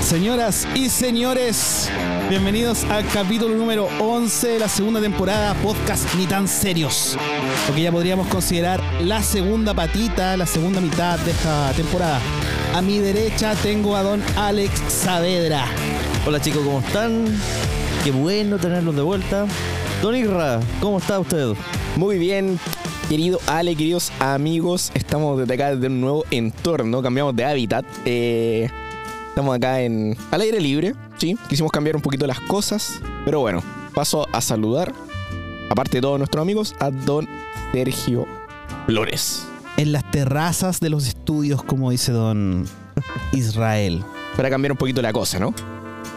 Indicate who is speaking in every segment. Speaker 1: Señoras y señores, bienvenidos al capítulo número 11 de la segunda temporada Podcast Ni Tan Serios. Lo que ya podríamos considerar la segunda patita, la segunda mitad de esta temporada. A mi derecha tengo a don Alex Saavedra.
Speaker 2: Hola chicos, ¿cómo están? Qué bueno tenerlos de vuelta. Don Irra, ¿cómo está usted?
Speaker 3: Muy bien, querido Ale, queridos amigos. Estamos desde acá, desde un nuevo entorno. Cambiamos de hábitat. Eh, estamos acá en al aire libre, ¿sí? Quisimos cambiar un poquito las cosas. Pero bueno, paso a saludar, aparte de todos nuestros amigos, a don Sergio Flores.
Speaker 1: En las terrazas de los estudios, como dice don Israel.
Speaker 3: Para cambiar un poquito la cosa, ¿no?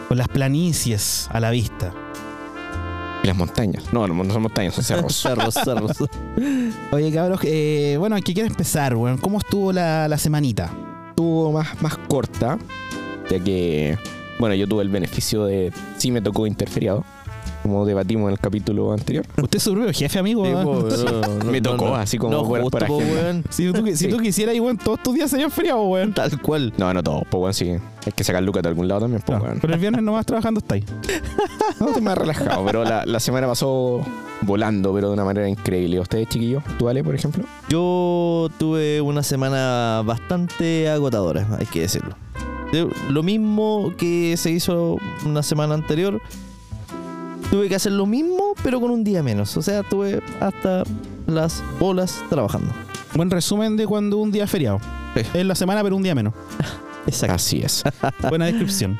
Speaker 1: Con las planicies a la vista.
Speaker 3: Y las montañas. No, no no son montañas, son cerros.
Speaker 2: Cerros, cerros.
Speaker 1: Oye, cabros, eh, bueno, ¿en qué quiero empezar, weón? ¿Cómo estuvo la, la semanita?
Speaker 3: estuvo más, más corta, ya que, bueno, yo tuve el beneficio de, sí me tocó interferiado, como debatimos en el capítulo anterior.
Speaker 1: Usted es su propio jefe, amigo. weón.
Speaker 3: Me tocó, así como
Speaker 2: no,
Speaker 3: fuera
Speaker 2: justo,
Speaker 3: para
Speaker 2: po,
Speaker 3: agenda.
Speaker 2: weón.
Speaker 1: Si tú, si
Speaker 3: Sí.
Speaker 1: tú quisieras, igual todos tus días serían feriados, weón.
Speaker 2: Tal cual.
Speaker 3: No, no todo, pues bueno, sí, hay que sacar lucas de algún lado también, pues
Speaker 1: Claro,
Speaker 3: bueno.
Speaker 1: pero el viernes nomás trabajando está ahí.
Speaker 3: No, estoy más relajado, pero la, la semana pasó volando, pero de una manera increíble. ¿Y ¿Ustedes, chiquillos? ¿Tú, Ale, por ejemplo?
Speaker 2: Yo tuve una semana bastante agotadora, hay que decirlo. De- Lo mismo que se hizo una semana anterior, tuve que hacer lo mismo, pero con un día menos. O sea, tuve hasta las bolas trabajando.
Speaker 1: Buen resumen de cuando un día es feriado.
Speaker 2: Sí.
Speaker 1: Es la semana, pero un día menos.
Speaker 2: Exacto.
Speaker 3: Así es.
Speaker 2: Ah.
Speaker 1: Buena descripción.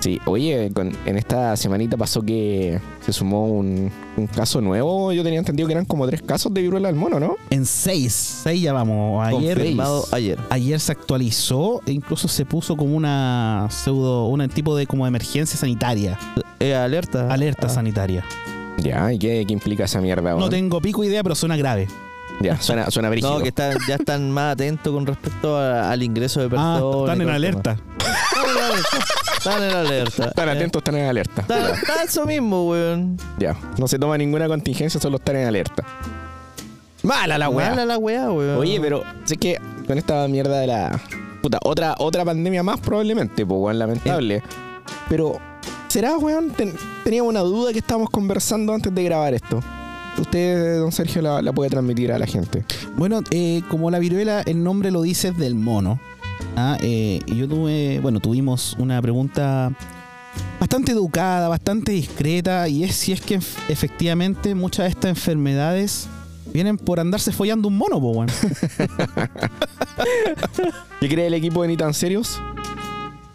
Speaker 3: Sí, oye, con- en esta semanita pasó que se sumó un, un caso nuevo. Yo tenía entendido que eran como tres casos de viruela del mono, ¿no?
Speaker 1: En seis, seis ya vamos. Ayer,
Speaker 2: Confirmado ayer.
Speaker 1: ayer se actualizó e incluso se puso como una pseudo, un tipo de como de emergencia sanitaria.
Speaker 2: Eh, alerta.
Speaker 1: Alerta
Speaker 2: Ah.
Speaker 1: sanitaria.
Speaker 3: Ya, ¿y qué, qué implica esa mierda?
Speaker 1: No
Speaker 3: weón?
Speaker 1: tengo pico idea, pero suena grave.
Speaker 3: Ya, suena, suena brígido.
Speaker 2: No, que están, ya están más atentos con respecto a- al ingreso de personas.
Speaker 1: Ah, están
Speaker 2: y
Speaker 1: en
Speaker 2: todo el
Speaker 1: alerta.
Speaker 2: tema. Están en alerta. Están en alerta.
Speaker 3: Están
Speaker 2: Eh,
Speaker 3: atentos, están en alerta.
Speaker 2: Está, está eso mismo, weón.
Speaker 3: Ya, no se toma ninguna contingencia, solo están en alerta. Mala la weá.
Speaker 2: Mala la weá, weón.
Speaker 3: Oye, pero sé que con esta mierda de la. Puta, otra, otra pandemia más probablemente, pues weón, lamentable. Pero, ¿será, weón? Ten- tenía una duda que estábamos conversando antes de grabar esto. Usted, don Sergio, la, la puede transmitir a la gente.
Speaker 1: Bueno, eh, como la viruela, el nombre lo dice es del mono. Ah, eh, y yo tuve, bueno, tuvimos una pregunta bastante educada, bastante discreta, y es si es que ef- efectivamente muchas de estas enfermedades vienen por andarse follando un mono, po, weón.
Speaker 3: ¿Qué cree el equipo de Ni Tan Serios?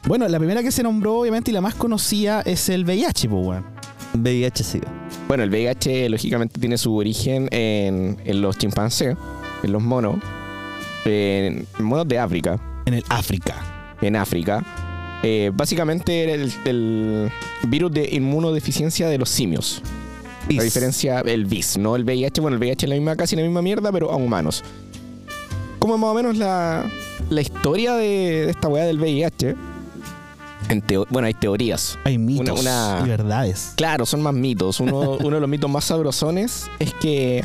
Speaker 1: Bueno, la primera que se nombró, obviamente, y la más conocida es el VIH, po, weón.
Speaker 2: VIH sí.
Speaker 3: Bueno, el VIH lógicamente tiene su origen en, en los chimpancés, en los monos, en monos de África.
Speaker 1: En el África.
Speaker 3: en África. Eh, básicamente era el, el virus de inmunodeficiencia de los simios. La diferencia, el VIS, no el VIH. Bueno, el VIH es la misma, casi la misma mierda, pero a humanos. Como más o menos la, la historia de, de esta weá del VIH. En teo- bueno, hay teorías.
Speaker 1: Hay mitos
Speaker 3: una-
Speaker 1: y verdades.
Speaker 3: Claro, son más mitos. Uno, uno de los mitos más sabrosones es que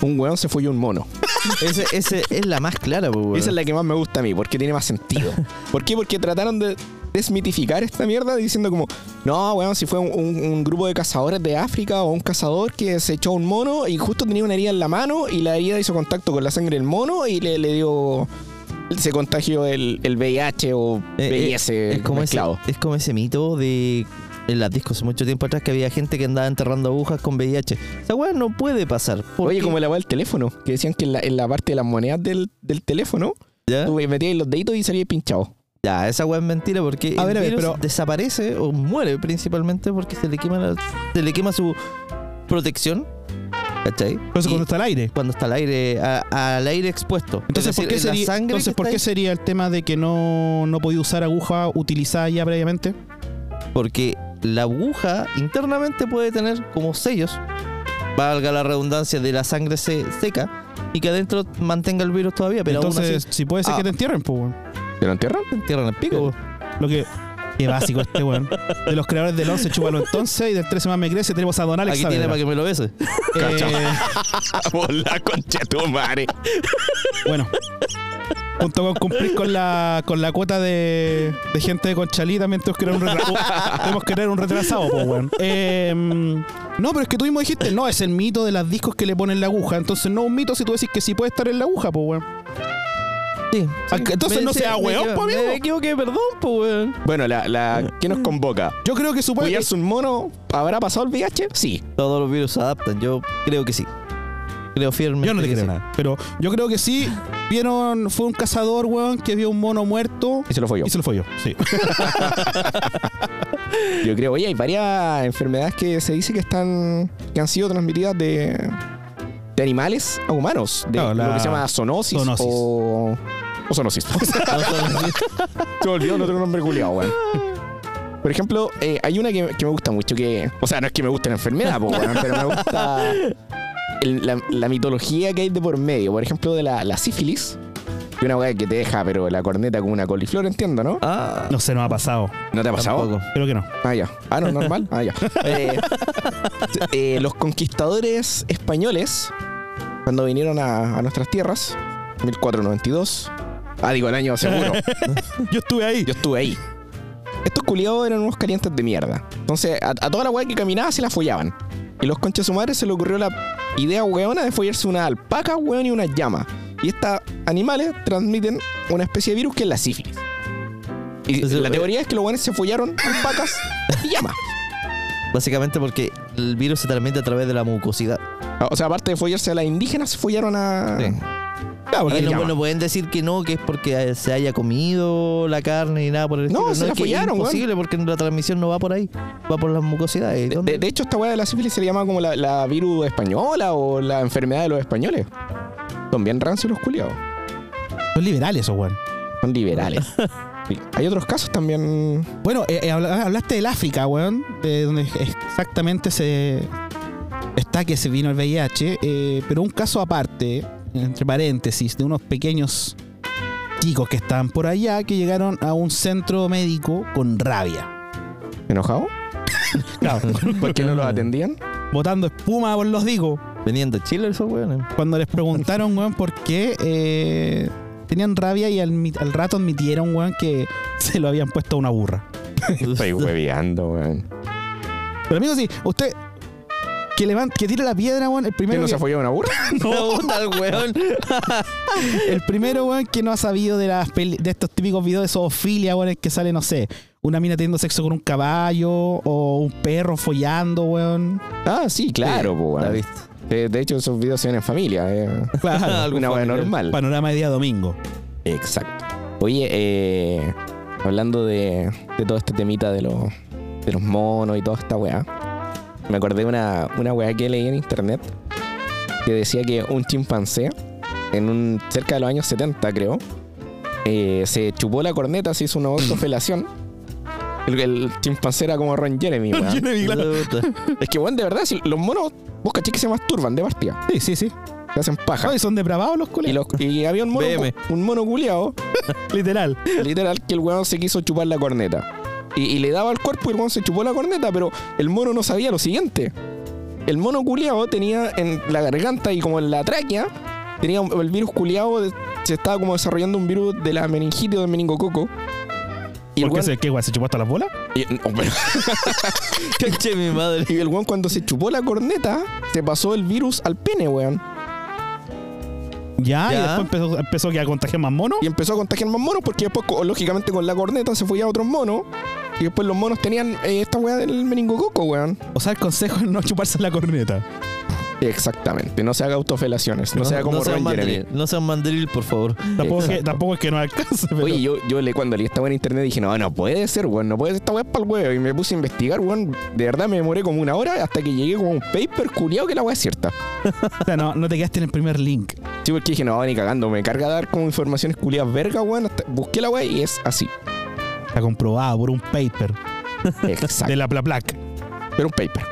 Speaker 3: un weón se folló un mono.
Speaker 2: Ese, ese es la más clara, pues, weón.
Speaker 3: Esa es la que más me gusta a mí, porque tiene más sentido. ¿Por qué? Porque trataron de desmitificar esta mierda diciendo como, no, weón, si fue un, un- un grupo de cazadores de África o un cazador que se echó un mono y justo tenía una herida en la mano y la herida hizo contacto con la sangre del mono y le, le dio... Se contagió el, el VIH o
Speaker 2: Eh, eh,
Speaker 3: VIS
Speaker 2: es como ese,
Speaker 3: mezclado.
Speaker 2: es como ese mito de en las discos hace mucho tiempo atrás que había gente que andaba enterrando agujas con VIH. Esa weá no puede pasar.
Speaker 3: Oye,
Speaker 2: porque-
Speaker 3: como la weá del teléfono, que decían que en la, en la parte de las monedas del, del teléfono,
Speaker 2: ¿Ya?
Speaker 3: tú metías los deditos y salías pinchado.
Speaker 2: Ya, esa weá es mentira porque
Speaker 1: A
Speaker 2: el
Speaker 1: ver, a ver,
Speaker 2: virus
Speaker 1: pero-
Speaker 2: desaparece o muere principalmente porque se le quema la- se le quema su protección. ¿Cachai?
Speaker 1: Pero eso
Speaker 2: Y
Speaker 1: cuando está al aire.
Speaker 2: cuando está al aire, a- al aire expuesto.
Speaker 1: Entonces,
Speaker 2: Es
Speaker 1: ¿por
Speaker 2: decir,
Speaker 1: qué,
Speaker 2: en la
Speaker 1: sería,
Speaker 2: sangre
Speaker 1: entonces,
Speaker 2: que
Speaker 1: ¿por qué
Speaker 2: está
Speaker 1: sería el tema de que no, no podía usar aguja utilizada ya previamente?
Speaker 2: ahí? Porque la aguja internamente puede tener como sellos, valga la redundancia, de la sangre se- seca y que adentro mantenga el virus todavía, pero aún
Speaker 1: Entonces,
Speaker 2: así
Speaker 1: si puede ser que
Speaker 2: Ah.
Speaker 1: te entierren, pues, weón.
Speaker 3: ¿Te lo entierran?
Speaker 2: te entierran el pico. po.
Speaker 1: Lo que. Qué básico este weón. De los creadores del 11, chúbalo entonces. Y del 13 más me crece, tenemos a Don Alex.
Speaker 2: Aquí tiene
Speaker 1: Saavedra.
Speaker 2: para que me lo bese.
Speaker 1: Eh,
Speaker 3: Por la concha de tu madre.
Speaker 1: bueno. Junto con cumplir con la, con la cuota de, de gente de Conchalí, también tenemos que tener un retrasado. tenemos que tener un retrasado, po, weón. Eh, no, pero es que tú mismo dijiste, no, es el mito de las discos que le ponen la aguja. Entonces, no es un mito si tú decís que sí puede estar en la aguja, pues, weón.
Speaker 2: Sí.
Speaker 1: Ah, que entonces no sea weón, po, amigo.
Speaker 2: Me equivoqué, perdón, po, weón.
Speaker 3: Bueno, la, la, ¿qué nos convoca?
Speaker 1: Yo creo que supone.
Speaker 3: ¿Cuidarse un mono habrá pasado el VIH? Sí.
Speaker 2: Todos los virus se adaptan, yo creo que sí. Creo firme.
Speaker 1: Yo no te creo nada. Pero yo creo que sí. Vieron, fue un cazador, weón, que vio un mono muerto
Speaker 3: Y se lo fue yo.
Speaker 1: y se lo fue yo. Sí.
Speaker 3: Yo creo, oye, hay varias enfermedades que se dice que están. que han sido transmitidas de. de animales a humanos. De
Speaker 1: Claro,
Speaker 3: lo
Speaker 1: la-
Speaker 3: que se llama zoonosis,
Speaker 1: zoonosis.
Speaker 3: o. o zoonosis. se me olvidó el otro nombre culiado, weón. Por ejemplo, eh, hay una que, que me gusta mucho que. O sea, no es que me guste la enfermedad, po, weón, pero me gusta. el- la, la mitología que hay de por medio. Por ejemplo, de la, la sífilis. Que una weá que te deja, pero la corneta con una coliflor, entiendo, ¿no?
Speaker 2: Ah,
Speaker 1: No se nos ha pasado.
Speaker 3: ¿No te ha pasado?
Speaker 2: tampoco.
Speaker 1: Creo que no.
Speaker 3: Ah, ya. Ah, no, normal. Ah, ya. Eh, eh, los conquistadores españoles, cuando vinieron a, a nuestras tierras, 1492. Ah, digo, el año seguro.
Speaker 1: Yo estuve ahí.
Speaker 3: Yo estuve ahí. Estos culiados eran unos calientes de mierda. Entonces, a, a toda la weá que caminaba se la follaban. Y los conches su madre se le ocurrió la idea weona de follarse una alpaca, weón, y una llama. Y estos animales transmiten una especie de virus que es la sífilis. Y
Speaker 2: Entonces,
Speaker 3: la
Speaker 2: eh,
Speaker 3: teoría es que los weones se follaron alpacas y llamas.
Speaker 2: Básicamente porque el virus se transmite a través de la mucosidad.
Speaker 3: Ah, O sea, aparte de follarse a las indígenas, se follaron a.
Speaker 2: Sí.
Speaker 3: Ah, porque
Speaker 2: Y
Speaker 3: le
Speaker 2: no,
Speaker 3: llaman.
Speaker 2: no pueden decir que no, que es porque eh, se haya comido la carne y nada por el
Speaker 3: No,
Speaker 2: estilo.
Speaker 3: se la
Speaker 2: es que
Speaker 3: follaron,
Speaker 2: Es imposible porque la transmisión no va por ahí. Va por las mucosidades.
Speaker 3: De-
Speaker 2: ¿Dónde?
Speaker 3: de, de hecho, esta weá de la sífilis se le llama como la, la virus española o la enfermedad de los españoles. Son bien rancios los culiados.
Speaker 1: Son liberales, esos, weón.
Speaker 3: Son liberales. Sí. Hay otros casos también.
Speaker 1: Bueno, eh, eh, habla- hablaste del África, weón, de donde exactamente se está que se vino el VIH, eh, pero un caso aparte, entre paréntesis, de unos pequeños chicos que estaban por allá que llegaron a un centro médico con rabia.
Speaker 3: ¿Enojado?
Speaker 1: Claro,
Speaker 3: ¿Por qué no los atendían?
Speaker 1: botando espuma por los digo.
Speaker 2: Venían de Chile esos weones.
Speaker 1: Cuando les preguntaron, weón, por qué eh, tenían rabia y al, mi- al rato admitieron, weón, que se lo habían puesto a una burra.
Speaker 3: Estoy hueveando, weón.
Speaker 1: Pero amigo, sí, usted que levante, que tire la piedra, weón, el
Speaker 3: ¿Quién
Speaker 1: primero
Speaker 3: no
Speaker 1: que-
Speaker 3: se folló una burra?
Speaker 2: No, tal weón.
Speaker 1: El primero, weón, que no ha sabido de las peli- de estos típicos videos de zoofilia, weón, en que sale, no sé, una mina teniendo sexo con un caballo o un perro follando, weón.
Speaker 3: Ah, sí, claro, po,
Speaker 2: La
Speaker 3: weón.
Speaker 2: viste.
Speaker 3: De, de hecho, esos videos se ven en familia. eh.
Speaker 1: Claro.
Speaker 2: Algo
Speaker 3: Una weá
Speaker 2: familiar.
Speaker 3: normal.
Speaker 1: Panorama de día domingo.
Speaker 3: Exacto. Oye, eh, hablando de, de todo este temita de los, de los monos y toda esta weá, me acordé de una, una weá que leí en internet que decía que un chimpancé, en un, cerca de los años 70 creo, eh, se chupó la corneta, se hizo una autofelación. El, el chimpancé era como Ron Jeremy, weón.
Speaker 2: Puta.
Speaker 3: Es que, weón, de verdad, si los monos, vos caché que se masturban de partida,
Speaker 1: Sí, sí, sí.
Speaker 3: se hacen paja.
Speaker 1: Ay, son depravados los
Speaker 3: Y,
Speaker 1: culeros.
Speaker 3: los- y había un mono,
Speaker 2: Veme.
Speaker 3: un mono culiao
Speaker 1: Literal.
Speaker 3: Literal que el weón se quiso chupar la corneta. Y, y le daba al cuerpo y el weón se chupó la corneta, pero el mono no sabía lo siguiente. El mono culiao tenía en la garganta y como en la tráquea, tenía un- el virus culiao, de- se estaba como desarrollando un virus de la meningitis o del meningococo. Y el,
Speaker 1: ¿Por qué se,
Speaker 3: weón,
Speaker 1: qué, weón, se chupó hasta las bolas?
Speaker 3: y- no, pero-
Speaker 2: Conche mi madre.
Speaker 3: y el weón cuando se chupó la corneta, se pasó el virus al pene, weón.
Speaker 1: Ya, y
Speaker 2: Ya.
Speaker 1: después empezó, empezó que a contagiar más monos.
Speaker 3: Y empezó a contagiar más monos porque después, co- lógicamente, con la corneta se fue a otros monos. Y después los monos tenían eh, esta weá del meningococo, weón.
Speaker 1: O sea, el consejo es no chuparse la corneta.
Speaker 3: Exactamente, no se haga autofelaciones, no, sea como
Speaker 2: no sean
Speaker 3: Ron Jeremy.
Speaker 2: mandril, no sean mandril, por favor.
Speaker 1: Tampoco, es que,
Speaker 3: Exacto.
Speaker 1: tampoco es que no alcance, pero.
Speaker 3: Oye, yo, yo le, cuando leí esta weá en internet dije, no, no puede ser, weón, no puede ser esta weá para el weón. Y me puse a investigar, weón. De verdad me demoré como una hora hasta que llegué con un paper culiado que la weá es cierta.
Speaker 1: O sea, no, no te quedaste en el primer link.
Speaker 3: Sí, porque dije, no, ni cagando, me carga dar como informaciones culiadas verga, weón. Hasta- Busqué la weá y es así.
Speaker 1: Está comprobado por un paper de
Speaker 3: Exacto.
Speaker 1: la Plaplac.
Speaker 3: Pero un paper.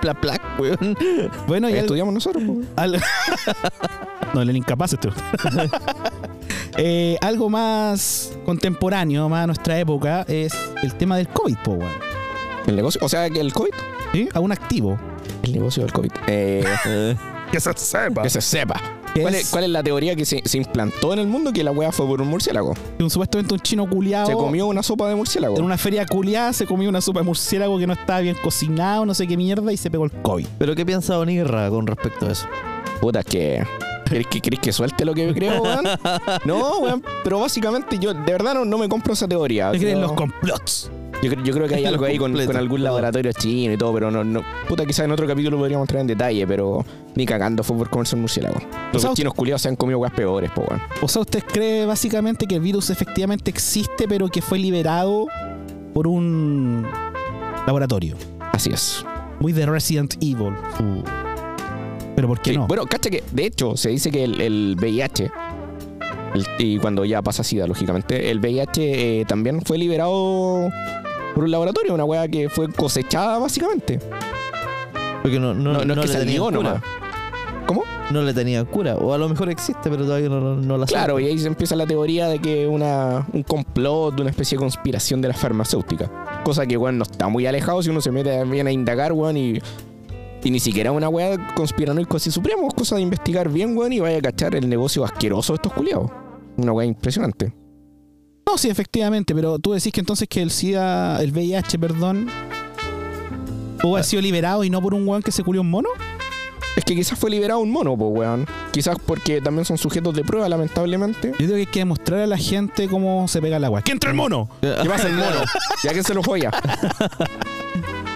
Speaker 2: Pla, plac, weón.
Speaker 1: Bueno, y
Speaker 3: Ahí
Speaker 1: al-
Speaker 3: estudiamos nosotros, po, weón.
Speaker 1: Al- no, el incapaz este. Eh, algo más contemporáneo, más a nuestra época, es el tema del COVID, po, weón.
Speaker 3: El negocio, o sea, que el COVID.
Speaker 1: ¿Sí? Aún activo.
Speaker 3: El negocio del COVID. Eh,
Speaker 2: Eh,
Speaker 1: Que se sepa.
Speaker 3: que se sepa.
Speaker 1: que
Speaker 3: ¿Cuál
Speaker 1: es,
Speaker 3: es, cuál es la teoría que se, se implantó en el mundo que la weá fue por un murciélago?
Speaker 1: que un supuestamente un chino culiado
Speaker 3: Se comió una sopa de murciélago.
Speaker 1: en una feria culiada se comió una sopa de murciélago que no estaba bien cocinado, no sé qué mierda, y se pegó el COVID.
Speaker 2: ¿Pero qué piensa Onirra con respecto a eso?
Speaker 3: Puta, que. ¿Querés que, querés que suelte lo que creo, weón? No, weón. Pero básicamente yo, de verdad, no, no me compro esa teoría.
Speaker 1: ¿Qué creen
Speaker 3: No.
Speaker 1: los complots?
Speaker 3: Yo, cre- yo creo que hay
Speaker 2: Lo
Speaker 3: algo ahí con,
Speaker 2: completo.
Speaker 3: con algún laboratorio chino y todo, pero no, no. Puta, quizás en otro capítulo podríamos entrar en detalle, pero ni cagando fue por comerse un murciélago. Los
Speaker 1: sea,
Speaker 3: chinos culiados se han comido weas peores, po, weón.
Speaker 1: O sea, ¿usted cree básicamente que el virus efectivamente existe, pero que fue liberado por un laboratorio?
Speaker 3: Así es.
Speaker 1: Muy de Resident Evil. su- Pero ¿por qué
Speaker 3: Sí,
Speaker 1: no?
Speaker 3: Bueno, cacha que, de hecho, se dice que el, el VIH, el- y cuando ya pasa SIDA, lógicamente, el VIH eh, también fue liberado por un laboratorio, una wea que fue cosechada, básicamente.
Speaker 2: Porque no,
Speaker 3: No,
Speaker 2: no,
Speaker 3: no es que
Speaker 2: le tenían
Speaker 3: salió
Speaker 2: cura.
Speaker 3: nomás. ¿Cómo?
Speaker 2: No le tenían cura. O a lo mejor existe, pero todavía no, no- no la saben.
Speaker 3: Claro, y ahí se empieza la teoría de que una, un complot, de una especie de conspiración de las farmacéuticas. Cosa que, weón, no está muy alejado si uno se mete bien a indagar, weón, y, y ni siquiera una weá conspiranoico así supremo. Es cosa de investigar bien, weón, y vaya a cachar el negocio asqueroso de estos culiados. Una weá impresionante.
Speaker 1: No, sí, efectivamente, pero tú decís que entonces que el SIDA, el VIH, perdón,
Speaker 3: Ah.
Speaker 1: hubo sido liberado y no por un weón que se culió un mono.
Speaker 3: Es que quizás fue liberado un mono, pues, weón. Quizás porque también son sujetos de prueba, lamentablemente.
Speaker 1: Yo digo que hay que demostrar a la gente cómo se pega el agua. ¡Que entra el mono!
Speaker 3: ¿Qué pasa el mono? Ya que se lo joya.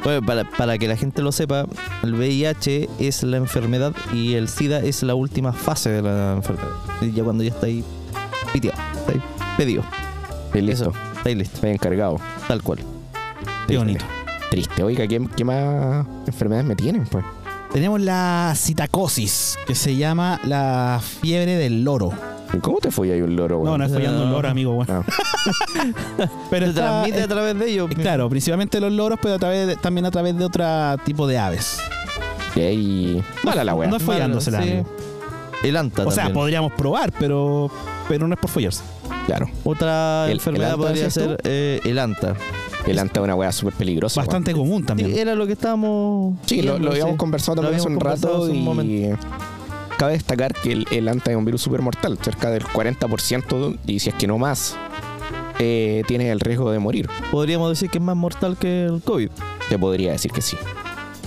Speaker 2: Bueno, para, para que la gente lo sepa, el VIH es la enfermedad y el SIDA es la última fase de la enfermedad. Y Ya cuando ya está ahí pitiado, está ahí pedido,
Speaker 3: Y listo.
Speaker 2: Eso. está ahí listo,
Speaker 3: Estoy encargado.
Speaker 2: tal cual.
Speaker 1: Qué bonito.
Speaker 3: Triste. Oiga, ¿qué, qué más enfermedades me tienen, pues?
Speaker 1: Tenemos la citacosis, que se llama la fiebre del loro.
Speaker 3: ¿Y ¿Cómo te fue ahí un loro, weón?
Speaker 1: No, no es follando un loro, amigo, weón.
Speaker 3: Ah.
Speaker 1: pero
Speaker 2: Se
Speaker 1: está-
Speaker 2: transmite a través de pues. ellos.
Speaker 1: eh, claro, principalmente los loros, pero a través de- también a través de otro tipo de aves.
Speaker 3: Y ahí. Mala la weá.
Speaker 1: No es follándosela,
Speaker 2: Sí.
Speaker 1: amigo.
Speaker 2: El anta
Speaker 1: O sea,
Speaker 2: también.
Speaker 1: podríamos probar, pero pero no es por follarse.
Speaker 3: Claro.
Speaker 2: Otra
Speaker 3: ¿El- el
Speaker 2: enfermedad
Speaker 3: anta,
Speaker 2: podría
Speaker 3: decías tú?
Speaker 2: ser eh, el anta.
Speaker 3: El anta es una weá súper peligrosa. weón.
Speaker 1: Bastante común también.
Speaker 2: Sí, eh, era lo que estábamos...
Speaker 3: Sí, lo,
Speaker 2: viendo,
Speaker 3: lo habíamos
Speaker 2: sí.
Speaker 3: conversado
Speaker 2: Lo
Speaker 3: también hace un
Speaker 2: habíamos conversado
Speaker 3: rato
Speaker 2: hace un
Speaker 3: y.
Speaker 2: momento.
Speaker 3: Cabe destacar que el, el anta es un virus súper mortal. Cerca del 40%, y si es que no más, eh, tiene el riesgo de morir.
Speaker 2: Podríamos decir que es más mortal que el COVID.
Speaker 3: Te podría decir que sí.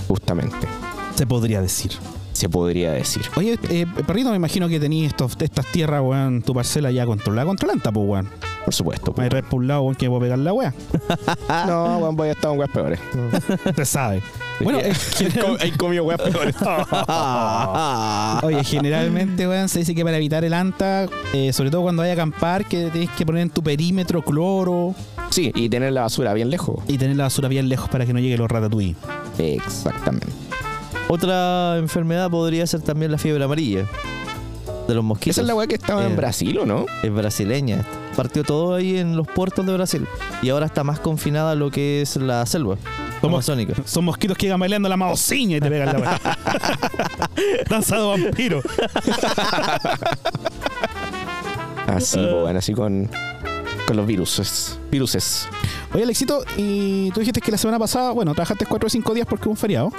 Speaker 3: Justamente.
Speaker 1: Se podría decir.
Speaker 3: Se podría decir.
Speaker 1: Oye, eh, perrito, me imagino que tenías estos- estas tierras, weón, tu parcela ya controlada con Atlanta, pues, weón.
Speaker 3: Por supuesto.
Speaker 1: Hay
Speaker 3: pues.
Speaker 1: red por un lado, weón, que puedo pegar la weá.
Speaker 3: No, weón, voy a estar en weas peores.
Speaker 1: Se sabe. Bueno, eh, general-
Speaker 3: Hay comido weas peores. Ah.
Speaker 1: oye, generalmente, weón, se dice que para evitar el anta, eh, sobre todo cuando vaya a acampar, que tienes que poner en tu perímetro cloro
Speaker 3: Sí, y tener la basura bien lejos.
Speaker 1: y tener la basura bien lejos para que no llegue los ratatouille.
Speaker 3: Exactamente.
Speaker 2: Otra enfermedad podría ser también la fiebre amarilla de los mosquitos.
Speaker 3: Esa es la weá que estaba en
Speaker 2: Eh.
Speaker 3: Brasil, ¿o no?
Speaker 2: Es brasileña. esta. Partió todo ahí en los puertos de Brasil y ahora está más confinada a lo que es la selva
Speaker 1: ¿Cómo?
Speaker 2: amazónica.
Speaker 3: Eh,
Speaker 1: Son mosquitos que llegan bailando la maociña y te pegan la weá. Danzado vampiro.
Speaker 3: Así,
Speaker 2: Eh.
Speaker 3: po, weón, así con, con los viruses. Viruses.
Speaker 1: Oye, Alexito, y tú dijiste que la semana pasada, bueno, trabajaste 4 o 5 días porque hubo un feriado.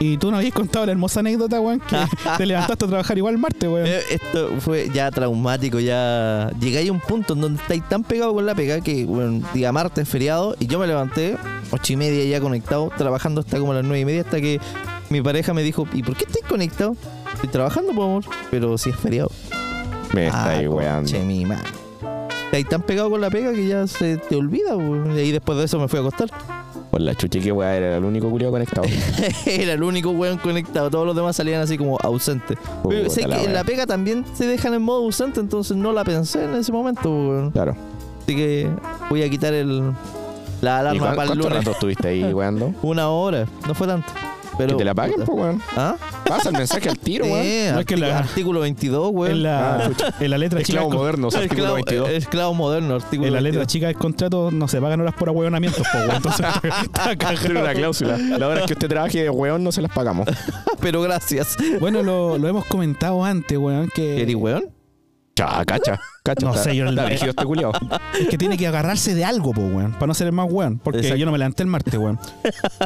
Speaker 1: Y tú nos habías contado la hermosa anécdota, weón, que te levantaste a trabajar igual el martes, weón.
Speaker 2: Eh, Esto fue ya traumático, ya llegáis a un punto en donde estáis tan pegado con la pega que, bueno, día martes, feriado, y yo me levanté, ocho y media ya conectado, trabajando hasta como las nueve y media, hasta que mi pareja me dijo, ¿y por qué estoy conectado? Estoy trabajando, po, amor, pero si es feriado.
Speaker 3: Me está ahí
Speaker 2: Ah,
Speaker 3: weando.
Speaker 2: conche mi madre. Ahí tan pegado con la pega que ya se te olvida, po. y ahí después de eso me fui a acostar.
Speaker 3: Por la chucha que weá, era el único culiado conectado.
Speaker 2: Era el único weón conectado, todos los demás salían así como ausentes. Pero
Speaker 3: Puta
Speaker 2: sé
Speaker 3: la
Speaker 2: que en
Speaker 3: wea.
Speaker 2: la pega también se dejan en modo ausente, entonces no la pensé en ese momento, po, weón.
Speaker 3: Claro.
Speaker 2: Así que voy a quitar el, la
Speaker 3: ¿Y cuán-
Speaker 2: alarma para el
Speaker 3: ¿Cuánto
Speaker 2: lunes.
Speaker 3: rato estuviste ahí weando?
Speaker 2: Una hora, no fue tanto. Pero,
Speaker 3: Que te la paguen, pues, weón.
Speaker 2: ¿Ah?
Speaker 3: Pasa el mensaje al tiro, weón.
Speaker 2: Eh,
Speaker 1: No es que
Speaker 2: artículo-
Speaker 1: la-
Speaker 2: Artículo 22, weón.
Speaker 1: En la,
Speaker 3: Ah,
Speaker 1: en la letra chica.
Speaker 3: Esclavo
Speaker 1: del con-
Speaker 3: moderno, artículo
Speaker 2: esclavo,
Speaker 3: 22.
Speaker 2: eh, esclavo moderno, artículo
Speaker 1: En la letra
Speaker 2: 22.
Speaker 1: chica del contrato no se pagan horas por ahueonamientos, po, weón. Entonces, está
Speaker 3: Tiene
Speaker 1: cagado.
Speaker 3: una cláusula. La hora que usted trabaje de weón no se las pagamos.
Speaker 2: Pero gracias.
Speaker 1: Bueno, lo, lo hemos comentado antes, weón,
Speaker 2: ¿Eres
Speaker 1: que,
Speaker 2: weón?
Speaker 3: Ya, cacha. Cacha.
Speaker 1: No
Speaker 3: está-
Speaker 1: sé, yo en
Speaker 3: Está
Speaker 1: la-
Speaker 3: rígido este culiado.
Speaker 1: que tiene que agarrarse de algo, po, weón, para no ser el más weón, porque
Speaker 2: Exacto.
Speaker 1: yo no me levanté el martes, weón.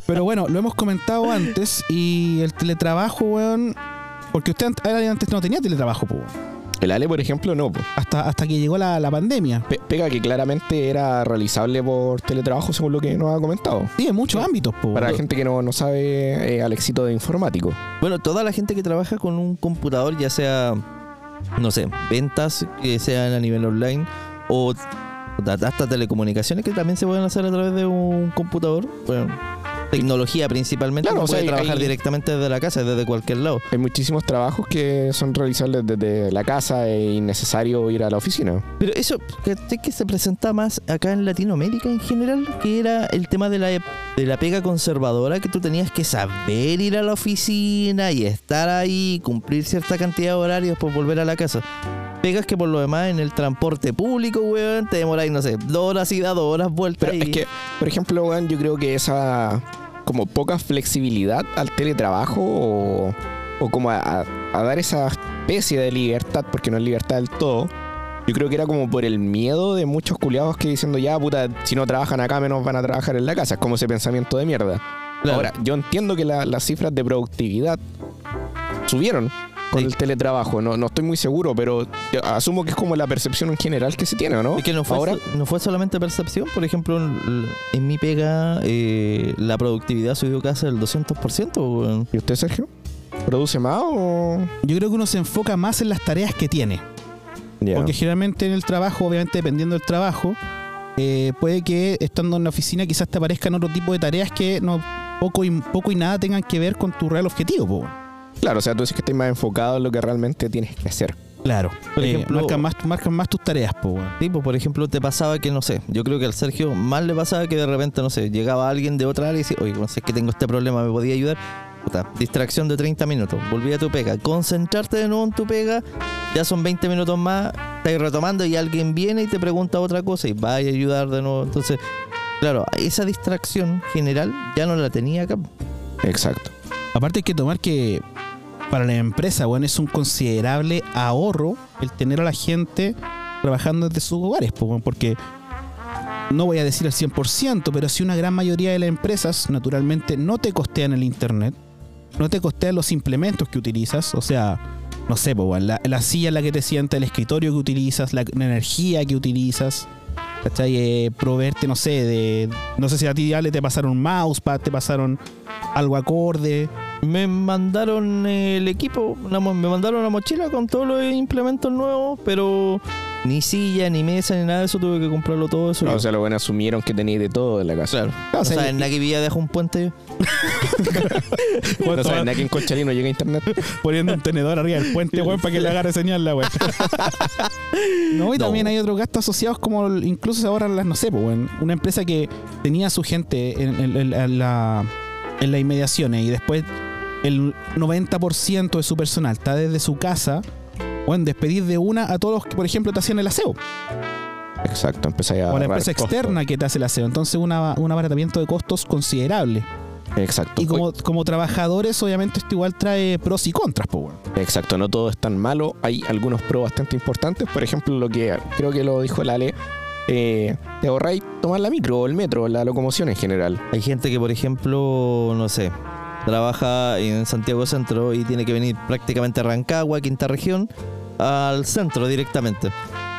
Speaker 1: Pero bueno, lo hemos comentado antes y el teletrabajo, weón, Porque usted ant- era- antes no tenía teletrabajo, po.
Speaker 3: El Ale, por ejemplo, no. po.
Speaker 1: Hasta, hasta que llegó la, la pandemia.
Speaker 3: Pe- pega que claramente era realizable por teletrabajo, según lo que nos ha comentado.
Speaker 1: Sí, en muchos ámbitos, po.
Speaker 3: Para la gente que no, no sabe, eh, Alexito de informático.
Speaker 2: Bueno, toda la gente que trabaja con un computador, ya sea, no sé, ventas que sean a nivel online o hasta telecomunicaciones que también se pueden hacer a través de un computador. Bueno, tecnología principalmente.
Speaker 3: Claro,
Speaker 2: Claro,
Speaker 3: o sea,
Speaker 2: puede
Speaker 3: hay-
Speaker 2: trabajar
Speaker 3: hay-
Speaker 2: directamente desde la casa, desde cualquier lado.
Speaker 3: Hay muchísimos trabajos que son realizables desde la casa e innecesario ir a la oficina.
Speaker 2: Pero eso ¿cachai? que se presenta más acá en Latinoamérica en general, que era el tema de la, de la pega conservadora, que tú tenías que saber ir a la oficina y estar ahí, cumplir cierta cantidad de horarios por volver a la casa. Pegas que por lo demás en el transporte público, weón, te demoráis, no sé, dos horas ida, dos horas vuelta.
Speaker 3: Pero
Speaker 2: y-
Speaker 3: es que, por ejemplo, weón, yo creo que esa como poca flexibilidad al teletrabajo o, o como a, a- a dar esa especie de libertad, porque no es libertad del todo, yo creo que era como por el miedo de muchos culiados que diciendo, ya, puta, si no trabajan acá, menos van a trabajar en la casa. Es como ese pensamiento de mierda.
Speaker 2: Claro.
Speaker 3: Ahora, yo entiendo que la- las cifras de productividad subieron con
Speaker 2: Sí.
Speaker 3: el teletrabajo. No, no estoy muy seguro, pero yo asumo que es como la percepción en general que se tiene, ¿o ¿no?
Speaker 2: Es que no fue,
Speaker 3: Ahora,
Speaker 2: so- no fue solamente percepción, por ejemplo, en, en mi pega eh, la productividad subió casi el 200%, weón.
Speaker 3: ¿Y usted, Sergio? ¿Produce más o...?
Speaker 1: Yo creo que uno se enfoca más en las tareas que tiene. Porque generalmente en el trabajo, obviamente dependiendo del trabajo, eh, puede que estando en la oficina quizás te aparezcan otro tipo de tareas que no poco y, poco y nada tengan que ver con tu real objetivo. po.
Speaker 3: Claro, o sea, tú dices que estás más enfocado en lo que realmente tienes que hacer.
Speaker 1: Claro.
Speaker 2: Por
Speaker 1: Eh,
Speaker 2: ejemplo-
Speaker 1: marcan, más, marcan más tus tareas. po, weón.
Speaker 2: Sí, pues, por ejemplo, te pasaba que, no sé, yo creo que al Sergio más le pasaba que de repente, no sé, llegaba alguien de otra área y decía, oye, no sé, es que tengo este problema, ¿me podía ayudar? Puta, distracción de 30 minutos, volví a tu pega, concentrarte de nuevo en tu pega, ya son 20 minutos más, estás retomando y alguien viene y te pregunta otra cosa y va a ayudar de nuevo. Entonces, claro, esa distracción general ya no la tenía acá.
Speaker 3: Exacto.
Speaker 1: Aparte hay que tomar que para la empresa, bueno, es un considerable ahorro el tener a la gente trabajando desde sus hogares, po, weón, porque no voy a decir al 100%, pero si una gran mayoría de las empresas naturalmente no te costean el internet, no te costean los implementos que utilizas, o sea, no sé, po, weón, la, la silla en la que te sientas, el escritorio que utilizas, la, la energía que utilizas, ¿cachai? Eh, proveerte, no sé, de, no sé si a ti Ale te pasaron mousepad, te pasaron algo acorde,
Speaker 2: Me mandaron eh, el equipo, una mo- me mandaron la mochila con todos los implementos nuevos, pero ni silla, ni mesa, ni nada de eso, tuve que comprarlo todo eso.
Speaker 3: No,
Speaker 2: yo.
Speaker 3: o sea, lo bueno asumieron que tenías de todo en la casa.
Speaker 2: claro.
Speaker 3: No,
Speaker 2: O sea,
Speaker 3: sea,
Speaker 2: en la que villa dejo un puente yo.
Speaker 3: No saben nada que en Conchalí no llega internet.
Speaker 1: poniendo un tenedor arriba del puente, weón, para que le agarre señal la weón. No, y
Speaker 2: No.
Speaker 1: también hay otros gastos asociados como el- incluso se ahorran las, no sé, pues, weón. Una empresa que tenía a su gente en, en- en- en la, en las inmediaciones y después el 90% de su personal está desde su casa, bueno, despedir de una a todos los que, por ejemplo, te hacían el aseo.
Speaker 3: Exacto, empezáis
Speaker 1: o
Speaker 3: a...
Speaker 1: a la
Speaker 3: ahorrar
Speaker 1: empresa
Speaker 3: costos.
Speaker 1: externa que te hace el aseo. Entonces, una, un abaratamiento de costos considerable.
Speaker 3: Exacto.
Speaker 1: Y como, como trabajadores, obviamente, esto igual trae pros y contras, pues, weón.
Speaker 3: Exacto, no todo es tan malo. Hay algunos pros bastante importantes. Por ejemplo, lo que creo que lo dijo el Ale, eh, te ahorráis tomar la micro o el metro, la locomoción en general.
Speaker 2: Hay gente que, por ejemplo, no sé, trabaja en Santiago Centro y tiene que venir prácticamente a Rancagua, quinta región, al centro directamente.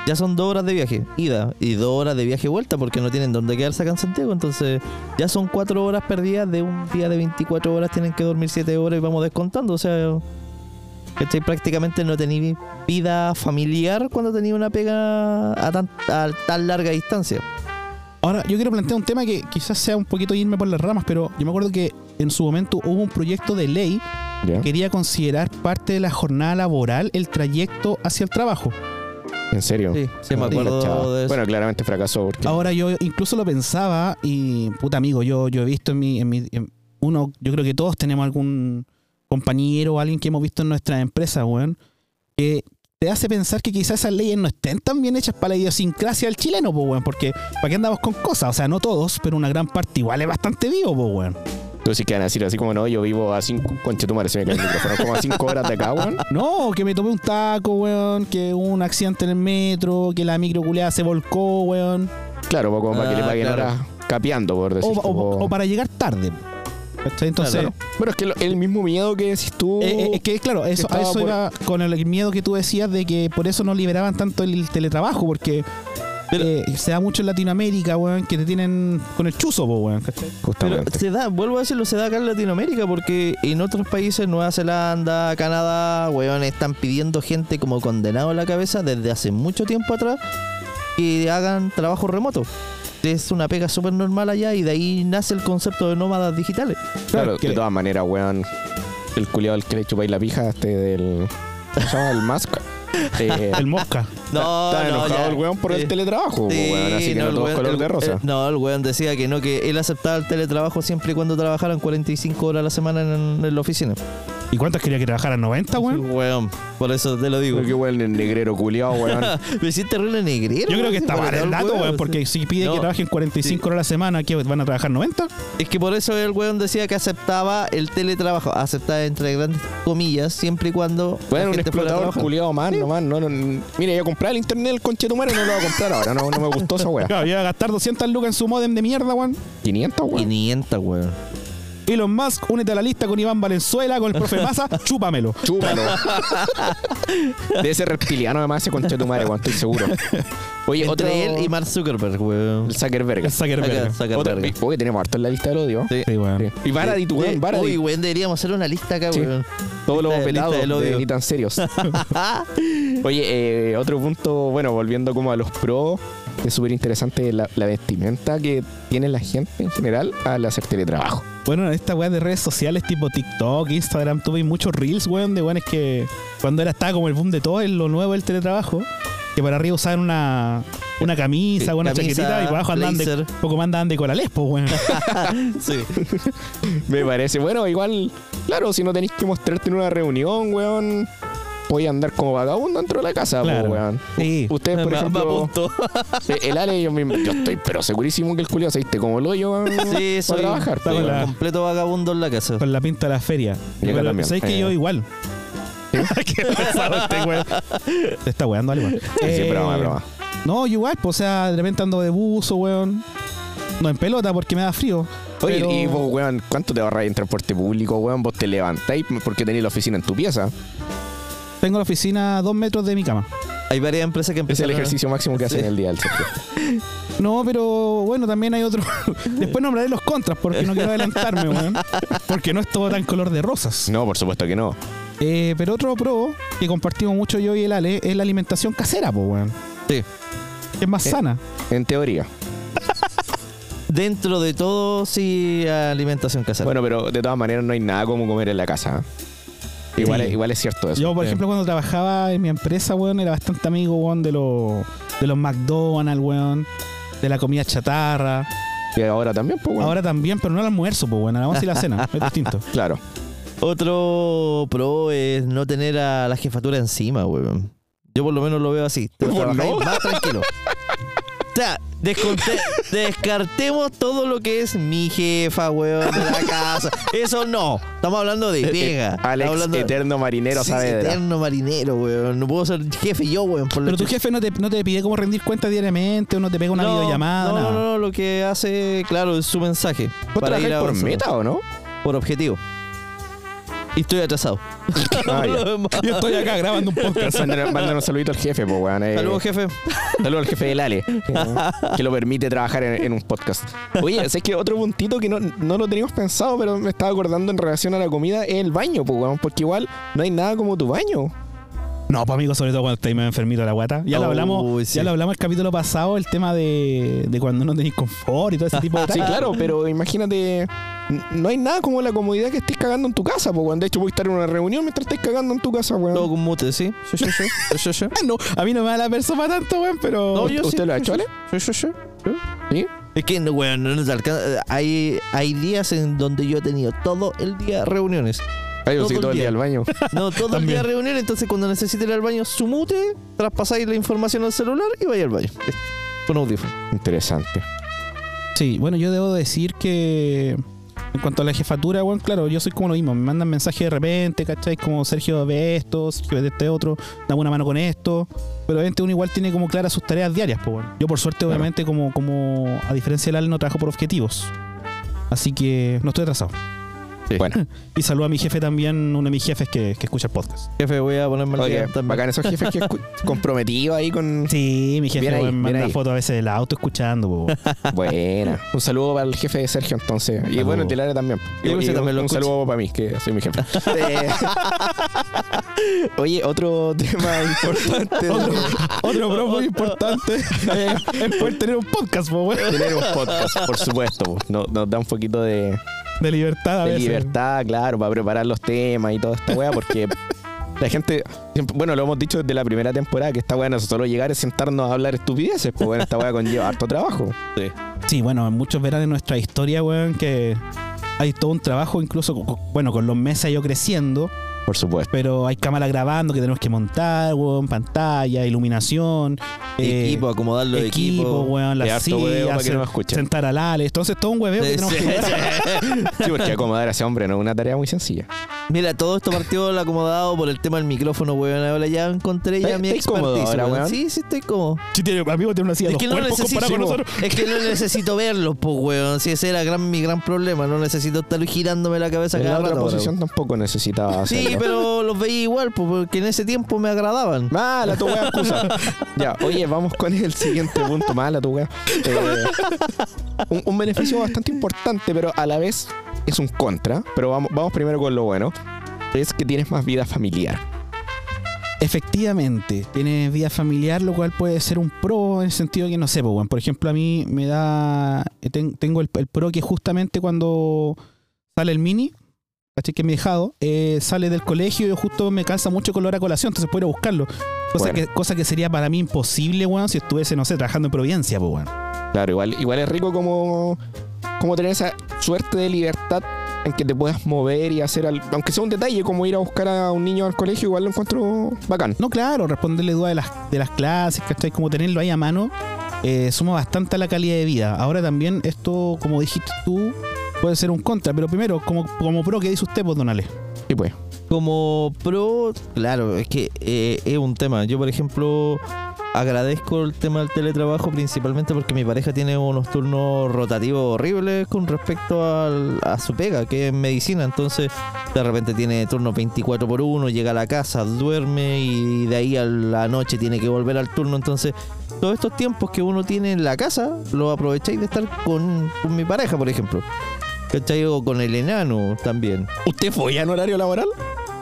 Speaker 2: Ya son dos horas de viaje, ida, y dos horas de viaje vuelta porque no tienen dónde quedarse acá en Santiago. Entonces, ya son cuatro horas perdidas de un día de 24 horas, tienen que dormir siete horas y vamos descontando. O sea, ¿cachai? prácticamente no tenéis vida familiar cuando tenéis una pega a tan, a tan larga distancia.
Speaker 1: Ahora, yo quiero plantear un tema que quizás sea un poquito irme por las ramas, pero yo me acuerdo que en su momento hubo un proyecto de ley
Speaker 3: ¿Ya?
Speaker 1: que quería considerar parte de la jornada laboral el trayecto hacia el trabajo.
Speaker 3: ¿En serio?
Speaker 2: Sí, sí, me
Speaker 3: No,
Speaker 2: acuerdo
Speaker 3: cachaba.
Speaker 2: de eso. Ah,
Speaker 3: Bueno, claramente fracasó porque...
Speaker 1: Ahora yo incluso lo pensaba y, puta amigo, yo, yo he visto en mi, en mi- en- uno, yo creo que todos tenemos algún compañero o alguien que hemos visto en nuestra empresa, weón, que te hace pensar que quizás esas leyes no estén tan bien hechas para la idiosincrasia del chileno, po, weón, porque ¿para qué andamos con cosas? O sea, no todos, pero una gran parte igual es bastante vivo, po, weón.
Speaker 3: Tú sí que van a decir así como no, yo vivo a cinco. Conche tu madre, se me cae el micrófono. Como a cinco horas de acá, weón.
Speaker 1: No, que me tomé un taco, weón, que hubo un accidente en el metro, que la micro culeada se volcó, weón.
Speaker 3: Claro, como para que le
Speaker 2: Ah,
Speaker 3: paguen
Speaker 2: claro.
Speaker 3: ahora capeando, por
Speaker 1: O,
Speaker 3: decirlo.
Speaker 1: o- o para llegar tarde. ¿Cachai? Entonces,
Speaker 2: Claro.
Speaker 3: Bueno, es que lo- el mismo miedo que decís tú.
Speaker 1: eh, eh, es que claro, eso, a
Speaker 3: Estaba
Speaker 1: eso
Speaker 3: por-
Speaker 1: iba con el miedo que tú decías de que por eso no liberaban tanto el teletrabajo, porque
Speaker 2: Pero-
Speaker 1: eh, se da mucho en Latinoamérica, weón, que te tienen con el chuzo, po, weón. ¿cachai?
Speaker 2: Pero
Speaker 3: justamente.
Speaker 2: se da, vuelvo a decirlo, se da acá en Latinoamérica porque en otros países, Nueva Zelanda, Canadá, weón, están pidiendo gente como condenado a la cabeza desde hace mucho tiempo atrás que hagan trabajo remoto. Es una pega súper normal allá y de ahí nace el concepto de nómadas digitales.
Speaker 3: Claro,
Speaker 1: que-
Speaker 3: de todas maneras, weón. El culiado al que le chupáis la pija, este del. ¿Cómo se llama? El Musk. Eh,
Speaker 1: El mosca.
Speaker 2: No,
Speaker 3: estaba
Speaker 2: no,
Speaker 3: enojado
Speaker 2: ya.
Speaker 3: el weón por
Speaker 2: Sí.
Speaker 3: el teletrabajo,
Speaker 2: Sí,
Speaker 3: weón. Así que no,
Speaker 2: el
Speaker 3: todo es
Speaker 2: weón-
Speaker 3: color
Speaker 2: el-
Speaker 3: de rosa.
Speaker 2: el- no, el weón decía que no, que él aceptaba el teletrabajo siempre y cuando trabajaran 45 horas a la semana en, en la oficina.
Speaker 1: ¿Y cuántas quería que trabajaran? ¿90, weón?
Speaker 2: Weón, por eso te lo digo.
Speaker 3: Porque, weón, el negrero culiado, weón.
Speaker 2: Me hiciste terrible negrero.
Speaker 1: Yo creo que
Speaker 2: weón,
Speaker 1: está
Speaker 2: por
Speaker 1: mal el
Speaker 2: todo
Speaker 1: dato,
Speaker 2: huevo,
Speaker 1: weón,
Speaker 2: sí.
Speaker 1: porque si pide
Speaker 2: No.
Speaker 1: que trabajen 45 horas a la semana, ¿qué van a trabajar 90?
Speaker 2: Es que por eso el weón decía que aceptaba el teletrabajo. Aceptaba entre grandes comillas, siempre y cuando. la
Speaker 3: Bueno, un
Speaker 2: gente fuera a
Speaker 3: explotador
Speaker 2: trabajar.
Speaker 3: culiado más, nomás. No, no, mira, yo compré el internet del conche tu madre, no lo voy a comprar ahora. No, no me gustó esa weá.
Speaker 1: Claro, iba a gastar 200 lucas en su modem de mierda, weón.
Speaker 3: 500, weón.
Speaker 2: 500, weón.
Speaker 1: Elon Musk, únete a la lista con Iván Valenzuela, con el profe Maza, chúpamelo.
Speaker 3: Chúpalo. Debe ser reptiliano, además, ese conche tu madre, weón, estoy seguro. Oye,
Speaker 2: Entre
Speaker 3: otro.
Speaker 2: él y Mark Zuckerberg, weón.
Speaker 3: El Zuckerberg.
Speaker 1: El Zuckerberg.
Speaker 2: Acá,
Speaker 3: Otra-
Speaker 2: Zuckerberg.
Speaker 3: Oye, tenemos harto en la lista del odio.
Speaker 2: Sí.
Speaker 1: Sí, weón.
Speaker 3: Sí. Y Baradit,
Speaker 2: Sí.
Speaker 3: weón,
Speaker 2: Eh, Uy,
Speaker 3: Baradit.
Speaker 2: weón, deberíamos hacer una lista acá,
Speaker 3: Sí.
Speaker 2: weón.
Speaker 3: Todos los
Speaker 2: Lista- lista
Speaker 3: pelados
Speaker 2: del odio.
Speaker 3: de ni tan serios. Oye, eh, otro punto, bueno, volviendo como a los pros, es súper interesante la, la vestimenta que tiene la gente en general al hacer teletrabajo.
Speaker 1: Bueno, en esta weá de redes sociales tipo TikTok, Instagram, tuve muchos reels, weón, de weones que cuando era estaba como el boom de todo, es lo nuevo del teletrabajo, que para arriba usaban una, una camisa,
Speaker 2: Sí,
Speaker 1: una
Speaker 2: camisa,
Speaker 1: chaquetita, y para abajo andaban de,
Speaker 2: blazer.
Speaker 1: poco más andaban de corales, pues, weón.
Speaker 2: Sí.
Speaker 3: Me parece, bueno, igual, claro, si no tenéis que mostrarte en una reunión, weón, podéis andar como vagabundo dentro de la casa, po,
Speaker 1: Claro.
Speaker 3: weón.
Speaker 1: Sí.
Speaker 3: Ustedes, por
Speaker 2: Me- me
Speaker 3: ejemplo,
Speaker 2: apuntó.
Speaker 3: eh, el Ale, yo, me- yo estoy pero segurísimo que el culiao se viste como el hoyo, weón,
Speaker 2: Sí,
Speaker 3: para
Speaker 2: soy
Speaker 3: trabajar. po,
Speaker 1: con
Speaker 3: weón.
Speaker 1: la-
Speaker 2: completo vagabundo en la casa.
Speaker 1: Con la pinta de la feria.
Speaker 3: Yo
Speaker 1: Pero
Speaker 3: también.
Speaker 1: sabéis que
Speaker 3: Eh.
Speaker 1: yo igual. Qué pesado este weón. Te está weando algo.
Speaker 3: Sí,
Speaker 1: Eh,
Speaker 3: broma, broma.
Speaker 1: No, yo igual, pues, o sea, de repente ando de buzo, weón. No en pelota porque me da frío.
Speaker 3: Oye,
Speaker 1: pero-
Speaker 3: y vos, weón, ¿cuánto te ahorras en transporte público, weón? Vos te levantáis porque tenéis la oficina en tu pieza.
Speaker 1: Tengo la oficina a dos metros de mi cama.
Speaker 2: Hay varias empresas que
Speaker 3: Es
Speaker 2: empiezan
Speaker 3: el ejercicio máximo que hacen
Speaker 2: Sí.
Speaker 3: en el día del Sergio.
Speaker 1: No, pero bueno, también hay otro. Después nombraré los contras porque no quiero adelantarme, weón. Porque no es todo tan color de rosas.
Speaker 3: No, por supuesto que no.
Speaker 1: Eh, pero otro pro que compartimos mucho yo y el Ale es la alimentación casera, pues, weón.
Speaker 2: Sí.
Speaker 1: Que es más
Speaker 3: Eh.
Speaker 1: sana.
Speaker 3: En teoría.
Speaker 2: Dentro de todo, sí, alimentación casera.
Speaker 3: Bueno, pero de todas maneras no hay nada como comer en la casa. ¿eh? Igual,
Speaker 1: Sí.
Speaker 3: igual es cierto eso.
Speaker 1: Yo, por
Speaker 2: Sí.
Speaker 1: ejemplo, cuando trabajaba en mi empresa, weón, era bastante amigo, weón, de los, de los McDonald's, weón, de la comida chatarra.
Speaker 3: Y ahora también, pues, weón.
Speaker 1: Ahora también, pero no al almuerzo, pues, weón, al almuerzo y la cena, es distinto.
Speaker 3: Claro.
Speaker 2: Otro pro es no tener a la jefatura encima, weón. Yo por lo menos lo veo así. Te
Speaker 3: ¿Por
Speaker 2: trabajáis
Speaker 3: no?
Speaker 2: más tranquilo. O sea, desconte- descartemos todo lo que es mi jefa, weón, de la casa. Eso no. Estamos hablando de vieja.
Speaker 3: Eh, Alex,
Speaker 2: Estamos hablando
Speaker 3: eterno marinero,
Speaker 2: Sí,
Speaker 3: Saavedra.
Speaker 2: eterno marinero, weón. No puedo ser jefe yo, weón. Por la
Speaker 1: Pero tu
Speaker 2: chucha.
Speaker 1: jefe no te, no te pide cómo rendir cuentas diariamente, o no te pega una
Speaker 2: No,
Speaker 1: videollamada,
Speaker 2: No,
Speaker 1: nada.
Speaker 2: no, no. Lo que hace, claro, es su mensaje.
Speaker 3: ¿Vos trabajáis por
Speaker 2: avanzando.
Speaker 3: meta o no?
Speaker 2: Por objetivo. Y estoy atrasado.
Speaker 3: Ah,
Speaker 2: Lo
Speaker 3: ya.
Speaker 2: demás.
Speaker 1: Yo estoy acá grabando un podcast.
Speaker 3: Mándale- mándale un saludito al jefe, pues, weón. eh.
Speaker 2: Saludos, jefe.
Speaker 3: Saludos al jefe del Ale, que lo permite trabajar en, en un podcast. Oye, sé que otro puntito que no, no lo teníamos pensado, pero me estaba acordando en relación a la comida, es el baño, pues, weón, porque igual no hay nada como tu baño.
Speaker 1: No, pues amigo, sobre todo cuando estáis más enfermito de la guata. Ya lo
Speaker 2: Uy,
Speaker 1: hablamos,
Speaker 2: Oh, sí.
Speaker 1: ya lo hablamos el capítulo pasado, el tema de, de cuando no tenéis confort y todo ese tipo de
Speaker 3: Sí,
Speaker 2: Ah.
Speaker 1: cosas.
Speaker 3: claro, pero imagínate, n- no hay nada como la comodidad que estés cagando en tu casa, pues, weón. De hecho, voy a estar en una reunión mientras estés cagando en tu casa,
Speaker 2: Todo
Speaker 3: weón.
Speaker 2: con mute, ¿sí? Sí, sí, sí. Sí, sí, sí.
Speaker 1: Ah, no, a mí no me da la persona tanto, weón, pero.
Speaker 2: No, yo
Speaker 3: ¿Usted
Speaker 2: sí,
Speaker 3: lo ha
Speaker 2: sí,
Speaker 3: hecho,
Speaker 2: sí.
Speaker 3: Ale?
Speaker 2: Sí, sí, sí.
Speaker 3: Sí.
Speaker 2: Es que, no, weón, no nos alcanza. Hay, hay días en donde yo he tenido todo el día reuniones.
Speaker 3: Ay, yo
Speaker 2: Todo
Speaker 3: sí,
Speaker 2: el
Speaker 3: todo el
Speaker 2: día.
Speaker 3: día al baño.
Speaker 2: No, todo el
Speaker 1: También.
Speaker 2: día reuniones. Entonces, cuando necesite ir al baño, su mute, traspasáis la información al celular y vaya al baño. Listo. Con audífono.
Speaker 3: Interesante.
Speaker 1: Sí, bueno, yo debo decir que en cuanto a la jefatura, bueno, claro, yo soy como lo mismo. Me mandan mensajes de repente, ¿cachai? Como Sergio ve esto, Sergio ve este otro, dame una mano con esto. Pero obviamente uno igual tiene como claras sus tareas diarias, pues bueno. Yo por suerte,
Speaker 3: Claro.
Speaker 1: obviamente, como, como a diferencia del Ale, no trabajo por objetivos. Así que no estoy atrasado.
Speaker 2: Sí.
Speaker 3: Bueno,
Speaker 1: Y saludo a mi jefe también, uno de mis jefes que, que escucha el podcast.
Speaker 2: Jefe, voy a ponerme al
Speaker 3: oye,
Speaker 2: día también.
Speaker 3: bacán esos jefes que escu- comprometidos ahí con.
Speaker 1: Sí, mi jefe
Speaker 3: Bien ahí,
Speaker 1: weón,
Speaker 3: bien
Speaker 1: manda
Speaker 3: ahí.
Speaker 1: fotos a veces del auto escuchando. po.
Speaker 3: Buena. Un saludo para el jefe de Sergio, entonces. Y
Speaker 1: Saludo.
Speaker 3: bueno, el Tilaria también.
Speaker 2: Y Dulce
Speaker 3: un-
Speaker 2: también lo
Speaker 3: un
Speaker 2: escucha.
Speaker 3: saludo para mí, que soy mi jefe. Eh, Oye, otro tema importante.
Speaker 1: otro, otro bro muy importante eh, es poder tener un podcast, po, weón.
Speaker 3: Tener un podcast, por supuesto. po. No- Nos, da un poquito de,
Speaker 1: De libertad a
Speaker 3: de
Speaker 1: veces.
Speaker 3: libertad, claro, para preparar los temas y toda esta weá, porque la gente. siempre- bueno, lo hemos dicho desde la primera temporada que esta weá no es solo llegar y sentarnos a hablar estupideces, pues bueno, esta weá conlleva harto trabajo.
Speaker 1: Sí, bueno, muchos verán en nuestra historia, weón, que hay todo un trabajo, incluso, co- co- bueno, con los meses ha ido creciendo,
Speaker 3: Por supuesto.
Speaker 1: pero hay cámara grabando que tenemos que montar, weón, pantalla, iluminación. eh,
Speaker 2: equipo, acomodarlo de
Speaker 1: equipo,
Speaker 2: equipo.
Speaker 1: weón, las
Speaker 3: harto hueveo para
Speaker 1: sillas,
Speaker 3: que no escuchen.
Speaker 1: sentar al Ale. Entonces, todo un hueveo que
Speaker 2: Sí,
Speaker 1: tenemos
Speaker 2: sí,
Speaker 1: que
Speaker 2: sí.
Speaker 3: Sí, porque acomodar a ese hombre no es una tarea muy sencilla.
Speaker 2: Mira, todo esto partió el acomodado por el tema del micrófono, weón. Ahora ya encontré ya
Speaker 3: ¿Estás-
Speaker 2: mi
Speaker 3: estás cómodo
Speaker 2: expertise,
Speaker 3: ahora,
Speaker 2: weón.
Speaker 3: weón?
Speaker 2: Sí, sí, estoy cómodo.
Speaker 1: Sí, tiene, amigo, tiene una silla
Speaker 2: Es
Speaker 1: dos
Speaker 2: que, no
Speaker 1: cuerpos
Speaker 2: necesito,
Speaker 1: comparado con nosotros.
Speaker 2: es que no necesito verlos, pues, weón. Si ese era gran, mi gran problema. No necesito estar girándome la cabeza
Speaker 3: en
Speaker 2: cada
Speaker 3: la otra
Speaker 2: rato, ahora,
Speaker 3: posición tampoco necesitaba
Speaker 2: weón.
Speaker 3: hacerlo.
Speaker 2: Sí, pero los veía igual, pues, porque en ese tiempo me agradaban.
Speaker 3: Mala tu wea excusa. ya, oye, vamos con el siguiente punto. Mala tu wea. Eh, un, un beneficio bastante importante, pero a la vez es un contra. Pero vamos, vamos primero con lo bueno. Es que tienes más vida familiar.
Speaker 1: Efectivamente, tienes vida familiar, lo cual puede ser un pro en el sentido que no sé, po, weón. por ejemplo, a mí me da. eh, ten- tengo el, el pro que justamente cuando sale el mini, caché que es mi dejado, eh, sale del colegio y justo me calza mucho con la hora de colación, entonces puedo ir a buscarlo. Cosa,
Speaker 3: Bueno.
Speaker 1: que, cosa que sería para mí imposible, weón, si estuviese, no sé, trabajando en Providencia, po, weón.
Speaker 3: Claro, igual, igual es rico como, como tener esa suerte de libertad en que te puedas mover y hacer, al- aunque sea un detalle, como ir a buscar a un niño al colegio, igual lo encuentro bacán.
Speaker 1: No, claro, responderle dudas de las, de las clases, ¿cachai? Como tenerlo ahí a mano, eh, suma bastante a la calidad de vida. Ahora también esto, como dijiste tú, puede ser un contra, pero primero, como, como pro, ¿qué dice usted, pues, Donale?
Speaker 3: Y pues,
Speaker 2: Como pro, claro, es que eh, es un tema. Yo, por ejemplo, agradezco el tema del teletrabajo principalmente porque mi pareja tiene unos turnos rotativos horribles con respecto al- a su pega, que es medicina. Entonces, de repente tiene turnos 24 por 1, llega a la casa, duerme y de ahí a la noche tiene que volver al turno. Entonces, todos estos tiempos que uno tiene en la casa, los aprovecháis de estar con, con mi pareja, por ejemplo. ¿Cachai? O con el enano también.
Speaker 3: ¿usted fue en horario laboral?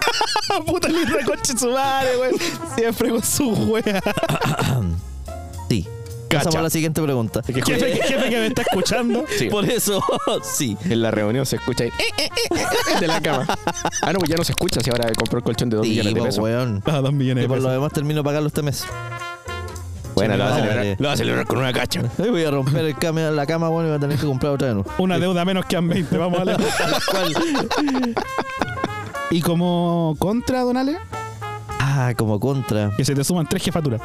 Speaker 1: Puta linda coche su madre, güey. Siempre con su wea.
Speaker 2: Sí.
Speaker 3: Cacha.
Speaker 2: Pasamos a la siguiente pregunta.
Speaker 3: Es que
Speaker 1: Jefe, jefe que me está escuchando.
Speaker 3: Sí.
Speaker 2: Por eso, sí.
Speaker 3: En la reunión se escucha ahí, "Eh, eh, eh, eh", de la cama. Ah, no, pues ya no se escucha si ahora compró el colchón de 2
Speaker 2: Sí,
Speaker 3: millones de
Speaker 2: po,
Speaker 3: pesos.
Speaker 2: weón.
Speaker 1: Ah, dos millones
Speaker 2: Y
Speaker 1: de
Speaker 2: por lo
Speaker 1: pesos.
Speaker 2: demás termino pagando este mes.
Speaker 3: Bueno,
Speaker 2: Sí,
Speaker 3: lo va, a
Speaker 2: madre.
Speaker 3: celebrar, lo va a celebrar con una cacha.
Speaker 2: Ahí voy a romper el cama, la cama, bueno, y voy a tener que comprar otra de nuevo.
Speaker 1: Una deuda menos que a 20, vamos a la. y como contra, Donale,
Speaker 2: Ah, como contra.
Speaker 1: que se te suman tres jefaturas.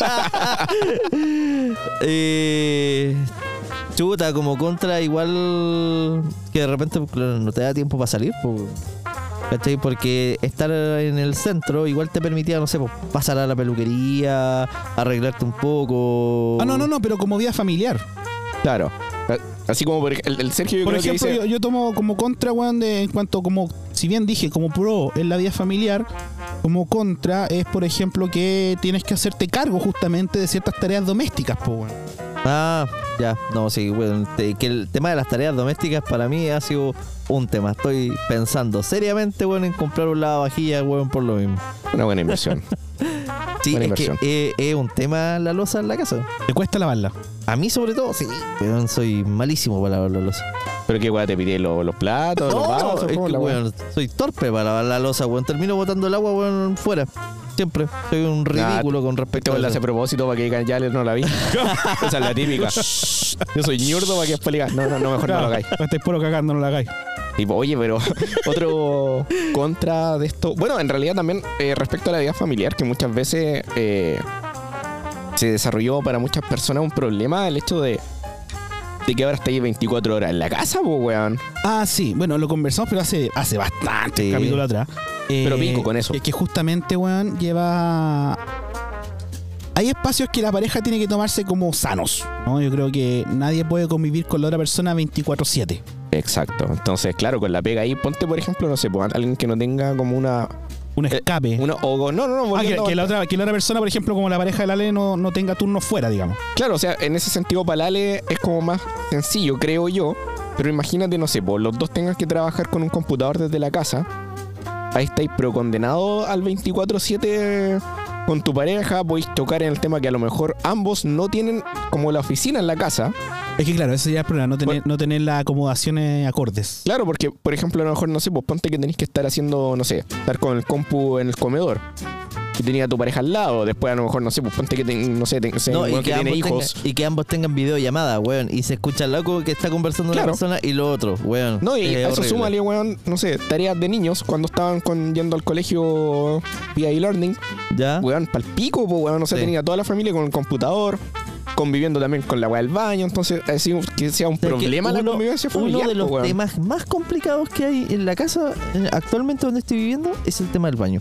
Speaker 1: Ah,
Speaker 2: Eh, chuta, como contra, igual que de repente pues, claro, no te da tiempo para salir. po. ¿Cachai? Porque estar en el centro igual te permitía, no sé, po, pasar a la peluquería, arreglarte un poco.
Speaker 1: Ah, no, no, no, pero como vida familiar.
Speaker 3: Claro. A- Así como por ej- el, el Sergio, yo
Speaker 1: Por
Speaker 3: creo
Speaker 1: ejemplo,
Speaker 3: que dice,
Speaker 1: yo, yo tomo como contra, weón, de- en cuanto como, si bien dije, como pro en la vida familiar, como contra es, por ejemplo, que tienes que hacerte cargo justamente de ciertas tareas domésticas, po, weón.
Speaker 2: Ah, ya, no, sí, bueno, te- que el tema de las tareas domésticas para mí ha sido un tema. Estoy pensando seriamente, bueno, en comprar un lavavajillas, weón, por lo mismo.
Speaker 3: una buena inversión.
Speaker 2: Sí,
Speaker 3: Buena
Speaker 2: es que
Speaker 3: inversión.
Speaker 2: eh, es un tema la losa en la casa.
Speaker 1: Te cuesta lavarla.
Speaker 2: A mí sobre todo, sí, weón, soy malísimo para lavar la losa.
Speaker 3: Pero qué weá, te pide lo- los platos, los vasos,
Speaker 2: es
Speaker 3: ¿cómo
Speaker 2: que,
Speaker 3: la weá?
Speaker 2: weón, soy torpe para lavar la losa, weón. Termino botando el agua, weón, fuera. Siempre. Soy un
Speaker 3: Nah,
Speaker 2: ridículo con respecto
Speaker 3: Este weón
Speaker 2: a
Speaker 3: la hace a
Speaker 2: eso.
Speaker 3: propósito para que digan, ya no la vi. Esa es la típica. Yo soy ñurdo para que después le digan, no, no, no, mejor no lo hagáis.
Speaker 1: estáis puro cagando, no la hagáis.
Speaker 3: Tipo, oye, pero otro contra de esto. Bueno, en realidad también eh, respecto a la vida familiar, que muchas veces eh, se desarrolló para muchas personas un problema el hecho de, de que ahora estáis 24 horas en la casa, pues, weón.
Speaker 1: Ah, sí, bueno, lo conversamos, pero hace, hace bastante
Speaker 2: Sí.
Speaker 1: capítulo atrás.
Speaker 3: Pero
Speaker 1: Eh,
Speaker 3: pico con eso.
Speaker 1: Es que justamente, weón, lleva. Hay espacios que la pareja tiene que tomarse como sanos, ¿no? Yo creo que nadie puede convivir con la otra persona 24-7.
Speaker 3: Exacto. Entonces, claro, con la pega ahí, ponte, por ejemplo, no sé, pues, alguien que no tenga como una.
Speaker 1: Un
Speaker 3: Eh,
Speaker 1: escape.
Speaker 3: una o, no, no, no.
Speaker 1: Ah, que,
Speaker 3: volviendo-
Speaker 1: que la otra, que la otra persona, por ejemplo, como la pareja del Ale, no, no tenga turno fuera, digamos.
Speaker 3: Claro, o sea, en ese sentido, para Ale es como más sencillo, creo yo. Pero imagínate, no sé, pues, los dos tengan que trabajar con un computador desde la casa. Ahí estáis, pero condenado al 24-7 con tu pareja. Podéis tocar en el tema que a lo mejor ambos no tienen como la oficina en la casa.
Speaker 1: Es que claro, ese ya es el problema, no tener, no tener las acomodaciones acordes.
Speaker 3: Claro, porque, por ejemplo, a lo mejor, no sé, pues ponte que tenéis que estar haciendo, no sé, estar con el compu en el comedor. Y tenía a tu pareja al lado. Después, a lo mejor, no sé, pues ponte que, ten- no sé, ten- sé,
Speaker 2: No,
Speaker 3: un
Speaker 2: y,
Speaker 3: weón
Speaker 2: que
Speaker 3: que tiene
Speaker 2: ambos
Speaker 3: hijos.
Speaker 2: tengan, y que ambos tengan videollamada, weón. Y se escucha el loco que está conversando una
Speaker 3: Claro.
Speaker 2: persona y lo otro, weón.
Speaker 3: No, y
Speaker 2: Es
Speaker 3: a eso
Speaker 2: horrible.
Speaker 3: súmale, weón, no sé, tareas de niños cuando estaban con, yendo al colegio vía e-learning.
Speaker 2: ¿Ya?
Speaker 3: Weón, pal pico, pues, weón, no sé,
Speaker 2: Sí.
Speaker 3: tenía toda la familia con el computador, conviviendo también con la weá del baño. Entonces, así que sea un
Speaker 2: O sea, que
Speaker 3: problema la
Speaker 2: uno-
Speaker 3: convivencia familiar.
Speaker 2: Uno de los
Speaker 3: pues, weón.
Speaker 2: temas más complicados que hay en la casa eh, actualmente donde estoy viviendo es el tema del baño.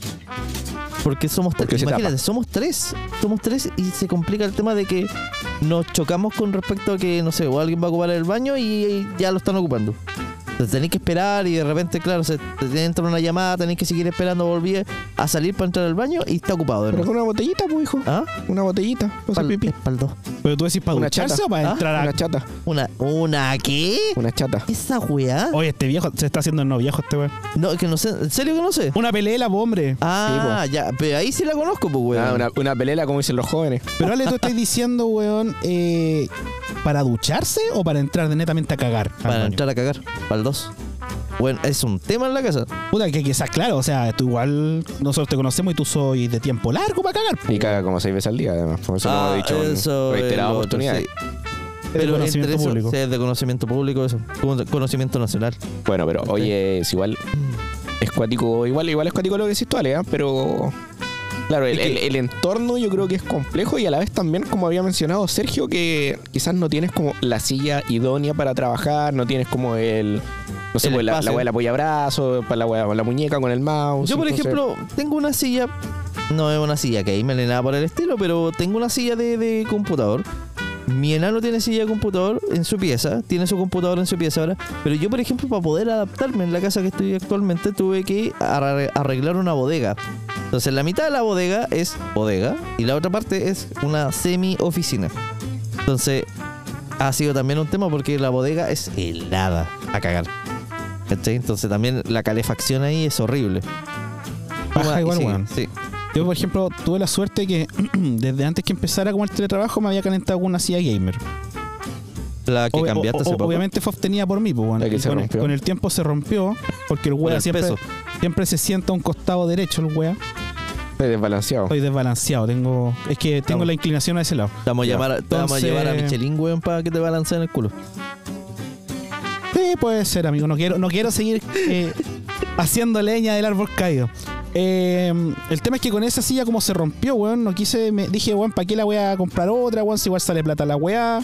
Speaker 2: Porque somos
Speaker 3: Porque
Speaker 2: tres.
Speaker 3: se
Speaker 2: Imagínate,
Speaker 3: tapa.
Speaker 2: somos tres. Somos tres y se complica el tema de que nos chocamos con respecto a que, no sé, o alguien va a ocupar el baño y, y ya lo están ocupando. Entonces tenés que esperar y de repente, claro, se te entra una llamada, tenés que seguir esperando, volví a salir para entrar al baño y está ocupado. de
Speaker 3: Pero
Speaker 2: nuevo.
Speaker 3: con una botellita, pues, hijo.
Speaker 2: ¿Ah?
Speaker 3: Una botellita, no hacer
Speaker 2: Pal-
Speaker 3: pipí.
Speaker 2: es pal dos.
Speaker 1: Pero tú decís para
Speaker 3: Una
Speaker 1: ducharse
Speaker 3: chata.
Speaker 1: o para
Speaker 2: Ah,
Speaker 1: entrar a.
Speaker 3: Una chata,
Speaker 2: Una, ¿Una qué?
Speaker 3: una chata.
Speaker 2: ¿Esa weá?
Speaker 1: Oye, este viejo se está haciendo el no viejo este weón.
Speaker 2: No, es que no sé. ¿En serio que no sé?
Speaker 1: Una pelela, po, hombre.
Speaker 2: Ah, ya, pero ahí sí la conozco, pues, weón.
Speaker 3: Ah, una, una pelela, como dicen los jóvenes.
Speaker 1: Pero Ale, tú estás diciendo, weón, eh, ¿para ducharse o para entrar de netamente a cagar? al
Speaker 2: Para
Speaker 1: baño?
Speaker 2: entrar a cagar, para el 2. Bueno, es un tema en la casa.
Speaker 1: Puta, que quizás, claro, o sea, tú igual, nosotros te conocemos y tú soy de tiempo largo para cagar. po.
Speaker 3: Y caga como seis veces al día, además. Por eso
Speaker 2: Ah,
Speaker 3: lo he dicho en
Speaker 2: eso es
Speaker 3: reiteradas
Speaker 2: lo otro,
Speaker 3: oportunidades.
Speaker 2: sí.
Speaker 1: de
Speaker 2: Pero
Speaker 1: conocimiento
Speaker 2: entre eso,
Speaker 1: público.
Speaker 2: sí, es de conocimiento público, eso. Con- Conocimiento nacional.
Speaker 3: Bueno, pero oye, es igual. Es cuático, igual, igual es cuático lo que decís tú, Ale, ¿ah? pero. Claro, el, el- el entorno yo creo que es complejo y a la vez también, como había mencionado Sergio, que quizás no tienes como la silla idónea para trabajar, no tienes como el. No sé,
Speaker 2: El
Speaker 3: pues, la, la
Speaker 2: espacio.
Speaker 3: wea del apoyabrazo, para la wea- la muñeca con el mouse.
Speaker 2: Yo, por
Speaker 3: entonces-
Speaker 2: ejemplo, tengo una silla. No es una silla que me ni nada por el estilo, pero tengo una silla de, de computador. Mi enano tiene silla de computador en su pieza, tiene su computador en su pieza ahora. Pero yo, por ejemplo, para poder adaptarme en la casa que estoy actualmente, tuve que arre- arreglar una bodega. Entonces, la mitad de la bodega es bodega y la otra parte es una semi-oficina. Entonces, ha sido también un tema porque la bodega es helada a cagar. ¿Cachai? Entonces, también la calefacción ahí es horrible.
Speaker 1: Baja
Speaker 2: Una-
Speaker 1: Ah, igual,
Speaker 2: sí,
Speaker 1: weón.
Speaker 2: sí.
Speaker 1: Yo, por ejemplo, tuve la suerte que desde antes que empezara con el teletrabajo me había calentado con una silla gamer.
Speaker 2: La que
Speaker 1: Obvia-
Speaker 2: cambiaste
Speaker 1: o-
Speaker 2: hace
Speaker 1: o-
Speaker 2: poco.
Speaker 1: Obviamente fue obtenida por mí, pues, weón.
Speaker 3: La que
Speaker 1: Y
Speaker 3: se
Speaker 1: con, el-
Speaker 3: rompió.
Speaker 1: con el tiempo se rompió porque el
Speaker 2: Por
Speaker 1: weá
Speaker 2: el
Speaker 1: siempre,
Speaker 2: peso.
Speaker 1: siempre se sienta a un costado derecho, el weá.
Speaker 3: Estoy desbalanceado.
Speaker 1: Estoy desbalanceado, tengo. Es que tengo
Speaker 2: Oh. Estamos-
Speaker 1: la inclinación a ese lado.
Speaker 2: Te vamos, a
Speaker 3: Ya.
Speaker 2: llamar, a- te vamos a
Speaker 1: Entonces-
Speaker 2: llevar a Michelin, weón, para que te balanceen el culo.
Speaker 1: Sí, puede ser, amigo. No quiero, no quiero seguir eh, haciendo leña del árbol caído. Eh, el tema es que con esa silla como se rompió, weón, no quise, me dije, weón, ¿para qué la voy a comprar otra, weón? Si igual sale plata la weá.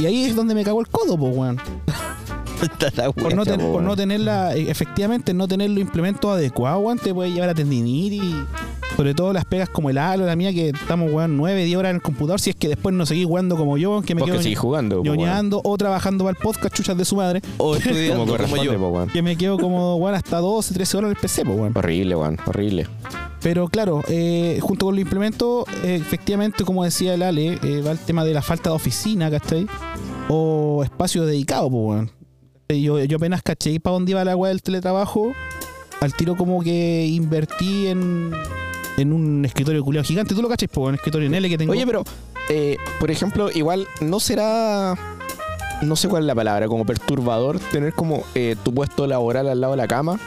Speaker 1: Y ahí es donde me cagó el codo, pues, weón.
Speaker 2: Está la
Speaker 1: Por no,
Speaker 2: wea,
Speaker 1: ten- por
Speaker 2: weón.
Speaker 1: no tenerla, eh, efectivamente, no tener los implementos adecuados, weón, te puede llevar a tendinitis. Sobre todo las pegas como el halo, la mía, que estamos, weón, 9, 10 horas en el computador. Si es que después no seguís jugando como yo, que me
Speaker 3: Vos
Speaker 1: quedo
Speaker 3: que seguís jugando, po, weón.
Speaker 1: ñoñando o trabajando para el podcast, chuchas de su madre.
Speaker 2: O estudiando
Speaker 3: Como
Speaker 2: como,
Speaker 3: corresponde,
Speaker 2: yo.
Speaker 3: po, weón.
Speaker 1: Que me quedo como, weón, hasta 12, 13 horas en el PC, pues, weón.
Speaker 3: Horrible, weón, horrible.
Speaker 1: Pero claro, eh, junto con los implementos, eh, efectivamente, como decía el Ale, eh, va el tema de la falta de oficina, ¿cachai? O espacio dedicado, pues, weón. Eh, Yo, yo apenas caché para dónde iba la agua del teletrabajo, al tiro como que invertí en, en un escritorio culiado gigante. Tú lo caché, pues, un escritorio en L que tengo.
Speaker 3: Oye, pero, eh, por ejemplo, igual no será, no sé cuál es la palabra, como perturbador tener como eh, tu puesto laboral al lado de la cama.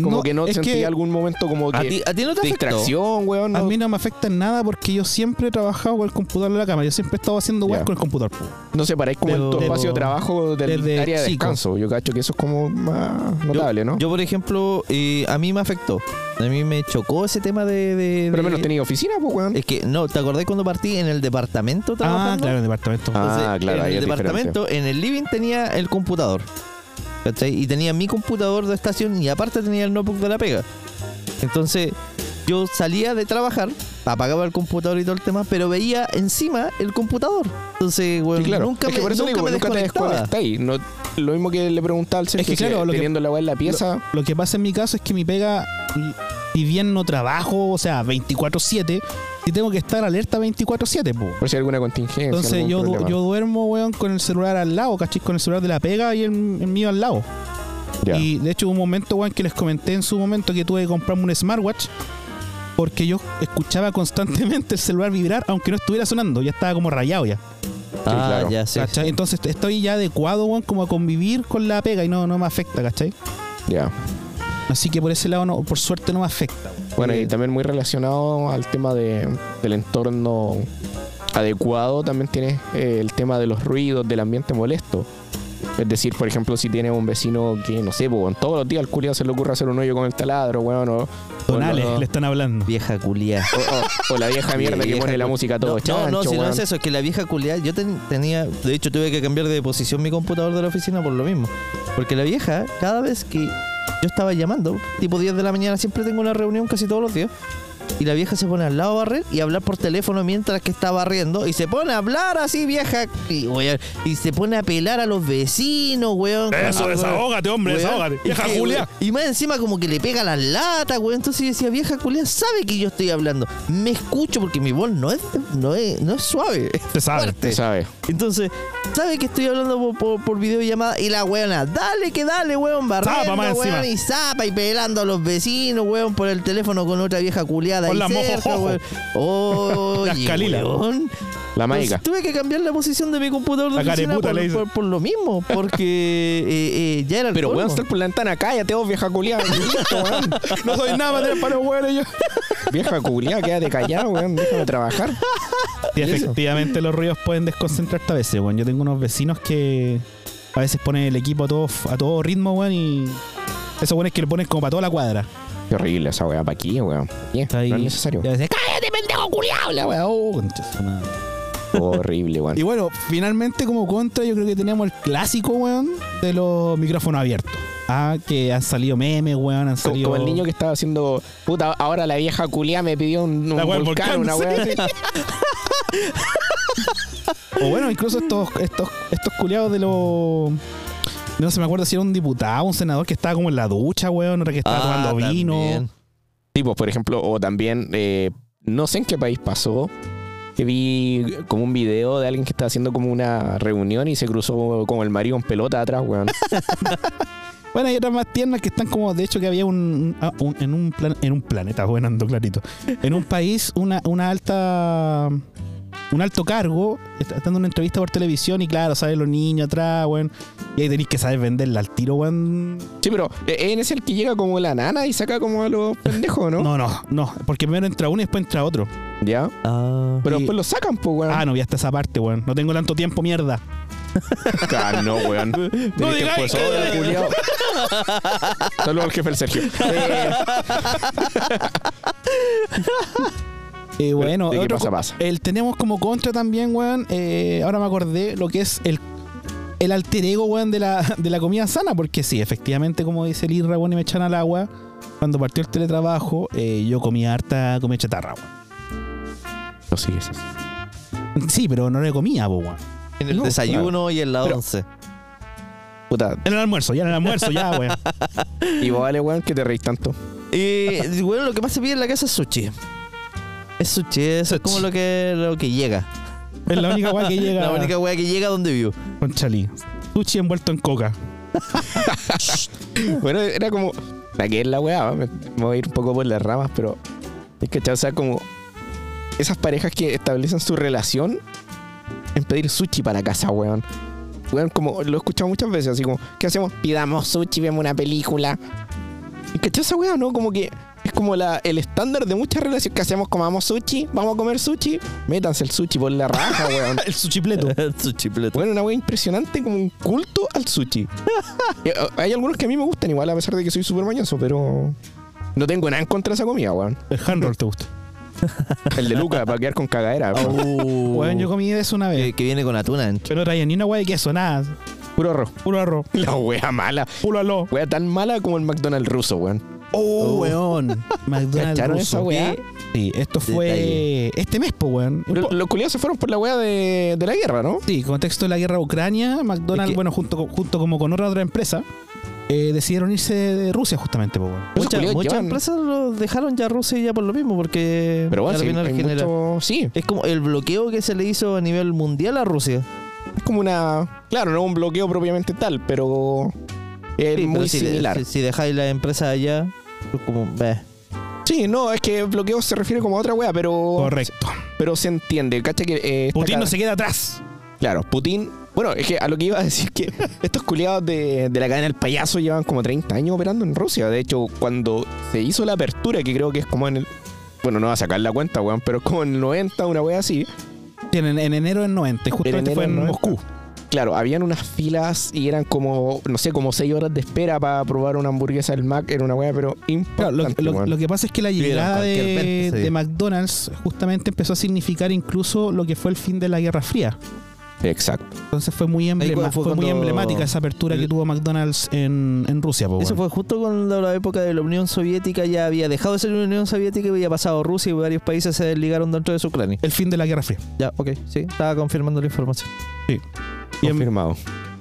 Speaker 3: Como que no
Speaker 1: es
Speaker 3: sentí
Speaker 1: que
Speaker 3: algún momento como
Speaker 2: ¿A
Speaker 3: que
Speaker 2: ti, a ti no te afectó?
Speaker 3: distracción, weón.
Speaker 1: A
Speaker 3: No,
Speaker 1: mí no me afecta en nada porque yo siempre he trabajado con el computador en la cama. Yo siempre he estado haciendo weas
Speaker 3: Ya.
Speaker 1: con el computador. pues.
Speaker 3: no separáis como
Speaker 1: Pero-
Speaker 3: en tu
Speaker 1: pero-
Speaker 3: espacio de trabajo del
Speaker 1: desde
Speaker 3: área de
Speaker 1: chico.
Speaker 3: descanso. Yo cacho que eso es como más notable, ¿no?
Speaker 2: Yo, por ejemplo, eh, a mí me afectó. A mí me chocó ese tema de... de-
Speaker 3: Pero al menos
Speaker 2: de-
Speaker 3: tenía oficina, pues, weón.
Speaker 2: Es que, no, ¿te acordás cuando partí en el departamento trabajando?
Speaker 1: Ah, claro, en el departamento.
Speaker 3: Ah,
Speaker 2: Entonces,
Speaker 3: claro,
Speaker 2: en
Speaker 3: ahí
Speaker 2: el
Speaker 3: es
Speaker 2: departamento, en el living tenía el computador. ¿cachai? Y tenía mi computador de estación y aparte tenía el notebook de la pega. Entonces, yo salía de trabajar, apagaba el computador y todo el tema, pero veía encima el computador. Entonces,
Speaker 3: Sí,
Speaker 2: bueno,
Speaker 3: claro.
Speaker 2: nunca,
Speaker 3: es que
Speaker 2: me,
Speaker 3: por eso
Speaker 2: nunca
Speaker 3: digo,
Speaker 2: me
Speaker 3: nunca te
Speaker 2: desconectaba.
Speaker 3: desconectáis. No, lo mismo que le preguntaba al Sergio,
Speaker 1: que,
Speaker 3: si
Speaker 1: claro, lo que-
Speaker 3: teniendo la weá en la pieza,
Speaker 1: Lo que pasa en mi caso es que mi pega, si bien no trabajo, o sea, 24-7, sí tengo que estar alerta 24-7, po.
Speaker 3: por si hay alguna contingencia.
Speaker 1: Entonces
Speaker 3: algún
Speaker 1: yo, du-
Speaker 3: problema.
Speaker 1: yo duermo, weón, con el celular al lado, ¿cachai? Con el celular de la pega y el, el mío al lado.
Speaker 3: Ya.
Speaker 1: Y de hecho hubo un momento, weón, que les comenté en su momento que tuve que comprarme un smartwatch porque yo escuchaba constantemente el celular vibrar, aunque no estuviera sonando, ya estaba como rayado ya.
Speaker 2: ah,
Speaker 3: claro.
Speaker 2: ya sé.
Speaker 1: ¿cachai? Entonces estoy ya adecuado, weón, como a convivir con la pega y no, no me afecta, ¿cachai?
Speaker 3: Ya.
Speaker 1: Así que por ese lado, no, por suerte, no me afecta. weón.
Speaker 3: Bueno,
Speaker 1: Porque-
Speaker 3: y también muy relacionado al tema de, del entorno adecuado, también tienes eh, el tema de los ruidos, del ambiente molesto. Es decir, por ejemplo, si tienes un vecino que, no sé, pues, todos los días al culiado se le ocurre hacer un hoyo con el taladro, weón, o, o
Speaker 1: Donales,
Speaker 3: lo-
Speaker 1: le están hablando.
Speaker 2: Vieja culia.
Speaker 3: o- o la vieja mierda que
Speaker 2: Vieja
Speaker 3: pone la
Speaker 2: cul-
Speaker 3: música todo
Speaker 2: no,
Speaker 3: chancho,
Speaker 2: No, no, si no
Speaker 3: weón.
Speaker 2: es eso, es que la vieja culia, yo ten- tenía, de hecho tuve que cambiar de posición mi computador de la oficina por lo mismo. Porque la vieja, cada vez que yo estaba llamando, tipo 10 de la mañana, siempre tengo una reunión casi todos los días. Y la vieja se pone al lado a barrer y a hablar por teléfono mientras que está barriendo. Y se pone a hablar así, vieja. Y, weón, y se pone a pelar a los vecinos, weón.
Speaker 1: Eso,
Speaker 2: Weón.
Speaker 1: desahógate, hombre,
Speaker 2: Weón.
Speaker 1: desahógate.
Speaker 2: Y
Speaker 1: Vieja
Speaker 2: que,
Speaker 1: Julia.
Speaker 2: weón, Y más encima como que le pega las latas, weón. Entonces yo decía, vieja Julia sabe que yo estoy hablando. Me escucho porque mi voz no es, no es, no es suave. es
Speaker 1: Te sabe.
Speaker 2: fuerte.
Speaker 3: Tú ¿Sabes?
Speaker 2: Entonces, sabe que estoy hablando por, por- por videollamada y la weona, dale que dale, weón, barriendo,
Speaker 1: Zapa más
Speaker 2: weón,
Speaker 1: encima.
Speaker 2: y zapa y pelando a los vecinos, weón, por el teléfono con otra vieja culiada
Speaker 1: Con
Speaker 2: ahí
Speaker 1: la mojo
Speaker 2: cerca,
Speaker 1: jojo.
Speaker 2: weón. Oye,
Speaker 1: Las Calila.
Speaker 2: weón.
Speaker 3: La
Speaker 2: Entonces,
Speaker 3: maica.
Speaker 2: tuve que cambiar la posición de mi computador de
Speaker 1: La
Speaker 2: oficina
Speaker 1: careputa
Speaker 2: por,
Speaker 1: le dice.
Speaker 2: por- por lo mismo, porque eh, eh, ya era el
Speaker 3: Pero weón,
Speaker 2: colmo.
Speaker 3: estar por la ventana, cállate vos, vieja culiada.
Speaker 1: No soy nada material para los weones yo.
Speaker 3: vieja culiada, quédate callado, weón, déjame trabajar.
Speaker 1: Sí, efectivamente los ruidos pueden desconcentrarte a veces, weón. Yo tengo unos vecinos que a veces ponen el equipo a todo, a todo ritmo, weón, y esos weones que lo ponen como para toda la cuadra.
Speaker 3: Qué horrible esa weá, pa' aquí, weón. Pa' aquí,
Speaker 1: Está
Speaker 3: No
Speaker 1: ahí.
Speaker 3: es necesario.
Speaker 1: Y a veces, ¡cállate, pendejo culiao! La weá, oh, concha su madre.
Speaker 3: Horrible, weón.
Speaker 1: Y bueno, finalmente como contra yo creo que teníamos el clásico, weón, de los micrófonos abiertos. Ah, que han salido memes, weón, han
Speaker 3: Co-
Speaker 1: salido...
Speaker 3: Como el niño que estaba haciendo. Puta, ahora la vieja culia me pidió un, un
Speaker 1: La wea
Speaker 3: volcán,
Speaker 1: del volcán,
Speaker 3: una
Speaker 1: sí.
Speaker 3: wea así.
Speaker 1: O bueno, incluso estos, estos, estos culiados de los. No se me acuerdo si era un diputado, un senador que estaba como en la ducha, weón, otra que estaba
Speaker 2: Ah,
Speaker 1: tomando vino.
Speaker 2: también.
Speaker 3: Sí, pues, por ejemplo, o también. eh, no sé en qué país pasó. Que vi como un video de alguien que estaba haciendo como una reunión y se cruzó como el marido en pelota atrás, weón.
Speaker 1: Bueno, hay otras más tiernas que están como, de hecho, que había un, ah, un- en un plan, en un planeta, bueno, ando clarito. En un país, una, una alta, un alto cargo, está está dando una entrevista por televisión y claro, sabes los niños atrás, weón. Y ahí tenéis que saber venderla al tiro, weón.
Speaker 3: Sí, pero eh, en ese el que llega como la nana y saca como a los pendejos, ¿no?
Speaker 1: No, no, no, porque primero entra uno y después entra otro.
Speaker 3: Ya.
Speaker 2: Ah.
Speaker 3: Pero
Speaker 1: Y-
Speaker 3: después lo sacan, pues, weón.
Speaker 1: Ah, no, ya está esa parte, weón. No tengo tanto tiempo, mierda.
Speaker 3: Ah, no, weón.
Speaker 1: No
Speaker 3: Tenés
Speaker 1: digáis
Speaker 3: tiempo de
Speaker 1: que-
Speaker 3: sobra, culiao. Saludos al jefe el Sergio. Eh,
Speaker 1: Y bueno,
Speaker 3: ¿de qué
Speaker 1: otro
Speaker 3: pasa,
Speaker 1: co-
Speaker 3: pasa?
Speaker 1: El, tenemos como contra también, weón. eh, ahora me acordé lo que es el, el alter ego, weón, de la, de la comida sana. Porque sí, efectivamente, como dice el Irra, weón, y me echan al agua. Cuando partió el teletrabajo, eh, yo comía harta comida chatarra, weón.
Speaker 3: Lo sigues así.
Speaker 1: Sí, pero no le comía, po, weón.
Speaker 2: En el
Speaker 3: No,
Speaker 2: desayuno y en la
Speaker 3: Pero-
Speaker 2: once.
Speaker 3: Puta,
Speaker 1: En el almuerzo, ya en el almuerzo, ya, weón.
Speaker 3: y vos vale, weón, que te reís tanto.
Speaker 2: Y bueno, lo que más se pide en la casa es sushi. Es sushi, eso es como
Speaker 1: Sushi.
Speaker 2: lo que, lo que llega.
Speaker 1: Es la única weón que llega.
Speaker 2: La única wea que llega donde vivo.
Speaker 1: Con Chalí. Sushi envuelto en coca.
Speaker 3: Bueno, era como. La que es la weá, me, me voy a ir un poco por las ramas, pero. Es que, o sea, como. Esas parejas que establecen su relación en pedir sushi para casa, weón. Weón, como lo he escuchado muchas veces, así como, ¿qué hacemos? Pidamos sushi, vemos una película. Y cachai esa weá, ¿no? Como que es como la, el estándar de muchas relaciones. ¿Qué hacemos? Comamos sushi, vamos a comer sushi. Métanse el sushi por la raja, weón.
Speaker 1: El suchipleto.
Speaker 2: sushi pleto.
Speaker 3: Bueno, una wea impresionante como un culto al sushi. Y, eh, Hay algunos que a mí me gustan igual, a pesar de que soy súper mañoso, pero. No tengo nada en contra de esa comida, weón.
Speaker 1: El hand roll te gusta.
Speaker 3: El de Luca, para quedar con cagadera. weón.
Speaker 2: Oh.
Speaker 1: Weón, yo comí eso una vez.
Speaker 2: que, que viene con atún adentro.
Speaker 1: Pero no traía ni una weá de queso, nada.
Speaker 3: Puro arroz.
Speaker 1: Puro arroz,
Speaker 3: La wea mala.
Speaker 1: puro aló.
Speaker 3: Wea tan mala como el McDonald's ruso, weón.
Speaker 2: Uh,
Speaker 1: Oh, weón. McDonald's
Speaker 3: ¿Cacharon
Speaker 1: ruso.
Speaker 3: esa weá?
Speaker 1: Sí, esto fue
Speaker 2: Detalle.
Speaker 1: este mes, po, weón.
Speaker 3: Pero Los culiados se fueron por la weá de, de la guerra, ¿no?
Speaker 1: Sí, contexto de la guerra de Ucrania, McDonald's,
Speaker 2: Es que-
Speaker 1: bueno, junto, con- junto como con otra otra empresa, eh, decidieron irse de Rusia justamente, po, weón.
Speaker 3: Esos
Speaker 2: Muchas
Speaker 3: culiaos
Speaker 2: muchas
Speaker 3: llevan-
Speaker 2: empresas lo dejaron ya a Rusia y ya por lo mismo, porque.
Speaker 3: Pero bueno,
Speaker 2: al
Speaker 3: sí,
Speaker 2: final
Speaker 3: hay
Speaker 2: genera-
Speaker 3: mucho- sí,
Speaker 2: Es como el bloqueo que se le hizo a nivel mundial a Rusia.
Speaker 3: es como una... Claro, no un bloqueo propiamente tal, pero es
Speaker 2: Sí, pero
Speaker 3: muy
Speaker 2: si,
Speaker 3: similar.
Speaker 2: Si, si dejáis la empresa allá, es como. "Beh".
Speaker 3: Sí, no, es que bloqueo se refiere como a otra wea, pero.
Speaker 1: Correcto.
Speaker 3: Pero se entiende, ¿cacha? Que, eh, esta
Speaker 1: Putin
Speaker 3: ca-
Speaker 1: no se queda atrás.
Speaker 3: Claro, Putin. Bueno, es que a lo que iba a decir que estos culiados de, de la cadena del payaso llevan como 30 años operando en Rusia. De hecho, cuando se hizo la apertura, que creo que es como en el. Bueno, no va a sacar la cuenta, weón, pero es como en el 90, una wea así.
Speaker 1: Tienen en enero del 90, y justamente
Speaker 3: enero
Speaker 1: fue en
Speaker 3: del 90.
Speaker 1: Moscú.
Speaker 3: Claro, habían unas filas y eran como, no sé, como 6 horas de espera para probar una hamburguesa del Mac. Era una wea, pero
Speaker 1: Claro, lo,
Speaker 3: impactante,
Speaker 1: lo-
Speaker 3: weón.
Speaker 1: lo que pasa es que la
Speaker 2: Vieron
Speaker 1: llegada
Speaker 2: cualquier venta
Speaker 1: de,
Speaker 2: ese
Speaker 1: de
Speaker 2: día.
Speaker 1: McDonald's justamente empezó a significar incluso lo que fue el fin de la Guerra Fría.
Speaker 3: Exacto.
Speaker 1: Entonces fue muy, emblema-
Speaker 2: Ahí cuando
Speaker 1: fue
Speaker 2: fue
Speaker 1: muy
Speaker 2: cuando-
Speaker 1: emblemática esa apertura que tuvo McDonald's en, en Rusia. po,
Speaker 2: Eso
Speaker 1: weón.
Speaker 2: fue justo con la, la época de la Unión Soviética, ya había dejado de ser una Unión Soviética y había pasado a Rusia y varios países se desligaron dentro de su Ucrania.
Speaker 1: el fin de la Guerra Fría.
Speaker 2: Ya, ok, sí, estaba confirmando la información.
Speaker 1: Y, en-
Speaker 3: Confirmado.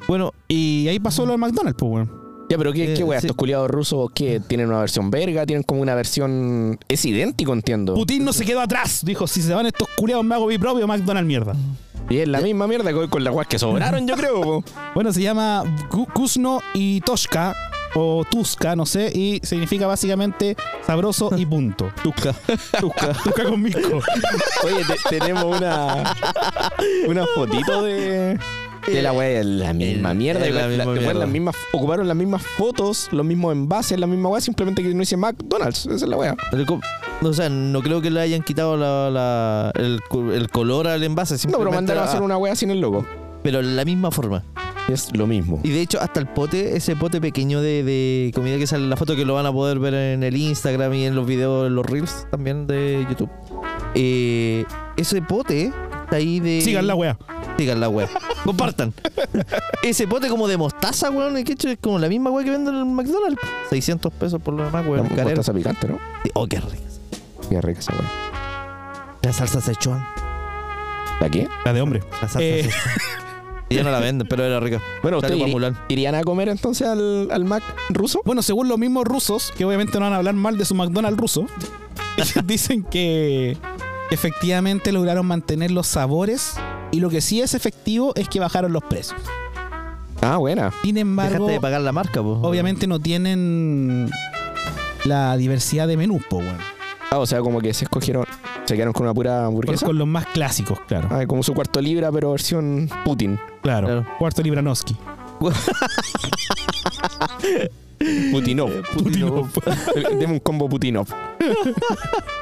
Speaker 2: Bueno,
Speaker 1: y ahí pasó lo de McDonald's, pues, weón.
Speaker 3: Ya, pero ¿qué,
Speaker 2: Eh,
Speaker 3: qué wea?
Speaker 2: sí.
Speaker 3: Estos culiados rusos que tienen una versión verga, tienen como una versión. Es idéntico, entiendo.
Speaker 1: Putin no se quedó atrás. Dijo, si se van estos culeados me hago mi propio McDonald's mierda.
Speaker 3: Y es la misma mierda que con las weas que sobraron, yo creo. po.
Speaker 1: Bueno, se llama Gu- Kuzno y Toshka, o Tuska, no sé, y significa básicamente sabroso y punto.
Speaker 2: Tuska, Tuska.
Speaker 1: Tuska con mico.
Speaker 3: Oye, te- tenemos una. Una fotito de. De la wea, es la misma
Speaker 2: El-
Speaker 3: mierda.
Speaker 2: es la
Speaker 3: la-
Speaker 2: misma
Speaker 3: la-
Speaker 2: mierda.
Speaker 3: las mismas, ocuparon las mismas fotos, los mismos envases, la misma wea, simplemente que no dice McDonald's. Esa es la wea.
Speaker 2: Pero co- O sea, no creo que le hayan quitado la- la- el, cu- el color al envase.
Speaker 3: No, pero
Speaker 2: simplemente
Speaker 3: mandaron a
Speaker 2: la-
Speaker 3: hacer una wea sin el logo.
Speaker 2: Pero la misma forma.
Speaker 3: Es lo mismo.
Speaker 2: Y de hecho, hasta el pote, ese pote pequeño de, de comida que sale en la foto, que lo van a poder ver en el Instagram y en los videos, en los reels también de YouTube. Eh, ese pote está ahí de.
Speaker 1: Sigan la weá.
Speaker 2: Sigan la web. Compartan. ese pote como de mostaza, weón. el que hecho es como la misma weá que venden en el McDonald's. 600 pesos por lo demás,
Speaker 3: La
Speaker 2: weón. Carero.
Speaker 3: mostaza picante, ¿no?
Speaker 2: Oh, qué ricas.
Speaker 3: Qué rica esa wea.
Speaker 2: La salsa Szechuan.
Speaker 3: ¿La qué?
Speaker 1: La de hombre.
Speaker 2: La salsa
Speaker 1: Eh.
Speaker 2: Szechuan. Y ya no la venden, pero era rica.
Speaker 3: Bueno,
Speaker 2: Sale
Speaker 3: ¿ustedes
Speaker 2: pa'
Speaker 3: iri-
Speaker 2: Mulan.
Speaker 3: irían a comer entonces al, al Mac ruso?
Speaker 1: Bueno, según los mismos rusos, que obviamente no van a hablar mal de su McDonald's ruso, ellos dicen que efectivamente lograron mantener los sabores y lo que sí es efectivo es que bajaron los precios.
Speaker 3: Ah, buena.
Speaker 1: Sin embargo,
Speaker 2: Dejaste de pagar la marca, po.
Speaker 1: obviamente no tienen la diversidad de menús, po, weón.
Speaker 3: Ah, o sea, como que se escogieron, se quedaron con una pura
Speaker 1: Con,
Speaker 3: hamburguesa.
Speaker 1: con los más clásicos, claro.
Speaker 3: Ah, como su cuarto libra, pero versión Putin.
Speaker 1: claro.
Speaker 2: claro.
Speaker 1: Cuarto Libranowski.
Speaker 3: Eh, Putinov.
Speaker 1: Putinov.
Speaker 3: Deme un combo Putinov.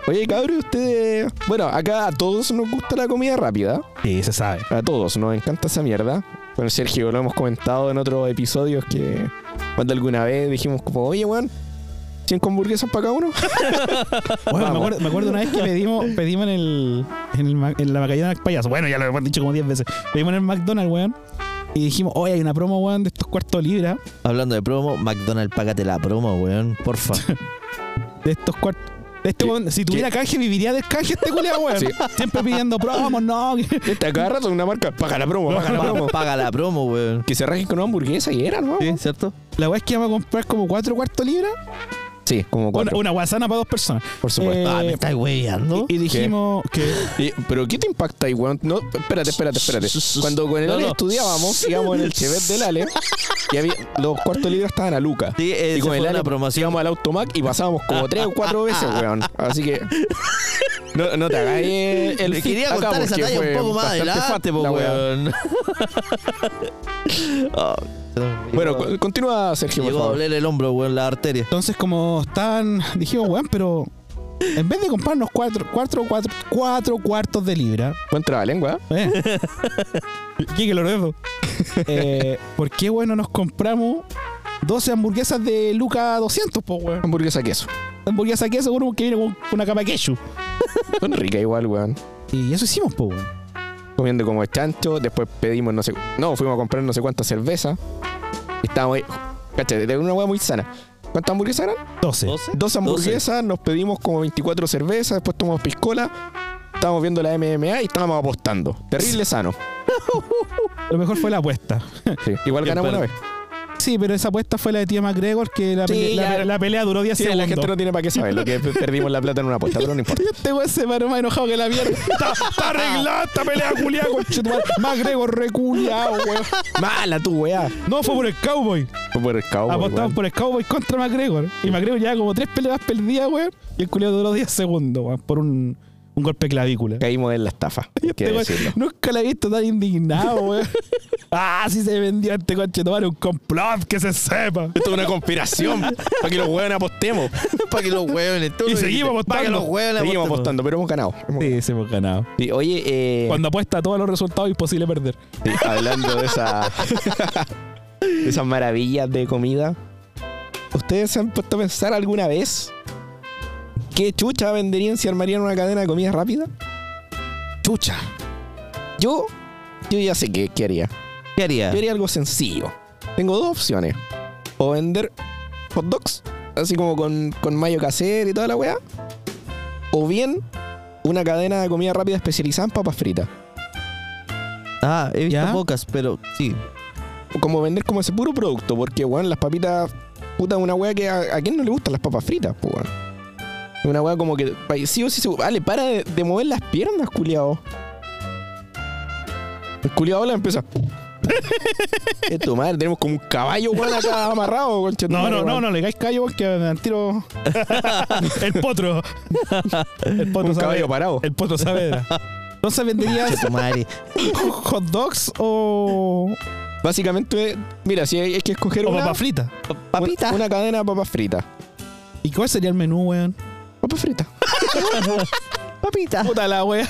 Speaker 3: Oye, cabrón, ustedes... Bueno, acá a todos nos gusta la comida rápida.
Speaker 1: Sí, se sabe.
Speaker 3: A todos, nos encanta esa mierda. Con Sergio lo hemos comentado en otros episodios que cuando alguna vez dijimos como, oye, weón, 100 hamburguesas para cada uno.
Speaker 1: Bueno, me
Speaker 3: Vamos.
Speaker 1: acuerdo, me acuerdo una vez que pedimos, pedimos en, el, en, el Ma- en la Macallana del Payaso. Bueno, ya lo hemos dicho como 10 veces. Pedimos en el McDonald's, weón. Y dijimos, oye, hay una promo, weón, de estos cuartos libras.
Speaker 2: Hablando de promo, McDonald's, págate la promo, weón. Porfa.
Speaker 1: De estos cuartos. De este
Speaker 3: ¿Qué?
Speaker 1: weón, si tuviera canje, viviría del canje este culiao, weón.
Speaker 3: Sí.
Speaker 1: Siempre pidiendo promos, no. que-
Speaker 3: Está cada rato una marca, paga la promo, paga la promo.
Speaker 2: Pa- Paga la promo, weón.
Speaker 3: Que se rajen con una hamburguesa y era, ¿no?
Speaker 2: Sí, ¿cierto?
Speaker 1: La weá es que vamos a comprar como cuatro cuartos libras.
Speaker 3: Sí, como
Speaker 1: Una,
Speaker 3: cuatro, ¿Oh?
Speaker 1: una guasana para dos personas.
Speaker 3: por supuesto.
Speaker 1: eh,
Speaker 2: ah, me estás weyando.
Speaker 1: Y, y dijimos que.
Speaker 3: Y- pero ¿qué te impacta, ahí, weón? No, espérate, espérate, espérate. Cuando con el
Speaker 2: No,
Speaker 3: Ale
Speaker 2: no.
Speaker 3: estudiábamos, íbamos en el Chevet del Ale y había, los cuartos libros estaban a Luca.
Speaker 2: Sí,
Speaker 3: y
Speaker 2: eh, esa
Speaker 3: con
Speaker 2: fue
Speaker 3: el Ale
Speaker 2: una promoción.
Speaker 3: íbamos al Automac y pasábamos como tres o cuatro veces, weón. Así que. No, no te hagas eh, el
Speaker 2: Le
Speaker 3: fit
Speaker 2: quería
Speaker 3: acá
Speaker 2: contar esa
Speaker 3: porque
Speaker 2: talla un
Speaker 3: fue
Speaker 2: poco más
Speaker 3: bastante
Speaker 2: adelante,
Speaker 3: fat
Speaker 2: po,
Speaker 3: la weá.
Speaker 2: weón. Ah,
Speaker 3: Bueno,
Speaker 2: llegó-
Speaker 3: co- continúa, Sergio, por
Speaker 2: llegó a
Speaker 3: favor.
Speaker 2: doler el hombro, weón, la arteria.
Speaker 1: Entonces, como estaban, dijimos, weón, pero en vez de comprarnos cuatro, cuatro, cuatro, cuatro cuartos de libra,
Speaker 3: Buen trabalengua.
Speaker 1: ¿eh? ¿Qué que lo rezo? Eh, ¿Por qué, weón, no nos compramos 12 hamburguesas de Luca 200, po, weón?
Speaker 3: Hamburguesa queso.
Speaker 1: Hamburguesa que seguro que viene con una capa de queso.
Speaker 3: Son ricas igual, weón.
Speaker 1: Y eso hicimos, po, weón.
Speaker 3: comiendo como chancho, después pedimos no sé, no, fuimos a comprar no sé cuánta cerveza. Y estábamos ahí, cacha, de una hueá muy sana. ¿Cuántas hamburguesas eran?
Speaker 1: 12.
Speaker 2: ¿Doce?
Speaker 3: Dos hamburguesas, nos pedimos como 24 cervezas, después tomamos piscola, estábamos viendo la MMA y estábamos apostando. Terrible sano.
Speaker 1: Lo mejor fue la apuesta.
Speaker 3: Igual
Speaker 2: Bien,
Speaker 3: ganamos una
Speaker 2: pero-
Speaker 3: vez.
Speaker 1: Sí, pero esa apuesta fue la de tía McGregor, que la,
Speaker 3: Sí,
Speaker 1: pele- la-
Speaker 3: ya.
Speaker 1: la pelea duró 10
Speaker 3: Sí,
Speaker 1: segundos.
Speaker 3: la gente no tiene para qué saberlo, que pe- perdimos la plata en una apuesta, pero no importa.
Speaker 1: Y este weón se paró más enojado que la mierda. está, está arreglada esta pelea culiada, conchetumal. McGregor reculiado, weón.
Speaker 3: Mala tu weá.
Speaker 1: No, fue por el cowboy.
Speaker 3: Fue por el cowboy,
Speaker 1: Apostamos
Speaker 3: weón.
Speaker 1: por el cowboy contra McGregor. Y McGregor llevaba como tres peleas perdidas, weón. Y el culiado duró 10 segundos, weón, por un, un golpe de clavícula.
Speaker 3: Caímos en la estafa. hay que
Speaker 1: Este weón
Speaker 3: decirlo.
Speaker 1: nunca la he visto tan indignado, weón. ah, sí se vendió este conchetumal, un complot que se sepa.
Speaker 3: Esto es una conspiración para que los weones apostemos.
Speaker 2: para que los hueones. tú
Speaker 1: Y
Speaker 2: lo
Speaker 1: seguimos
Speaker 2: dijiste,
Speaker 1: apostando.
Speaker 2: Para que los hueones
Speaker 3: Seguimos
Speaker 2: apostemos.
Speaker 3: apostando, pero hemos ganado. Hemos
Speaker 1: Sí, se hemos ganado.
Speaker 3: Sí, oye, eh,
Speaker 1: Cuando apuesta a todos los resultados, imposible perder.
Speaker 3: sí, hablando de esa, de esas maravillas de comida, ¿ustedes se han puesto a pensar alguna vez qué chucha venderían si armarían una cadena de comida rápida? Chucha. Yo, yo ya sé qué, qué haría.
Speaker 2: ¿Qué haría?
Speaker 3: Yo haría algo sencillo. Tengo dos opciones. O vender hot dogs, así como con, con mayo casero y toda la weá. O bien una cadena de comida rápida especializada en papas fritas.
Speaker 2: Ah, he visto
Speaker 1: ¿Ya?
Speaker 2: pocas, pero sí.
Speaker 3: como vender como ese puro producto, porque, weón, las papitas, puta, una weá que a, a quién no le gustan las papas fritas, po, weón. Una weá como que, pa- sí o sí, se- vale, para de, de mover las piernas, culiao. El culiao la empieza. Esto, madre, tenemos como un caballo, weón, acá amarrado, concha. tu
Speaker 1: No,
Speaker 3: madre,
Speaker 1: no, no,
Speaker 3: weón.
Speaker 1: no le hagáis callo porque al tiro. el potro. El potro
Speaker 3: Un
Speaker 1: sabe.
Speaker 3: caballo parado.
Speaker 1: El potro Saavedra. Entonces venderías
Speaker 2: Che, tu madre.
Speaker 1: hot dogs o,
Speaker 3: Básicamente, mira, si hay, hay que escoger
Speaker 1: o
Speaker 3: una,
Speaker 1: papas fritas.
Speaker 2: Papita.
Speaker 3: una, una cadena de papas fritas.
Speaker 1: ¿Y cuál sería el menú, weón?
Speaker 3: Papas fritas.
Speaker 2: Papita.
Speaker 1: Puta la wea.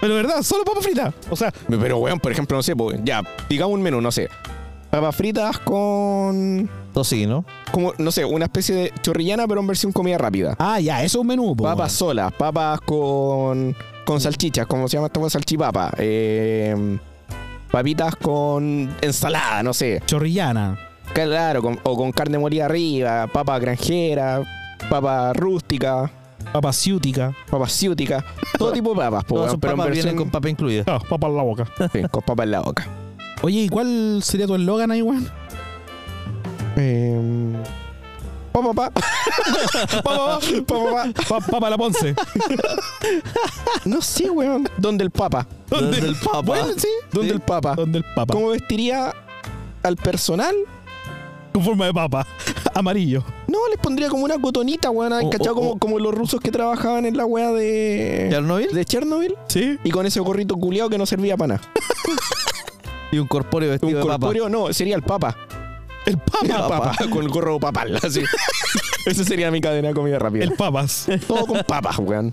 Speaker 1: Pero verdad, solo papas fritas. O sea,
Speaker 3: Pero, weón, por ejemplo, no sé, po, ya, digamos un menú, no sé. Papas fritas con...
Speaker 2: Tocino.
Speaker 3: como, no sé, una especie de chorrillana, pero en versión comida rápida.
Speaker 1: ah, ya, eso es un menú, po,
Speaker 3: Papas solas, papas con, con salchichas, como se llama esta hueá? salchipapa. eh, papitas con ensalada, no sé.
Speaker 1: weón. Chorrillana.
Speaker 3: Claro, con- o con carne molida arriba, papa granjera, papa rústica,
Speaker 1: Papas ciútica.
Speaker 3: papa ciútica. Todo tipo de papas, po,
Speaker 2: Todas
Speaker 3: weón,
Speaker 2: sus
Speaker 3: pero en
Speaker 2: papas vienen
Speaker 3: versión
Speaker 2: con papa incluida.
Speaker 1: Ah, papas en la boca.
Speaker 3: sí, con papa en la boca.
Speaker 1: Oye, ¿y cuál sería tu eslogan ahí, weón?
Speaker 3: Eh, pa, pa, pa. Pa, pa, pa, pa, pa, pa.
Speaker 1: Pa- papa la Ponce.
Speaker 3: No sé, weón. ¿Dónde el papa?
Speaker 2: ¿Dónde el papa?
Speaker 1: Bueno, sí.
Speaker 3: ¿Dónde
Speaker 2: Sí.
Speaker 3: el papa?
Speaker 1: ¿Dónde el papa?
Speaker 3: ¿Cómo vestiría al personal?
Speaker 1: Con forma de papa. Amarillo.
Speaker 3: No, les pondría como una cotonita, weón. ¿Has
Speaker 2: Oh,
Speaker 3: cachado?
Speaker 2: oh,
Speaker 3: como,
Speaker 2: oh.
Speaker 3: como los rusos que trabajaban en la weá de.
Speaker 2: Chernobyl.
Speaker 3: de Chernobyl.
Speaker 1: ¿Sí?
Speaker 3: Y con ese gorrito culiado que no servía para nada.
Speaker 2: Y un corpóreo
Speaker 3: Un
Speaker 2: vestido de papa.
Speaker 3: corpóreo, no, sería el papa.
Speaker 1: El
Speaker 3: El
Speaker 1: papa.
Speaker 3: papa, con el gorro papal, así. Esa sería mi cadena de comida rápida.
Speaker 1: El papas.
Speaker 3: Todo con papas, weón.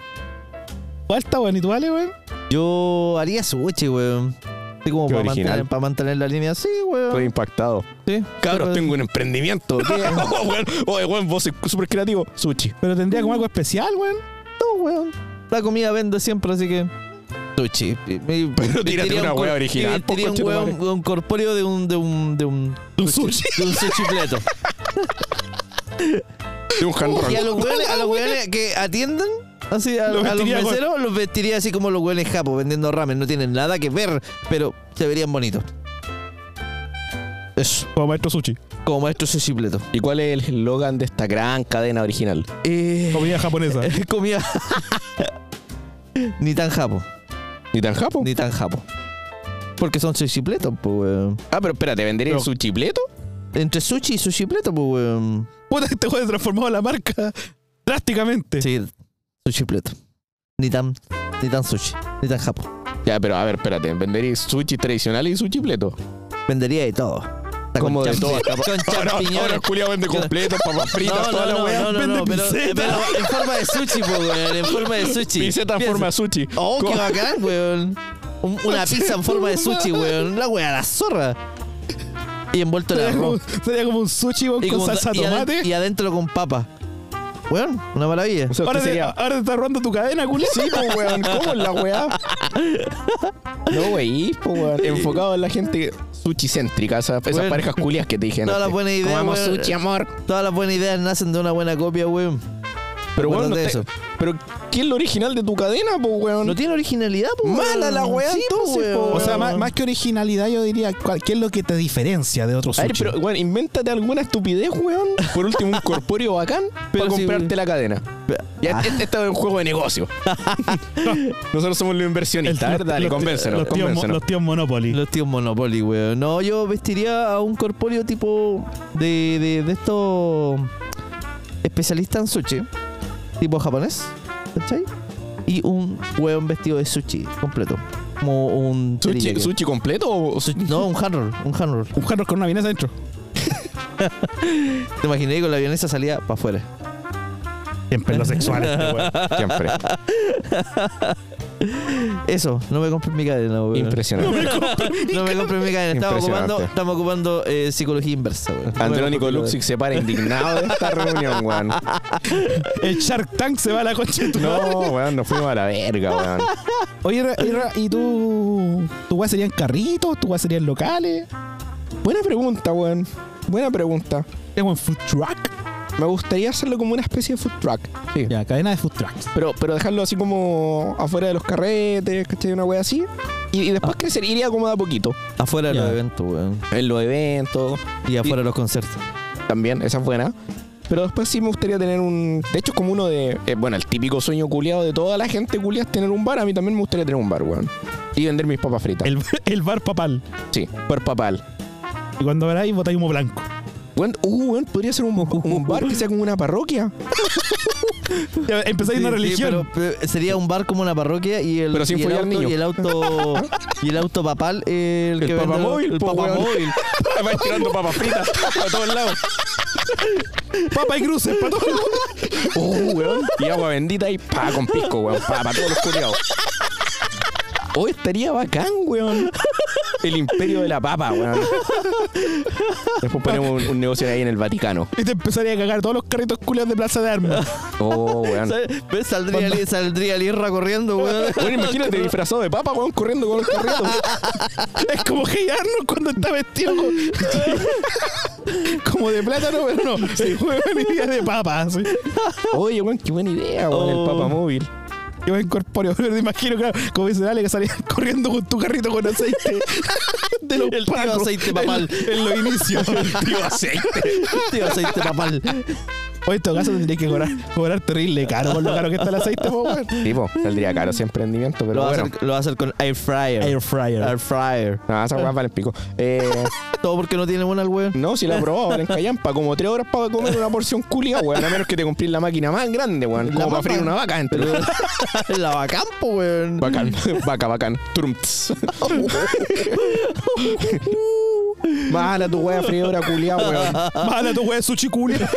Speaker 1: ¿Cuál está, weón? ¿Y tú vale, weón?
Speaker 2: Yo haría sushi, weón. Así como
Speaker 3: Qué
Speaker 2: para
Speaker 3: original.
Speaker 2: mantener, para mantener la línea. Sí,
Speaker 3: Estoy
Speaker 2: weón.
Speaker 3: impactado.
Speaker 2: Sí.
Speaker 3: Cabros,
Speaker 2: Pero-
Speaker 3: tengo un emprendimiento. ¿Qué? Oh, weón, oh, weón, vos sos súper creativo. Sushi.
Speaker 1: Pero tendría como algo especial, weón.
Speaker 2: No, weón. La comida vende siempre, así que. Sushi. Pero
Speaker 3: tírate una hueá original, po,
Speaker 2: Tiría un
Speaker 3: conche tu
Speaker 2: hueón-
Speaker 3: madre.
Speaker 2: un corpóreo de un. de un. de un.
Speaker 1: De un sushi.
Speaker 2: de un sushi pleto.
Speaker 3: De un hand roll.
Speaker 2: Y a los hueones, a los hueones que atienden, así a,
Speaker 1: Los
Speaker 2: a los
Speaker 1: vestiría con-
Speaker 2: meseros, los vestiría así como los hueones japos vendiendo ramen. No tienen nada que ver, pero se verían bonitos. Eso,
Speaker 1: Como maestro sushi.
Speaker 2: como maestro sushi pleto.
Speaker 3: ¿Y cuál es el eslogan de esta gran cadena original?
Speaker 2: Eh,
Speaker 1: Comida japonesa.
Speaker 2: comida. ni tan japo,
Speaker 3: Ni tan japo.
Speaker 2: ni tan japo. Porque son sushi pletos, pues weón.
Speaker 3: Ah, pero espérate, ¿vendería
Speaker 1: Pero-
Speaker 3: su chipleto?
Speaker 2: Entre sushi y sushi pleto, pues weón.
Speaker 1: Puta, este weón transformado la marca drásticamente.
Speaker 2: Sí, sushi pleto. Ni tan, ni tan sushi, ni tan japo.
Speaker 3: Ya, pero a ver, espérate, ¿vendería sushi tradicional y sushi pleto?
Speaker 2: Vendería de todo. Hasta
Speaker 3: Como
Speaker 2: con
Speaker 3: de
Speaker 2: champi-
Speaker 3: todo, hasta-
Speaker 2: Con champiñones.
Speaker 3: el culiao vende completo, papas
Speaker 2: no, no, no, no, no,
Speaker 1: Vende
Speaker 2: no, pero,
Speaker 1: pinceta.
Speaker 2: pero en forma de sushi, po, weón, en forma de sushi.
Speaker 3: Pizza en
Speaker 2: Piensa.
Speaker 3: forma de sushi.
Speaker 2: Oh, qué
Speaker 3: Co-
Speaker 2: bacán, weón. Un- una pizza en forma de sushi, weón. La weá, la zorra. Y envuelto en
Speaker 1: Sería como,
Speaker 2: arroz.
Speaker 1: sería como un sushi weón, con
Speaker 2: como-
Speaker 1: salsa
Speaker 2: y aden-
Speaker 1: tomate.
Speaker 2: Y adentro con papa. Weón, una maravilla.
Speaker 3: O sea,
Speaker 1: ahora,
Speaker 3: usted
Speaker 1: te,
Speaker 3: sería...
Speaker 1: ahora te estás robando tu cadena, culo.
Speaker 3: Sí, pues, weón, ¿cómo es la weá? No, wey, pues, weón. Enfocado en la gente sushi céntricas, esas, esas
Speaker 2: Bueno.
Speaker 3: parejas culias que te dije.
Speaker 2: Todas
Speaker 3: antes.
Speaker 2: las buenas ideas,
Speaker 3: Comamos
Speaker 2: weón.
Speaker 3: sushi, amor.
Speaker 2: Todas las buenas ideas nacen de una buena copia, weón.
Speaker 3: Pero bueno,
Speaker 2: Acuérdate de
Speaker 3: eso. Pero ¿quién es lo original de tu cadena, pues, weón?
Speaker 2: No tiene originalidad, pues.
Speaker 3: Mala
Speaker 2: weón.
Speaker 3: la weá,
Speaker 2: Sí, pues,
Speaker 3: entonces,
Speaker 2: weón.
Speaker 3: po.
Speaker 1: O sea, más, más que originalidad, yo diría, ¿cuál- ¿qué es lo que te diferencia de otros
Speaker 3: A
Speaker 1: sushi?
Speaker 3: ver, pero, weón, invéntate alguna estupidez, weón. Por último, un corpóreo bacán
Speaker 2: Pero
Speaker 3: para
Speaker 2: sí,
Speaker 3: comprarte
Speaker 2: weón.
Speaker 3: la cadena.
Speaker 1: Ah.
Speaker 3: Ya, este, este es un juego de negocio. Nosotros somos los inversionistas. A ver, dale,
Speaker 1: los-
Speaker 3: convéncenos,
Speaker 1: los tíos mo-
Speaker 3: convéncenos.
Speaker 1: los tíos Monopoly.
Speaker 2: Los tíos Monopoly, weón. No, yo vestiría a un corpóreo tipo de, de, de estos especialistas en sushi, tipo japonés, ¿cachai? Y un weón vestido de sushi completo. Como un.
Speaker 3: ¿Sushi,
Speaker 2: teriyaki.
Speaker 3: sushi completo o
Speaker 2: Su- No, un hand roll, un hand roll.
Speaker 1: Un jarro con una vienesa adentro.
Speaker 2: Te imaginé que con la avionesa salía para afuera.
Speaker 1: Siempre los sexuales. este weón.
Speaker 3: siempre?
Speaker 2: Eso, no me compré mi cadena, weón.
Speaker 3: Impresionante.
Speaker 2: No me compré mi cadena. Estamos
Speaker 3: Impresionante.
Speaker 2: ocupando, estamos ocupando eh, psicología inversa, weón. No me
Speaker 3: Andrónico
Speaker 2: compré mi
Speaker 3: Luxic se para indignado de esta reunión, weón.
Speaker 1: El Shark Tank se va a la concha de tu
Speaker 3: No,
Speaker 1: madre.
Speaker 3: weón, nos fuimos a la verga, weón.
Speaker 1: Oye, Ra- y Ra- ¿y tú? ¿Tu weá serían carritos? ¿Tu weá serían locales?
Speaker 3: Buena pregunta, weón. Buena pregunta.
Speaker 1: ¿Es un food truck?
Speaker 3: Me gustaría hacerlo como una especie de food truck. Sí.
Speaker 1: Ya, cadena de food trucks.
Speaker 3: Pero, pero dejarlo así como afuera de los carretes, ¿cachai? Una wea así. Y, y
Speaker 1: Ah.
Speaker 3: después crecer, iría como de a poquito.
Speaker 2: cadena. Afuera de
Speaker 1: Ya.
Speaker 2: los eventos, weón.
Speaker 3: En los eventos,
Speaker 2: Y afuera de los conciertos.
Speaker 3: también, esa es buena. Pero después sí me gustaría tener un. De hecho, es como uno de. eh, bueno, el típico sueño culiado de toda la gente culiada es tener un bar. A mí también me gustaría tener un bar, weón. Y vender mis papas fritas.
Speaker 1: El, el bar papal.
Speaker 3: Sí, bar papal.
Speaker 1: Y cuando veráis, botáis humo blanco.
Speaker 3: Weón, uh, weón, podría ser un, un bar que sea como una parroquia.
Speaker 1: Ya, Empezáis
Speaker 2: Sí,
Speaker 1: una
Speaker 2: sí,
Speaker 1: religión.
Speaker 2: pero, pero sería un bar como una parroquia y el,
Speaker 3: Pero sin
Speaker 2: y el
Speaker 3: follar
Speaker 2: auto
Speaker 3: niño.
Speaker 2: y el auto y el auto papal
Speaker 3: El
Speaker 2: el, que vende los-
Speaker 3: papamóvil,
Speaker 2: el
Speaker 3: po,
Speaker 2: papamóvil.
Speaker 3: Van tirando papas fritas a todos lados.
Speaker 1: Papa y cruces para todos.
Speaker 3: Uh, weón. Y agua bendita y pa, con pisco, weón. Pa, pa todos los culiados. Hoy estaría bacán, weón. El imperio de la papa, weón. Después ponemos un, un negocio ahí en el Vaticano.
Speaker 1: Y te empezaría a cagar todos los carritos culios de Plaza de Armas.
Speaker 3: Oh, weón.
Speaker 2: ¿Sabes? ¿Ves? Pues Saldría, li- saldría Lirra corriendo, weón.
Speaker 3: Bueno, imagínate disfrazado de papa, weón, corriendo con los carritos.
Speaker 1: es como Hey Arnold cuando está vestido como, como de plátano, pero no. Se juega en idea de papa. Así.
Speaker 3: Oye, weón, qué buena idea, weón,
Speaker 2: Oh.
Speaker 3: el papa móvil.
Speaker 1: Yo me incorporeo, pero te imagino, claro, como dice Dale, que salías corriendo con tu carrito con aceite de los
Speaker 2: El tío
Speaker 1: pacos
Speaker 2: aceite papal.
Speaker 1: En, en los inicios.
Speaker 3: Tío aceite.
Speaker 2: Tío, aceite este papal.
Speaker 1: Oye, en todo caso tendrías que cobrar, cobrar terrible caro por lo caro que está el aceite, po, weón.
Speaker 3: Tipo, saldría caro ese emprendimiento, pero
Speaker 2: Lo va, a
Speaker 3: bueno.
Speaker 2: hacer, lo va a hacer con air fryer.
Speaker 1: Air fryer.
Speaker 2: Air fryer.
Speaker 3: No, Ah, esa weá vale el pico. Eh,
Speaker 2: Todo porque no tiene buena el weón.
Speaker 3: no, si la probaba en Callampa, como tres horas para comer una porción culia, weón. A menos que te comprís la máquina más grande, weón.
Speaker 2: La
Speaker 3: Como para
Speaker 2: papa.
Speaker 3: freír una vaca, entre
Speaker 2: La vacampo, weón.
Speaker 3: Bacán, vaca, bacán. Trum, tss. Mala tu wea freidora culia, weón.
Speaker 1: Mala tu weón sushi culia.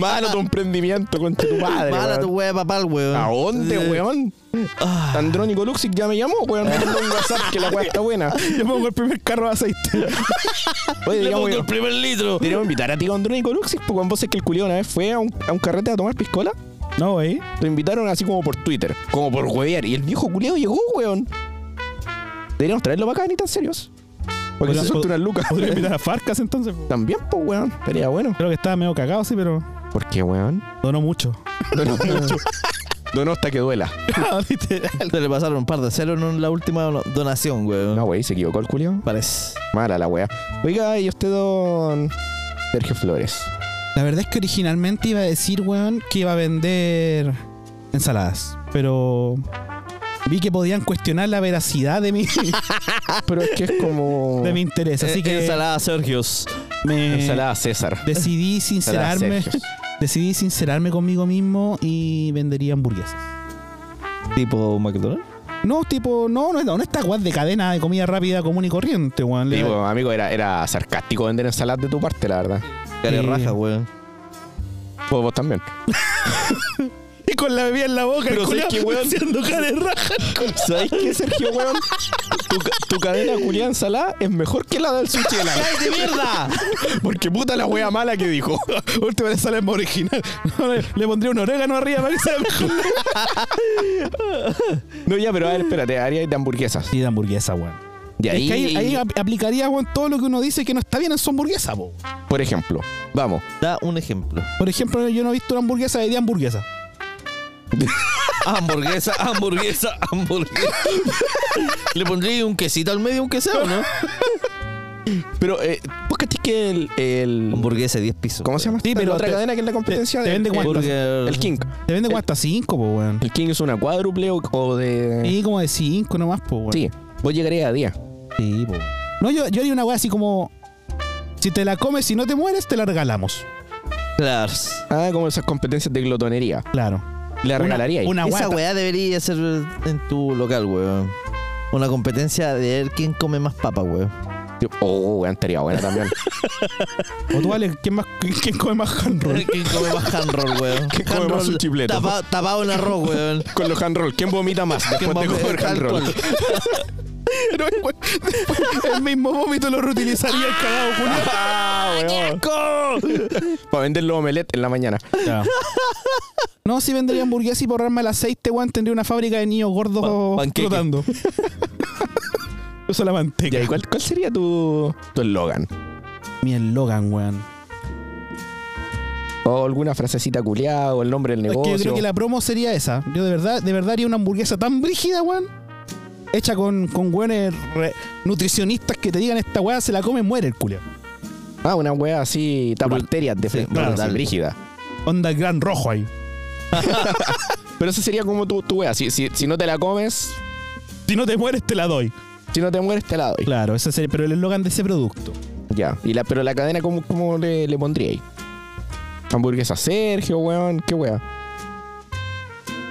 Speaker 3: Mala tu emprendimiento con tu madre.
Speaker 2: Mala tu
Speaker 3: weón. Ah,
Speaker 2: weón papal, weón.
Speaker 3: ¿A dónde,
Speaker 2: Eh,
Speaker 3: weón? Ah. Andrónico Luxic ya me llamó, weón. Me mandó un WhatsApp que la wea está buena.
Speaker 1: Yo pongo el primer carro de aceite.
Speaker 3: Oye,
Speaker 2: Le
Speaker 3: digamos,
Speaker 2: pongo el
Speaker 3: weón,
Speaker 2: primer litro.
Speaker 3: deberíamos invitar a ti Andrónico Luxic, porque vos es que el culiao una vez fue a un, a un carrete a tomar piscola.
Speaker 1: No, wey.
Speaker 3: Lo invitaron así como por Twitter, como por huevear. Y el viejo culiao llegó, weón. Deberíamos traerlo para acá, ni tan serios. Porque
Speaker 1: Podría-
Speaker 3: se suelta unas lucas.
Speaker 1: Podría invitar a Farcas entonces. po.
Speaker 3: También, pues, weón. Estaría bueno.
Speaker 1: Creo que estaba medio cagado, sí, pero
Speaker 3: ¿Por qué, weón?
Speaker 1: donó mucho.
Speaker 3: Donó mucho. Donó hasta que duela.
Speaker 2: Se le pasaron un par de cero en la última donación, weón.
Speaker 3: No, wey, se equivocó el culiao.
Speaker 2: Parece.
Speaker 3: Mala la wea. Oiga, y usted, don Sergio Flores.
Speaker 1: La verdad es que originalmente iba a decir, weón, que iba a vender ensaladas. Pero vi que podían cuestionar la veracidad de mi,
Speaker 3: Pero es que es como.
Speaker 1: de mi interés. Así
Speaker 2: Eh,
Speaker 1: que
Speaker 2: Ensalada Sergios.
Speaker 1: me
Speaker 3: Ensalada César.
Speaker 1: decidí
Speaker 3: Ensalada
Speaker 1: sincerarme.
Speaker 3: Sergios.
Speaker 1: Decidí sincerarme conmigo mismo y vendería hamburguesas.
Speaker 2: Tipo McDonald's.
Speaker 1: No, tipo, no, no, es- no está guas de cadena de comida rápida común y corriente, weón. Le-
Speaker 3: Digo, amigo, era, era sarcástico vender ensaladas de tu parte, la verdad. Pues
Speaker 2: Care
Speaker 1: Sí.
Speaker 2: raja, weón.
Speaker 3: Vos, vos también.
Speaker 1: Y con la bebida en la boca,
Speaker 3: Pero
Speaker 1: el
Speaker 3: ¿sabes
Speaker 1: culiao
Speaker 3: qué, weón?
Speaker 1: haciendo cara de raja.
Speaker 3: ¿Sabes qué, Sergio, weón? Tu, ca- tu cadena culiada ensalada es mejor que la del sushi de la
Speaker 2: ¡Cállate, mierda!
Speaker 3: Porque puta la wea mala que dijo.
Speaker 1: Última vez sale más original. No, le, le pondría un orégano arriba para que sea mejor.
Speaker 3: No, ya, pero a ver, espérate, haría de hamburguesas.
Speaker 1: Y de hamburguesa, weón.
Speaker 3: De ahí,
Speaker 1: Es que ahí, ahí ap- aplicaría weón, todo lo que uno dice que no está bien en su hamburguesa, po.
Speaker 3: por ejemplo, vamos.
Speaker 2: Da un ejemplo.
Speaker 1: Por ejemplo, yo no he visto una hamburguesa de día hamburguesa.
Speaker 2: Ah, Hamburguesa, hamburguesa, hamburguesa. Le pondría un quesito al medio, un queso, ¿no?
Speaker 3: Pero, eh, ¿vos cachás que el, el-
Speaker 2: Hamburguesa de 10 pisos.
Speaker 3: ¿Cómo se llama?
Speaker 1: Sí,
Speaker 3: esta?
Speaker 1: pero
Speaker 3: La otra
Speaker 1: te-
Speaker 3: cadena que es la competencia
Speaker 1: te
Speaker 3: de-
Speaker 1: vende
Speaker 3: eh,
Speaker 1: guantes.
Speaker 2: Burger-
Speaker 3: el King.
Speaker 1: Te venden como hasta 5, po, weón.
Speaker 3: El King es una cuádruple o, o de.
Speaker 1: Y como de 5 nomás, po, weón.
Speaker 3: Sí, vos llegarías a 10.
Speaker 1: Sí, po. No, yo, yo haría una weá así como. Si te la comes y no te mueres, te la regalamos.
Speaker 2: Claro.
Speaker 3: Ah, como esas competencias de glotonería.
Speaker 1: Claro.
Speaker 3: La regalaría ahí.
Speaker 1: Una
Speaker 2: Esa
Speaker 1: guata.
Speaker 2: weá debería ser en tu local, weón. Una competencia de ver quién come más papa, weón.
Speaker 3: Oh, weón, estaría buena también.
Speaker 1: O tú, Alex, ¿quién, más, ¿quién come más hand roll?
Speaker 2: ¿Quién come más hand roll, weón?
Speaker 3: ¿Quién come
Speaker 2: Hand
Speaker 3: más
Speaker 2: roll
Speaker 3: un chipleto?
Speaker 2: tapa- Tapado en arroz, weón.
Speaker 3: Con los hand roll, ¿quién vomita más
Speaker 2: ¿Quién
Speaker 3: después de
Speaker 2: más-
Speaker 3: comer hand
Speaker 2: tal
Speaker 3: roll?
Speaker 2: cual.
Speaker 1: El mismo vómito lo reutilizaría el cagado, Julián.
Speaker 3: ¡Ah, weón! Para venderlo omelette en la mañana.
Speaker 1: No, si vendría hamburguesa y por ahorrarme el aceite, weón, tendría una fábrica de niños gordos
Speaker 2: Pa- panqueque.
Speaker 1: flotando. Uso la
Speaker 3: Ya,
Speaker 1: manteca.
Speaker 3: ¿y cuál, cuál sería tu tu eslogan?
Speaker 1: Mi eslogan, weón.
Speaker 3: o alguna frasecita culiada, o el nombre del
Speaker 1: Es que
Speaker 3: negocio.
Speaker 1: yo creo que la promo sería esa. Yo de verdad, de verdad haría una hamburguesa tan brígida, weón. Hecha con, con weones re- nutricionistas que te digan esta weá se la come muere el culio.
Speaker 3: Ah, una wea así, tapa
Speaker 2: Bru-
Speaker 3: arterias de
Speaker 2: Sí,
Speaker 3: frente,
Speaker 1: claro,
Speaker 3: así,
Speaker 2: tal.
Speaker 3: brígida.
Speaker 1: Onda el gran rojo ahí.
Speaker 3: Pero eso sería como tu, tu wea. Si, si, si no te la comes,
Speaker 1: Si no te mueres, te la doy.
Speaker 3: si no te mueres, te la doy.
Speaker 1: Claro, ese sería, pero el eslogan de ese producto.
Speaker 3: Ya. Y la, pero la cadena, ¿cómo, cómo le, le pondría ahí? Hamburguesa Sergio, weón, qué wea.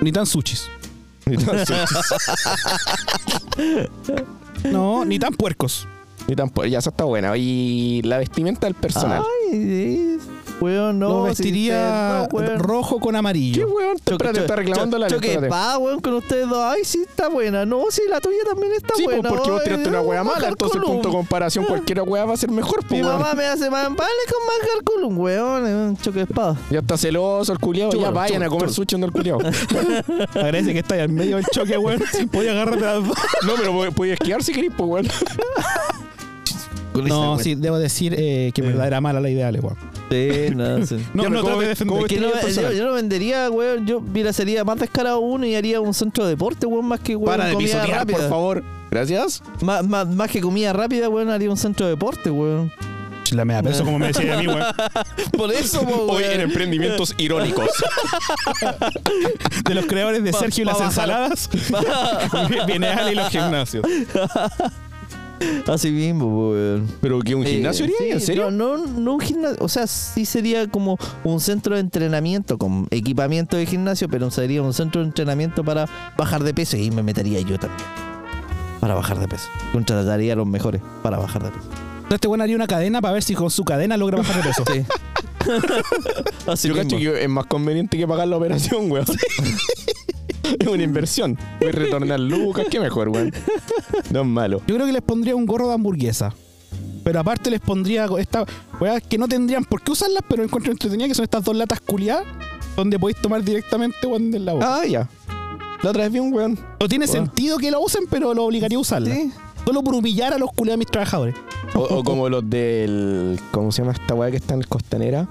Speaker 1: Ni tan sushis.
Speaker 3: Entonces,
Speaker 1: No, ni tan puercos.
Speaker 3: y tampoco, ya esa está buena. Y la vestimenta del personal.
Speaker 2: Ah, Ay, es- weón, no.
Speaker 1: Lo
Speaker 2: si
Speaker 1: vestiría
Speaker 2: usted- no, weón.
Speaker 1: rojo con
Speaker 3: ¿Qué
Speaker 1: amarillo.
Speaker 3: weón? Te-
Speaker 2: Choque-
Speaker 3: Espérate,
Speaker 2: cho-
Speaker 3: está reclamando
Speaker 2: cho-
Speaker 3: la
Speaker 2: choque de
Speaker 3: espérate.
Speaker 2: espada, weón, con ustedes dos. Ay, sí, está buena. No, sí, la tuya también está
Speaker 3: Sí, pues,
Speaker 2: buena.
Speaker 3: porque vos
Speaker 2: Ay,
Speaker 3: tiraste una wea
Speaker 2: no,
Speaker 3: mala, entonces el punto de
Speaker 2: Harcolum.
Speaker 3: comparación, cualquier wea va a ser mejor, pues,
Speaker 2: Ah. Mi
Speaker 3: weón.
Speaker 2: mamá me hace más vale con más Harcolum, weón. Es un choque de espada.
Speaker 3: Ya está celoso el culiao, ya
Speaker 1: Chúpalo,
Speaker 3: vayan a
Speaker 1: chúpalo,
Speaker 3: comer
Speaker 1: chúpalo.
Speaker 3: sushi en el culiao.
Speaker 1: Parece que está ahí al medio del choque, weón. Si podía agarrarte las dos.
Speaker 3: No, pero pod- podía esquiar si querís, pues, weón.
Speaker 1: No, sí, debo decir eh, que en verdad era mala la idea, Ale, weón.
Speaker 2: Sí, no, sí.
Speaker 1: No,
Speaker 3: Ya, pero
Speaker 1: no
Speaker 3: ¿cómo
Speaker 1: trate de
Speaker 3: ves-
Speaker 1: defender.
Speaker 3: cómo ves
Speaker 2: Que
Speaker 3: Este
Speaker 2: no,
Speaker 3: es el
Speaker 2: yo,
Speaker 3: personal.
Speaker 2: yo no vendería, weón. Yo, mira, sería más descarado uno y haría un centro de deporte, weón, más que, weón,
Speaker 3: Para de
Speaker 2: comida
Speaker 3: pisotear,
Speaker 2: rápida.
Speaker 3: por favor. Gracias.
Speaker 2: Más, más, más que comida rápida, weón, haría un centro de deporte, weón.
Speaker 1: La mea, pero eso como me decía a mí, weón.
Speaker 2: Por eso, po, weón.
Speaker 3: Hoy en emprendimientos irónicos.
Speaker 1: De los creadores de
Speaker 2: Pa-
Speaker 1: Sergio y
Speaker 2: pa
Speaker 1: las
Speaker 2: bajar.
Speaker 1: ensaladas, viene Ale y los gimnasios.
Speaker 2: Así mismo, po, weón.
Speaker 3: ¿Pero que un gimnasio
Speaker 2: Eh,
Speaker 3: iría?
Speaker 2: sí,
Speaker 3: ¿En serio?
Speaker 2: No, no, no un gimnasio. O sea, sí sería como un centro de entrenamiento con equipamiento de gimnasio, pero sería un centro de entrenamiento para bajar de peso y me metería yo también. Para bajar de peso. Contrataría a los mejores para bajar de peso.
Speaker 1: Entonces, este weón haría una cadena para ver si con su cadena logra bajar de peso.
Speaker 2: Sí. Así
Speaker 3: yo
Speaker 2: mismo.
Speaker 3: cacho que es más conveniente que pagar la operación, weón. es una inversión. Voy a retornar lucas, qué mejor, weón. No es malo.
Speaker 1: Yo creo que les pondría un gorro de hamburguesa. Pero aparte les pondría estas weas que no tendrían por qué usarlas, pero encuentro entretenida que son estas dos latas culiadas donde podéis tomar directamente weón del agua.
Speaker 3: Ah, ya. La otra vez vi un weón.
Speaker 1: no tiene
Speaker 2: weón.
Speaker 1: sentido que la usen, pero lo obligaría a usarla.
Speaker 2: Sí.
Speaker 1: Solo por humillar a los culiados mis trabajadores.
Speaker 3: O, o como los del. ¿Cómo se llama esta weá que está en el Costanera?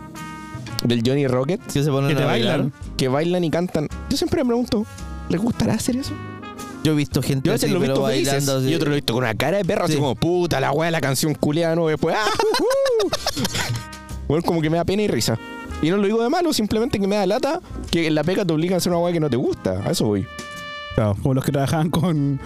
Speaker 3: Del Johnny Rocket.
Speaker 2: Que se ponen
Speaker 1: Que te
Speaker 2: a bailar.
Speaker 1: bailan.
Speaker 3: Que bailan y cantan. Yo siempre me pregunto, ¿les gustará hacer eso?
Speaker 2: Yo he visto gente
Speaker 3: Yo a
Speaker 2: así,
Speaker 3: veces lo he
Speaker 2: pero
Speaker 3: visto felices
Speaker 2: bailando. así.
Speaker 3: y otro lo he visto con una cara de perro, así
Speaker 2: Sí.
Speaker 3: como puta la weá, la canción culiada, no, después, ¡ah! ujú". bueno, como que me da pena y risa. Y no lo digo de malo, simplemente que me da lata que en la peca te obligan a hacer una weá que no te gusta. A eso voy.
Speaker 1: como los que trabajaban con,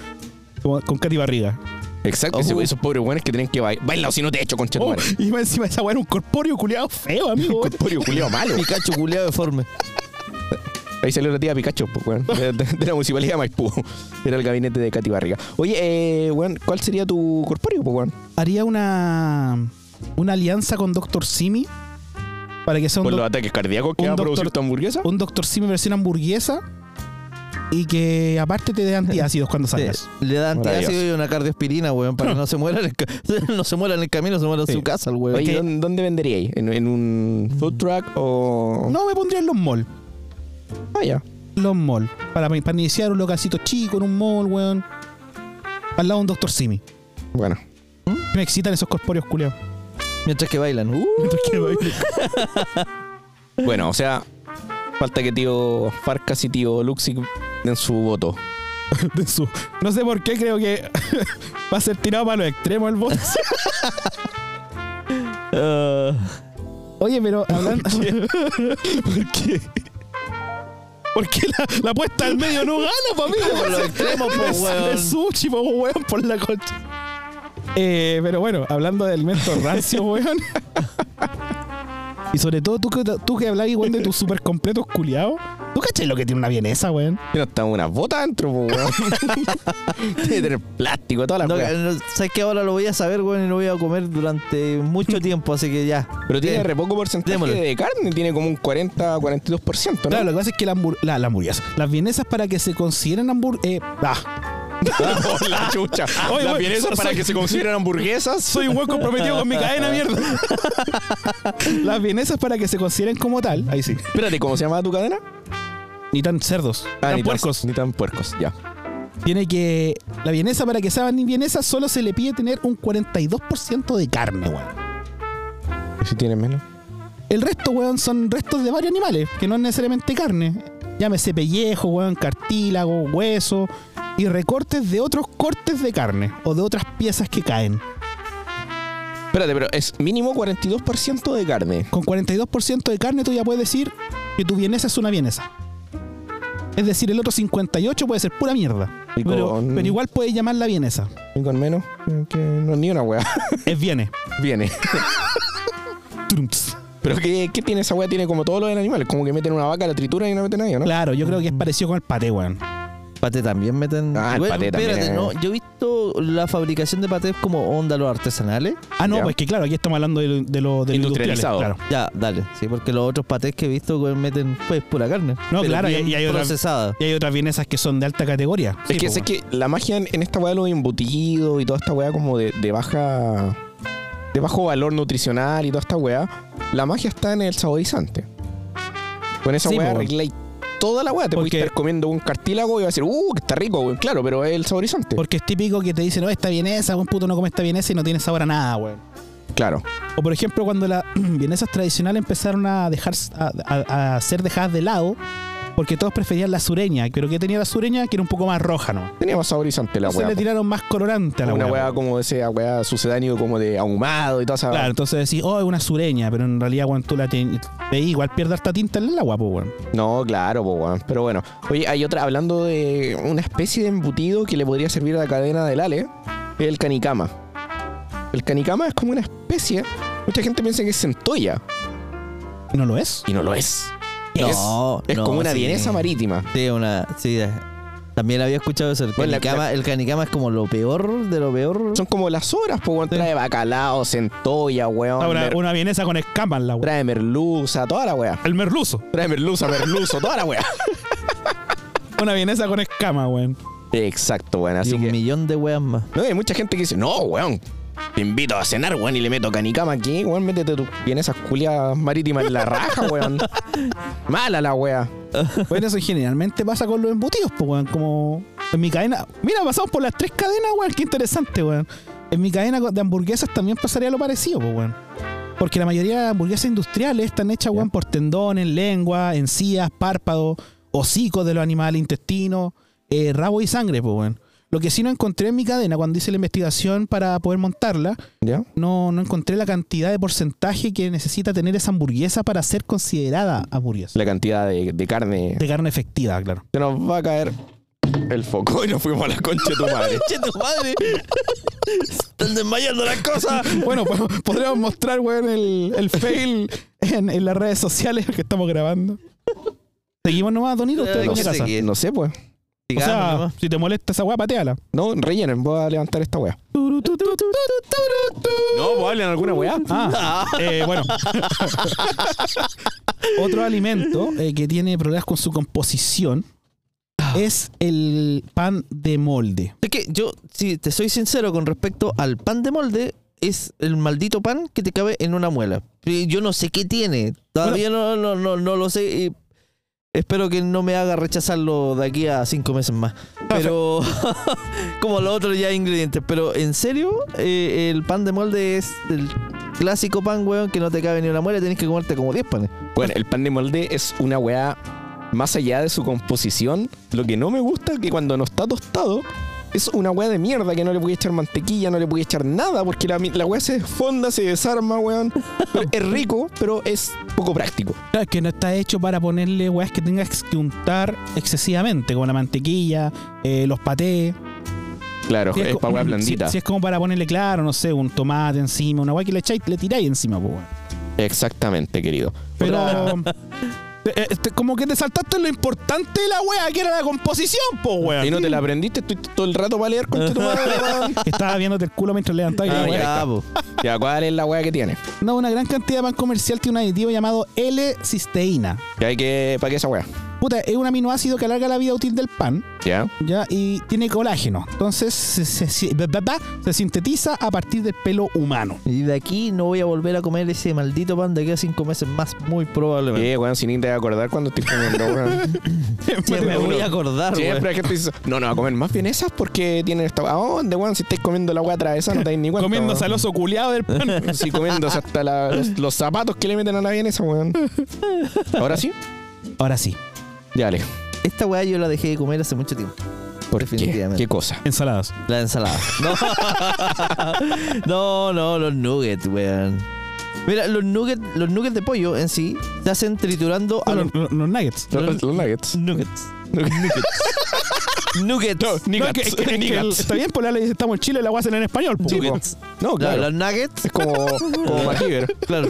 Speaker 1: como- con Katy Barriga.
Speaker 3: Exacto,
Speaker 2: ese wey,
Speaker 3: esos pobres weones que tienen que bailar. Baila o si no te echo, concha
Speaker 1: Oh,
Speaker 3: tu
Speaker 1: y más encima esa weá era un corpóreo culiado feo, amigo. weón.
Speaker 3: Corpóreo culiado malo.
Speaker 2: Pikachu culiado deforme.
Speaker 3: Ahí salió la tía Pikachu, pues, weón. De, de- de la municipalidad de Maipú. Era el gabinete de Katy Barriga. Oye, eh, weón, ¿cuál sería tu corpóreo, pues, weón?
Speaker 1: haría una una alianza con Dr. Simi para que sea un,
Speaker 3: Por los
Speaker 1: doc-
Speaker 3: ataques cardíacos
Speaker 1: un
Speaker 3: que va a
Speaker 1: doctor-
Speaker 3: producir tu hamburguesa.
Speaker 1: un Dr. Simi versión hamburguesa y que aparte te dé antiácidos cuando salgas.
Speaker 2: Sí, Le dan
Speaker 3: Maravilloso.
Speaker 2: antiácido y una cardiospirina, weón, para que no se mueran en el, ca- no se mueran en el camino, se mueran en
Speaker 1: Sí.
Speaker 2: su casa, el weón.
Speaker 3: Oye,
Speaker 2: Que-
Speaker 3: ¿dónde- ¿dónde vendería ahí? ¿En, en un food truck o.?
Speaker 1: No, me pondría en los malls.
Speaker 3: Ah, ya.
Speaker 1: Los malls. Para, para iniciar un localcito chico en un mall, weón. Al lado de un Dr. Simi.
Speaker 3: Bueno.
Speaker 1: Me excitan esos corpóreos culiados.
Speaker 2: Mientras que bailan. Uh,
Speaker 3: Bueno, o sea, falta que tío Farcas y tío Luxic den su voto.
Speaker 1: De su- No sé por qué creo que va a ser tirado para los extremos el voto.
Speaker 2: ah,
Speaker 1: Oye, pero hablando. ¿Por qué? ¿Por qué la, la apuesta al medio no gana, pa' mí?
Speaker 2: Por los extremos, po,
Speaker 1: Es-
Speaker 2: weón.
Speaker 1: Es sushi, po, weón, por la concha. Eh, pero bueno, hablando del mento rancio, weón. Y sobre todo tú que, tú que hablas igual de tus super completos culiados. ¿Tú cachai lo que tiene una vienesa, weón?
Speaker 3: Pero están unas botas dentro, po, pues, weón. Tiene que tener plástico, toda la
Speaker 2: Ah, no,
Speaker 1: eh,
Speaker 3: weá.
Speaker 2: no, sabes que ahora lo voy a saber, weón, y lo voy a comer durante mucho tiempo, así que ya. Eh,
Speaker 3: Pero tiene
Speaker 1: eh,
Speaker 2: Bien.
Speaker 3: re poco porcentaje
Speaker 2: Démosle.
Speaker 3: de carne, tiene como un 40, 42%, ¿no?
Speaker 1: Claro, lo que pasa es que la hambur- la- las hamburguesas, las vienesas para que se consideren hamburguesas. Eh, ah,
Speaker 3: Por Ah, la chucha.
Speaker 1: Oye,
Speaker 3: Las
Speaker 1: oye,
Speaker 3: vienesas
Speaker 1: soy-
Speaker 3: para
Speaker 1: soy-
Speaker 3: que se consideren hamburguesas.
Speaker 1: soy un buen comprometido con mi cadena, mierda. las vienesas para que se consideren como tal. Ahí sí.
Speaker 3: Espérate, ¿cómo se llama tu cadena? Ah,
Speaker 1: ni tan cerdos, Ah, ni tan puercos.
Speaker 3: ni tan puercos, ya.
Speaker 1: Tiene que. La vienesa, para que sean ni vienesa, solo se le pide tener un 42% de carne, weón.
Speaker 3: ¿Y si tiene menos?
Speaker 1: El resto, weón, son restos de varios animales, que no es necesariamente carne. Llámese pellejo, weón, cartílago, hueso y recortes de otros cortes de carne o de otras piezas que caen.
Speaker 3: Espérate, pero es mínimo 42% de carne.
Speaker 1: Con 42% de carne tú ya puedes decir que tu vienesa es una vienesa. Es decir, el otro 58 puede ser pura mierda.
Speaker 3: Y
Speaker 1: Pero,
Speaker 3: con-
Speaker 1: pero igual puedes llamarla vienesa.
Speaker 3: ¿Y con menos? eh, Que no es ni una weá.
Speaker 1: Es viene.
Speaker 3: Viene.
Speaker 1: Trumps.
Speaker 3: ¿Pero qué, qué tiene esa weá? Tiene como todos los animales. Como que meten una vaca, la trituran y no meten a nadie, ¿no?
Speaker 1: Claro, yo creo que es parecido con el paté, weón.
Speaker 2: Paté también meten.
Speaker 3: Ah, el
Speaker 2: Bueno,
Speaker 3: paté también,
Speaker 2: espérate,
Speaker 3: eh.
Speaker 2: ¿no? Yo he visto la fabricación de patés como onda los artesanales.
Speaker 1: Ah, no,
Speaker 3: Ya.
Speaker 1: pues que claro, aquí estamos hablando de, lo- de lo de los
Speaker 3: Industrializado.
Speaker 1: industriales, Claro.
Speaker 2: Ya, dale. Sí, porque los otros patés que he visto, weón, meten pues pura carne.
Speaker 1: No,
Speaker 2: Pero
Speaker 1: claro, y-
Speaker 2: bien
Speaker 1: y hay otra-
Speaker 2: procesada.
Speaker 1: Y hay otras vienesas que son de alta categoría. pues,
Speaker 3: es que sé que la magia en, en esta weá de los embutidos y toda esta weá como de, de baja. de bajo valor nutricional y toda esta weá. La magia está en el saborizante. Con esa
Speaker 1: Sí,
Speaker 3: weá
Speaker 1: po.
Speaker 3: arregláis toda la weá. Te
Speaker 1: Porque-
Speaker 3: puedes estar comiendo un cartílago y vas a decir, uh, que está rico, weón. Claro, pero es el saborizante.
Speaker 1: Porque es típico que te dicen, no, esta vienesa, un puto no come esta vienesa y no tiene sabor a nada, weón.
Speaker 3: Claro.
Speaker 1: O por ejemplo, cuando las vienesas tradicionales empezaron a dejar a, a- a ser dejadas de lado, porque todos preferían la sureña, pero que tenía la sureña que era un poco más roja, ¿no?
Speaker 3: Tenía más saborizante la
Speaker 1: Entonces
Speaker 3: weá.
Speaker 1: le tiraron más colorante a la
Speaker 3: una
Speaker 1: weá.
Speaker 3: weá como ese weá sucedáneo como de ahumado y toda esa
Speaker 1: Claro, entonces decís, oh, es una sureña, pero en realidad cuando tú la ten- veís, igual pierde harta tinta en el agua, pues, weón.
Speaker 3: No, claro, po, weón. Pero bueno. Oye, hay otra, hablando de una especie de embutido que le podría servir a la cadena del Ale, es el canicama. El canicama es como una especie. Mucha gente piensa que es centolla.
Speaker 1: ¿No lo es?
Speaker 3: Y no lo es.
Speaker 2: No,
Speaker 3: Es
Speaker 2: no,
Speaker 3: como una
Speaker 2: sí.
Speaker 3: vienesa marítima.
Speaker 2: Sí, una. Sí, eh. también había escuchado eso. El
Speaker 3: Bueno, la-
Speaker 2: canicama, el canicama es como lo peor de lo peor.
Speaker 3: Son como las horas, po, weón.
Speaker 2: Sí.
Speaker 3: Trae bacalao, centolla, weón.
Speaker 1: Ahora,
Speaker 3: mer-
Speaker 1: una vienesa con escamas, la weá.
Speaker 3: Trae merluza, toda la weá.
Speaker 1: El merluzo.
Speaker 3: Trae merluza, merluzo, toda la weá.
Speaker 1: Una vienesa con escama, weón.
Speaker 3: Exacto, weón.
Speaker 2: y
Speaker 3: Así
Speaker 2: un
Speaker 3: que.
Speaker 2: millón de weas más.
Speaker 3: No, hay mucha gente que dice, no, weón. Te invito a cenar, weón, y le meto canicama aquí, weón. Métete tú. Viene esas culias marítimas en la raja, weón. Mala la wea.
Speaker 1: Bueno, eso generalmente pasa con los embutidos, pues, weón. Como en mi cadena. Mira, pasamos por las tres cadenas, weón. Qué interesante, weón. En mi cadena de hamburguesas también pasaría lo parecido, pues, weón. Porque la mayoría de hamburguesas industriales están hechas, weón, por tendones, lengua, encías, párpados, hocicos de los animales, intestinos, eh, rabo y sangre, pues, weón. Lo que sí no encontré en mi cadena cuando hice la investigación para poder montarla
Speaker 3: ¿Ya?
Speaker 1: no, no encontré la cantidad de porcentaje que necesita tener esa hamburguesa para ser considerada hamburguesa.
Speaker 3: La cantidad de, de carne.
Speaker 1: De carne efectiva, claro.
Speaker 3: Se nos va a caer el foco y nos fuimos a la concha de tu madre.
Speaker 2: ¡Che, tu madre! ¡Están desmayando las cosas!
Speaker 1: Ah, Bueno, po- podríamos mostrar, weón, el, el fail en, en las redes sociales que estamos grabando. Seguimos nomás, Donito, usted
Speaker 2: Ay,
Speaker 1: en
Speaker 3: No
Speaker 2: qué
Speaker 1: la
Speaker 3: sé,
Speaker 1: casa.
Speaker 2: seguir.
Speaker 3: qué- no sé, pues.
Speaker 1: O sea, si te molesta esa weá, pateala.
Speaker 3: No, rellenen, voy a levantar esta wea. No, pues hablen alguna wea.
Speaker 1: Ah, eh, bueno. Otro alimento eh, que tiene problemas con su composición es el pan de molde.
Speaker 2: Es que yo, si te soy sincero con respecto al pan de molde, es el maldito pan que te cabe en una muela. Y Yo no sé qué tiene. Todavía no, no, no, no lo sé. y Espero que no me haga rechazarlo de aquí a cinco meses más. Pero. como los otros ya ingredientes. Pero en serio, eh, el pan de molde es el clásico pan, weón, que no te cabe ni una muela. Tenés que comerte como 10 panes.
Speaker 3: Bueno, el pan de molde es una weá más allá de su composición. Lo que no me gusta es que cuando no está tostado, es una weá de mierda que no le voy a echar mantequilla, no le voy a echar nada, porque la, mi- la weá se desfonda, se desarma, weón. Pero es rico, pero es poco práctico.
Speaker 1: Claro, que no está hecho para ponerle weas que tengas que untar excesivamente, como la mantequilla, eh, los patés.
Speaker 3: Claro,
Speaker 1: Si
Speaker 3: es
Speaker 1: co-
Speaker 3: para weá
Speaker 1: si-
Speaker 3: blandita.
Speaker 1: Si, es como para ponerle, claro, no sé, un tomate encima, una wea que le echáis, le tiráis encima, pues. weón.
Speaker 3: Exactamente, querido.
Speaker 1: Pero. eh, este, como que te saltaste lo importante de la wea, que era la composición, po, weón.
Speaker 3: Y no te la aprendiste, estuviste todo el rato para leer con tu madre, weón.
Speaker 1: Estaba viéndote el culo mientras levantabas. y la
Speaker 2: Ah,
Speaker 1: wea.
Speaker 2: ya,
Speaker 3: está.
Speaker 2: po.
Speaker 3: Ya, ¿cuál es la weá que tiene?
Speaker 1: No, una gran cantidad de pan comercial tiene un aditivo llamado L-cisteína.
Speaker 3: Ya hay que. ¿Para qué esa weá?
Speaker 1: Puta, es un aminoácido que alarga la vida útil del pan,
Speaker 3: Ya.
Speaker 1: ¿ya? Y tiene colágeno. Entonces, se, se- se- ba- ba- ba- se sintetiza a partir del pelo humano.
Speaker 2: Y de aquí no voy a volver a comer ese maldito pan de aquí a cinco meses más, muy probablemente.
Speaker 3: Eh, weón, sin ni te vas a acordar cuando estoy comiendo, weón.
Speaker 2: Sí, me voy a
Speaker 1: Ah,
Speaker 2: acordar,
Speaker 3: Siempre
Speaker 2: weón.
Speaker 3: hay gente que dice, no, no, a comer más bien esas porque tienen esta. ¿A dónde, weón? Si estáis comiendo la weá atravesada, no te dais ni cuenta.
Speaker 1: Comiendo
Speaker 3: weón.
Speaker 1: saloso culiado del pan.
Speaker 3: Sí, comiéndose hasta la- los, los zapatos que le meten a la vienesa, weón. Ahora sí,
Speaker 1: Ahora sí,
Speaker 3: ya dale.
Speaker 2: Esta weá yo la dejé de comer hace mucho tiempo.
Speaker 3: ¿Por qué?
Speaker 2: Definitivamente.
Speaker 3: ¿Qué cosa?
Speaker 1: ensaladas.
Speaker 2: La ensalada. No, no, no los nuggets, weón. Mira, los nuggets, los nuggets de pollo en sí se hacen triturando a Ah, los
Speaker 1: los, los- los nuggets.
Speaker 3: Los,
Speaker 2: Los-
Speaker 3: los nuggets.
Speaker 2: nuggets. Nuggets. nuggets.
Speaker 3: No,
Speaker 1: No,
Speaker 3: nuggets.
Speaker 1: es que- es que- es que el-
Speaker 3: Nuggets.
Speaker 1: está bien, por le dice, estamos en Chile, la wea en español, pues. po.
Speaker 3: Sí, pues. po.
Speaker 2: Nuggets.
Speaker 3: No,
Speaker 2: No,
Speaker 3: claro.
Speaker 2: Los nuggets,
Speaker 3: Es como, como MacGyver.
Speaker 2: claro.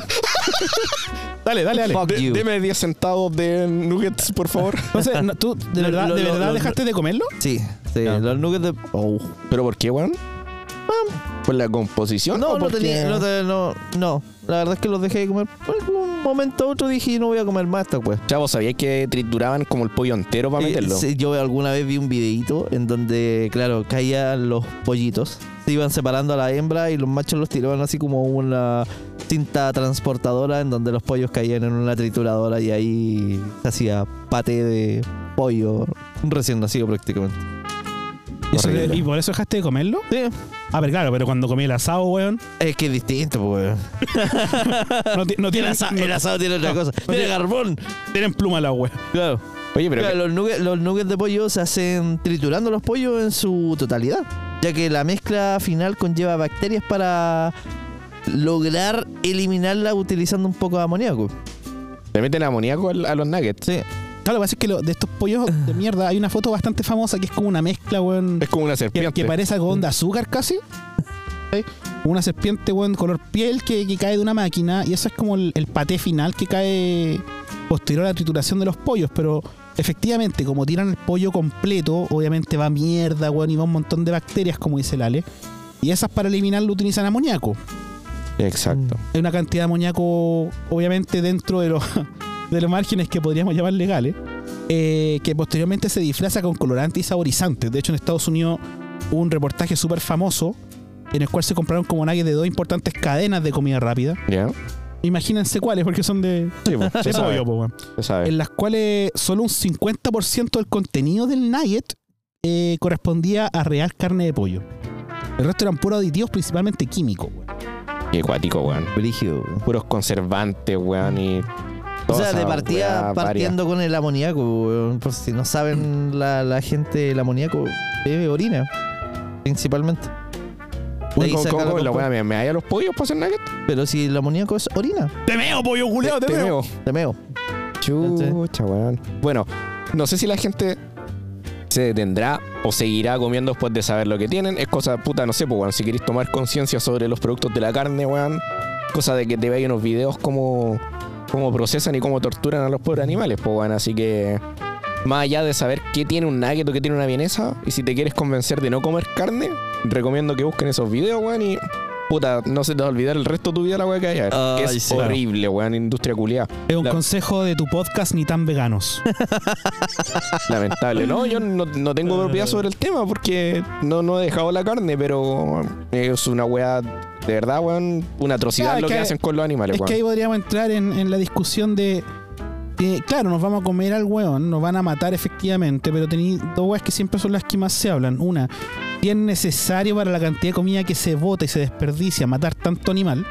Speaker 1: Dale, dale, dale.
Speaker 2: Fuck
Speaker 3: De-
Speaker 2: you.
Speaker 3: deme 10 centavos de nuggets, por favor.
Speaker 1: Entonces, no, ¿tú de
Speaker 2: Lo-
Speaker 1: verdad,
Speaker 2: lo-
Speaker 1: de
Speaker 2: lo-
Speaker 1: verdad
Speaker 2: lo-
Speaker 1: dejaste de comerlo?
Speaker 2: Sí, sí,
Speaker 1: Ya.
Speaker 2: los nuggets de. Oh.
Speaker 3: ¿Pero por qué, weón? Ah, ¿Por la composición?
Speaker 2: No,
Speaker 3: o
Speaker 2: no
Speaker 3: porque-
Speaker 2: tenía, no, te- no, no. La verdad es que los dejé de comer. Por algún momento u otro dije, no voy a comer más esta weá.
Speaker 3: Chavo, ¿sabías que trituraban como el pollo entero para
Speaker 2: Eh,
Speaker 3: meterlo?
Speaker 2: sí, yo alguna vez vi un videito en donde, claro, caían los pollitos, se iban separando a la hembra y los machos los tiraban así como una cinta transportadora en donde los pollos caían en una trituradora y ahí se hacía pate de pollo recién nacido prácticamente.
Speaker 1: ¿Y, eso-
Speaker 3: Horrible.
Speaker 1: ¿Y por eso dejaste de comerlo?
Speaker 2: Sí,
Speaker 1: Ah, pero claro, pero cuando comí el asado, weón,
Speaker 2: es que es distinto, pues.
Speaker 1: no, ti- no
Speaker 2: El,
Speaker 1: tienen,
Speaker 2: asa-
Speaker 1: no-
Speaker 2: Ah, el asado tiene otra
Speaker 1: no,
Speaker 2: cosa.
Speaker 1: no
Speaker 2: tiene
Speaker 1: tiene-
Speaker 2: carbón.
Speaker 1: tienen pluma la wea.
Speaker 2: Claro.
Speaker 3: Oye, pero
Speaker 2: Claro,
Speaker 3: que-
Speaker 2: los, nuggets, los nuggets de pollo se hacen triturando los pollos en su totalidad, ya que la mezcla final conlleva bacterias para lograr eliminarla utilizando un poco de amoníaco.
Speaker 3: le meten amoníaco al- a los nuggets.
Speaker 2: Sí.
Speaker 1: Claro, lo que pasa es que lo- de estos pollos de mierda hay una foto bastante famosa que es como una mezcla, weón,
Speaker 3: Es como una
Speaker 1: que,
Speaker 3: serpiente.
Speaker 1: que parece algodón de azúcar casi. ¿Sí? Una serpiente, weón, color piel que, que cae de una máquina y eso es como el, el paté final que cae posterior a la trituración de los pollos, pero efectivamente, como tiran el pollo completo, obviamente va mierda, weón, y va un montón de bacterias, como dice el Ale. Y esas para eliminarlo utilizan amoníaco.
Speaker 3: Exacto.
Speaker 1: Hay una cantidad de amoníaco, obviamente, dentro de los, de los márgenes que podríamos llamar legales, eh, que posteriormente se disfraza con colorante y saborizante. De hecho, en Estados Unidos hubo un reportaje súper famoso en el cual se compraron como nuggets de dos importantes cadenas de comida rápida.
Speaker 3: ¿Ya?
Speaker 1: Imagínense cuáles, porque son de,
Speaker 3: Sí, pues,
Speaker 1: de
Speaker 3: se sabe,
Speaker 1: pollo, po, weón.
Speaker 3: se sabe.
Speaker 1: en las cuales solo un 50% del contenido del nugget eh, correspondía a real carne de pollo. El resto eran puros aditivos, principalmente químicos. weón.
Speaker 3: Y acuático, weón.
Speaker 2: Brígido. bro.
Speaker 3: Puros conservantes, weón, y...
Speaker 2: O
Speaker 3: toda
Speaker 2: sea,
Speaker 3: esa
Speaker 2: de partida
Speaker 3: weá varia.
Speaker 2: partiendo con el amoníaco, weón. por si no saben la, la gente, el amoníaco bebe orina, principalmente. De ahí
Speaker 3: ¿Cómo,
Speaker 2: saca
Speaker 3: cómo,
Speaker 2: la
Speaker 3: cómo? la
Speaker 2: compu-
Speaker 3: weá? ¿Me, me haya los pollos para hacer nuggets?
Speaker 2: Pero si el amoníaco es orina,
Speaker 1: Te meo, pollo culeado,
Speaker 3: Este
Speaker 1: te, meo.
Speaker 2: te meo.
Speaker 3: Chucha, weón. Bueno, no sé si la gente se detendrá o seguirá comiendo después de saber lo que tienen. Es cosa puta, no sé, pues, weón. Si queréis tomar conciencia sobre los productos de la carne, weón. Cosa de que te veáis unos videos cómo, cómo procesan y cómo torturan a los pobres animales, pues, weón. Así que. Más allá de saber qué tiene un nugget o qué tiene una vienesa, y si te quieres convencer de no comer carne, recomiendo que busquen esos videos, weón, y puta, no se te va a olvidar el resto de tu vida la weá que hay. a ver, que
Speaker 2: Ay,
Speaker 3: es
Speaker 2: sí.
Speaker 3: horrible, weón, industria culiada.
Speaker 1: Es un
Speaker 3: La-
Speaker 1: consejo de tu podcast ni tan veganos.
Speaker 3: Lamentable. No, yo no, no tengo propiedad sobre el tema porque no, no he dejado la carne, pero eh, es una weá, de verdad, weón, una atrocidad
Speaker 1: Claro, es
Speaker 3: lo que,
Speaker 1: que-
Speaker 3: hacen con los animales,
Speaker 1: es que
Speaker 3: weón.
Speaker 1: ahí podríamos entrar en, en la discusión de tiene- claro, nos vamos a comer al hueón, nos van a matar efectivamente, pero tenéis dos weas que siempre son las que más se hablan. Una, si es necesario para la cantidad de comida que se bota y se desperdicia matar tanto animal.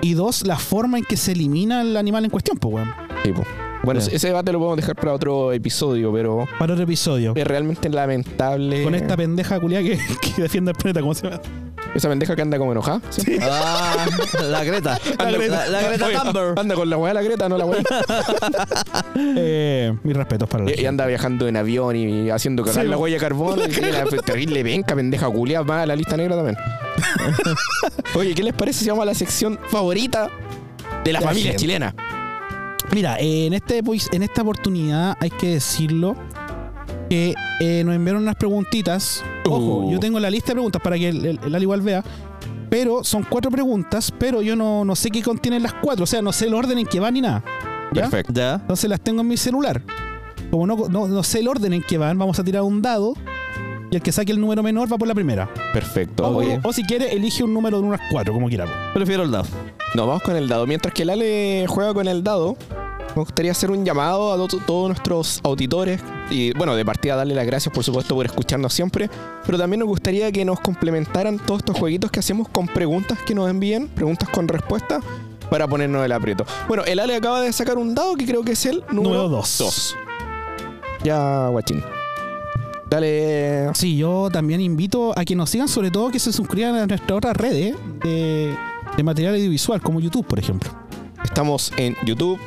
Speaker 1: Y dos, la forma en que se elimina el animal en cuestión, pues weón.
Speaker 3: Sí, po. Bueno,
Speaker 2: Ya.
Speaker 3: ese debate lo podemos dejar para otro episodio, pero
Speaker 1: Para otro episodio.
Speaker 3: es realmente lamentable.
Speaker 1: Con esta pendeja culiada que, que defiende el planeta, ¿cómo se llama?
Speaker 3: Esa pendeja que anda como enojada. ¿sí?
Speaker 2: Ah, la Greta.
Speaker 1: La
Speaker 2: La,
Speaker 1: Greta.
Speaker 2: la Greta
Speaker 3: Oye,
Speaker 2: Thunberg.
Speaker 3: Anda con la weá de la Greta, no la weá.
Speaker 1: Eh, mis respetos para la
Speaker 3: Y, y anda viajando en avión y haciendo cagar
Speaker 1: Sí,
Speaker 3: la
Speaker 1: po.
Speaker 3: huella de carbono. Y la terrible penca, pendeja culia, va a la lista negra también. Oye, ¿qué les parece si vamos a la sección favorita de la,
Speaker 1: La
Speaker 3: familia
Speaker 1: gente.
Speaker 3: chilena?
Speaker 1: Mira, eh, en, este, pues, en esta oportunidad hay que decirlo que eh, nos enviaron unas preguntitas. Ojo,
Speaker 3: Uh.
Speaker 1: yo tengo la lista de preguntas para que el, el, el Ali igual vea. Pero son cuatro preguntas, pero yo no, no sé qué contienen las cuatro. O sea, no sé el orden en que van ni nada. ¿Ya?
Speaker 3: Perfecto.
Speaker 2: Ya.
Speaker 1: Entonces las tengo en mi celular. Como no, no, no sé el orden en que van, vamos a tirar un dado. Y el que saque el número menor va por la primera.
Speaker 3: Perfecto.
Speaker 1: O,
Speaker 3: Oye,
Speaker 1: o si quiere, elige un número de unas cuatro, como quiera. po.
Speaker 2: Prefiero el dado.
Speaker 3: nos vamos con el dado. Mientras que el Ale juega con el dado, me gustaría hacer un llamado a to- todos nuestros auditores. Y bueno, de partida darle las gracias, por supuesto, por escucharnos siempre. Pero también nos gustaría que nos complementaran todos estos jueguitos que hacemos con preguntas que nos envíen, preguntas con respuestas, para ponernos el aprieto. Bueno, el Ale acaba de sacar un dado que creo que es el número
Speaker 1: Número dos.
Speaker 3: 2. Ya, guachín. Dale.
Speaker 1: Sí, yo también invito a que nos sigan, sobre todo que se suscriban a nuestras otras redes ¿eh? de, de material audiovisual, como YouTube, por ejemplo.
Speaker 3: Estamos en YouTube,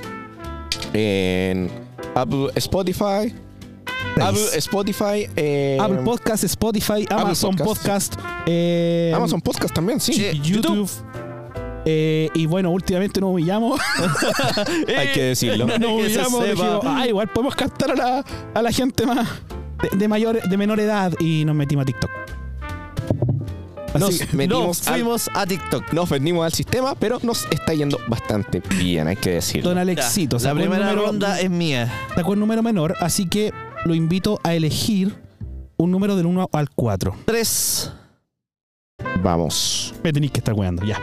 Speaker 3: en Apple, Spotify. Apple, Spotify, eh,
Speaker 1: Apple Podcast, Spotify,
Speaker 3: Apple
Speaker 1: Amazon
Speaker 3: Podcast,
Speaker 1: Podcast, eh,
Speaker 3: Amazon Podcast también, sí.
Speaker 2: Sí.
Speaker 1: YouTube. eh, y bueno, últimamente nos humillamos.
Speaker 3: Hay que decirlo.
Speaker 1: nos
Speaker 2: que se
Speaker 1: humillamos.
Speaker 2: sepa.
Speaker 1: dijimos, ah, igual podemos captar a la, a la gente más de, de mayor, de menor edad. Y nos metimos a TikTok.
Speaker 3: Nos
Speaker 1: Así-
Speaker 3: metimos
Speaker 2: Nos
Speaker 3: al-
Speaker 2: fuimos a TikTok.
Speaker 3: nos vendimos al sistema, pero nos está yendo bastante bien, hay que decirlo.
Speaker 1: Don
Speaker 2: Ya.
Speaker 1: Alexito,
Speaker 2: La
Speaker 1: sacó el
Speaker 2: primera
Speaker 1: número-
Speaker 2: ronda es mía.
Speaker 1: sacó el número menor, así que lo invito a elegir un número del 1 al 4.
Speaker 2: Tres.
Speaker 3: Vamos.
Speaker 1: Me tenéis que estar weando, ya.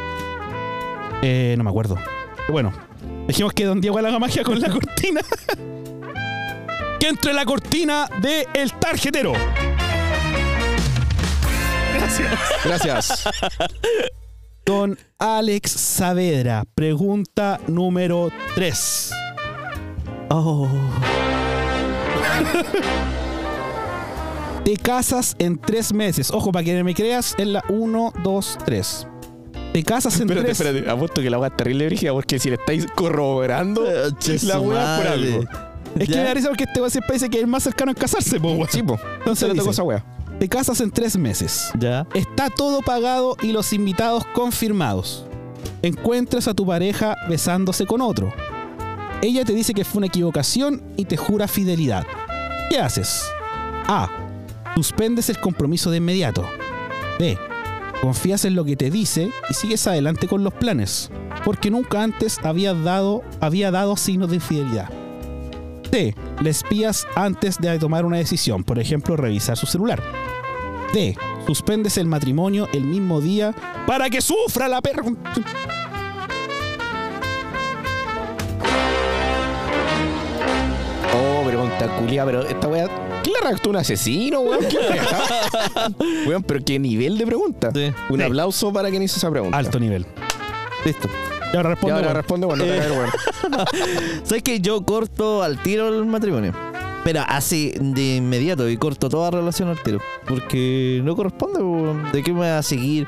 Speaker 1: Eh, no me acuerdo. Bueno, dijimos que Don Diego haga magia con la cortina. que entre la cortina de El Tarjetero. Gracias.
Speaker 3: Gracias.
Speaker 1: Don Alex Saavedra, pregunta número 3.
Speaker 2: Oh.
Speaker 1: Te casas en tres meses. Ojo, para que me creas, es la 1, 2, 3. Te casas en
Speaker 3: espérate,
Speaker 1: tres
Speaker 3: espérate. Apuesto que la weá es terrible, Brígida, porque si le estáis corroborando la weá por algo.
Speaker 1: Es que me da risa porque este weón siempre dice que es el más cercano en casarse, po, weón.
Speaker 3: Sí, po. Se
Speaker 1: Entonces
Speaker 3: le
Speaker 1: dice,
Speaker 3: tocó esa weá.
Speaker 1: te casas en tres meses.
Speaker 2: Ya.
Speaker 1: Está todo pagado y los invitados confirmados. Encuentras a tu pareja besándose con otro. Ella te dice que fue una equivocación y te jura fidelidad. ¿Qué haces? A. Suspendes el compromiso de inmediato. B. Confías en lo que te dice y sigues adelante con los planes, porque nunca antes había dado, había dado signos de infidelidad. C. Le espías antes de tomar una decisión, por ejemplo, revisar su celular. D. Suspendes el matrimonio el mismo día para que sufra la perra.
Speaker 3: Oh, pregunta culia, pero esta weá. ¿Quién la raptó un asesino, weón? ¿Quién la raptó? Weón, pero qué nivel de pregunta.
Speaker 2: Sí.
Speaker 3: Un
Speaker 1: Sí.
Speaker 3: aplauso para quien hizo esa pregunta.
Speaker 1: Alto nivel.
Speaker 2: Listo.
Speaker 1: Y ahora
Speaker 3: Y
Speaker 1: responde.
Speaker 3: ahora
Speaker 1: bueno.
Speaker 3: responde, bueno, te
Speaker 2: Eh.
Speaker 3: cae el weón.
Speaker 2: ¿Sabes que yo corto al tiro el matrimonio? Pero así de inmediato y corto toda relación al tiro. Porque no corresponde, weón. ¿De qué me va a seguir?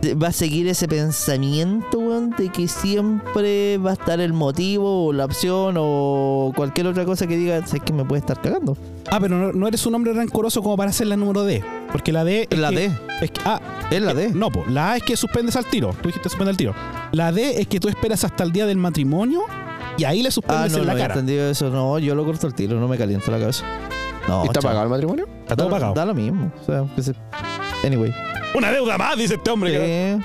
Speaker 2: De- Va a seguir ese pensamiento, weón, de que siempre va a estar el motivo o la opción o cualquier otra cosa que diga, ¿sabes que me puede estar cagando?
Speaker 1: Ah, pero no, no eres un hombre rancoroso como para hacer la número D. Porque la D. es
Speaker 2: La
Speaker 1: que-
Speaker 2: D.
Speaker 1: Es que, ah,
Speaker 2: Es la
Speaker 1: eh,
Speaker 2: D.
Speaker 1: No, po, la A es que suspendes al tiro. Tú dijiste suspender al tiro. La D es que tú esperas hasta el día del matrimonio y ahí le
Speaker 2: Ah,
Speaker 1: suspendes
Speaker 2: no,
Speaker 1: en la
Speaker 2: no he
Speaker 1: cara.
Speaker 2: entendido eso. No, yo lo corto al tiro, no me caliento la cabeza. No,
Speaker 3: ¿Y ¿Está
Speaker 2: chao.
Speaker 3: pagado el matrimonio?
Speaker 1: Está todo
Speaker 2: Da-
Speaker 1: pagado.
Speaker 2: Da lo mismo. O sea, que se- anyway.
Speaker 1: Una deuda más, dice este hombre. que-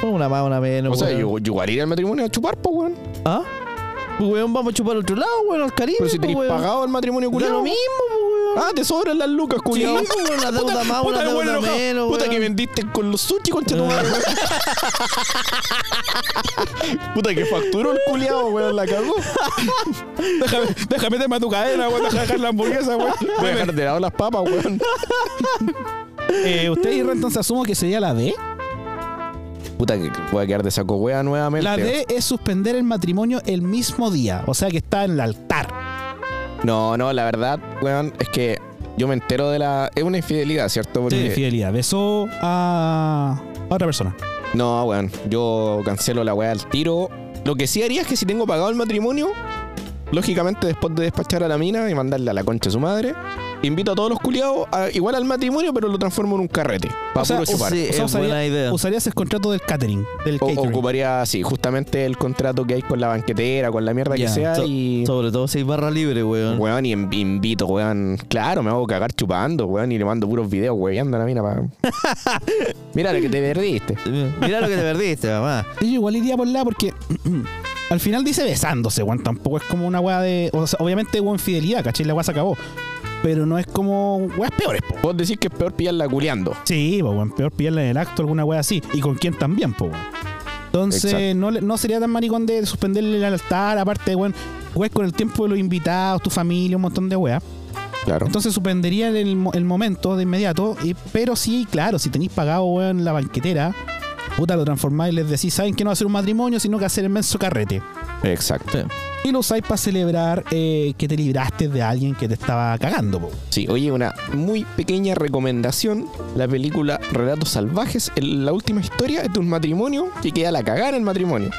Speaker 2: Sí. Una más, una menos.
Speaker 3: o sea,
Speaker 2: weón.
Speaker 3: yo, yo igual iría al matrimonio a chupar, po, weón.
Speaker 2: ¿Ah? Pues, weón, vamos a chupar al otro lado, weón, al Caribe.
Speaker 3: Pero si
Speaker 2: pues,
Speaker 3: tenéis
Speaker 2: weón.
Speaker 3: pagado el matrimonio
Speaker 2: Da
Speaker 3: culiado.
Speaker 2: lo mismo, pues,
Speaker 3: Ah, te sobran las lucas,
Speaker 2: Sí,
Speaker 3: culiao. Ah,
Speaker 2: pues, una deuda más,
Speaker 3: Puta,
Speaker 2: una
Speaker 3: el weón
Speaker 2: deuda
Speaker 3: enojado.
Speaker 2: menos.
Speaker 3: Puta
Speaker 2: weón. eh,
Speaker 3: que vendiste con los sushi, concha tu madre. Puta que facturó el culiao, weón, la cagó.
Speaker 1: Déjame, déjame meterme a tu cadena, weón. Déjame dejar la hamburguesa, weón.
Speaker 3: Voy a dejar de lado las papas, weón.
Speaker 1: Eh, ¿Usted, Irra, entonces asumo que sería la D?
Speaker 3: Puta que voy a quedar de saco wea nuevamente.
Speaker 1: La D es suspender el matrimonio el mismo día. O sea que está en el altar.
Speaker 3: No, no, la verdad, weón, es que yo me entero de la. Es una infidelidad, ¿cierto?
Speaker 1: Sí,
Speaker 3: Porque-
Speaker 1: de fidelidad. Besó a, a otra persona.
Speaker 3: No, weón. Yo cancelo la weá al tiro. Lo que sí haría es que si tengo pagado el matrimonio, lógicamente después de despachar a la mina y mandarle a la concha de su madre, invito a todos los culiados a- igual al matrimonio, pero lo transformo en un carrete. Para
Speaker 1: O sea,
Speaker 3: puro chupar.
Speaker 2: Sí,
Speaker 1: O sea,
Speaker 2: es
Speaker 1: usaría-
Speaker 2: buena idea.
Speaker 1: Usarías el contrato del catering, del
Speaker 3: O-
Speaker 1: catering.
Speaker 3: ocuparía, sí, justamente el contrato que hay con la banquetera, con la mierda
Speaker 1: Ya,
Speaker 3: que sea
Speaker 2: so-
Speaker 3: y.
Speaker 2: Sobre todo si hay barra libre, weón.
Speaker 3: Weón, y en- invito, weón. Claro, me hago cagar chupando, weón, y le mando puros videos, weón, a la mina para. Mira lo que te perdiste.
Speaker 2: Mira lo que te perdiste, mamá.
Speaker 1: Yo igual iría por la porque al final dice besándose, weón. Tampoco es como una weá de. O sea, obviamente hubo infidelidad, ¿cachai? La weá se acabó. Pero no es como weas peores, po.
Speaker 3: Vos decís que es peor pillarla culeando.
Speaker 1: Sí, po, weón. Peor pillarla en el acto, alguna weá así. Y con quién también, po, weón. Entonces,
Speaker 3: Exacto.
Speaker 1: no, le- no sería tan maricón de suspenderle el altar, aparte, weón. Weón, con el tiempo de los invitados, tu familia, un montón de weas.
Speaker 3: Claro.
Speaker 1: Entonces suspendería el, mo- el momento de inmediato, y- pero sí, claro, si tenéis pagado weón, la banquetera, puta, lo transformáis y les decís, saben que no va a ser un matrimonio, sino que va a ser inmenso carrete.
Speaker 3: Exacto.
Speaker 1: Y lo usáis para celebrar eh, que te libraste de alguien que te estaba cagando. po.
Speaker 3: Sí, oye, una muy pequeña recomendación. La película Relatos Salvajes, el- la última historia es de un matrimonio que queda la cagada en el matrimonio.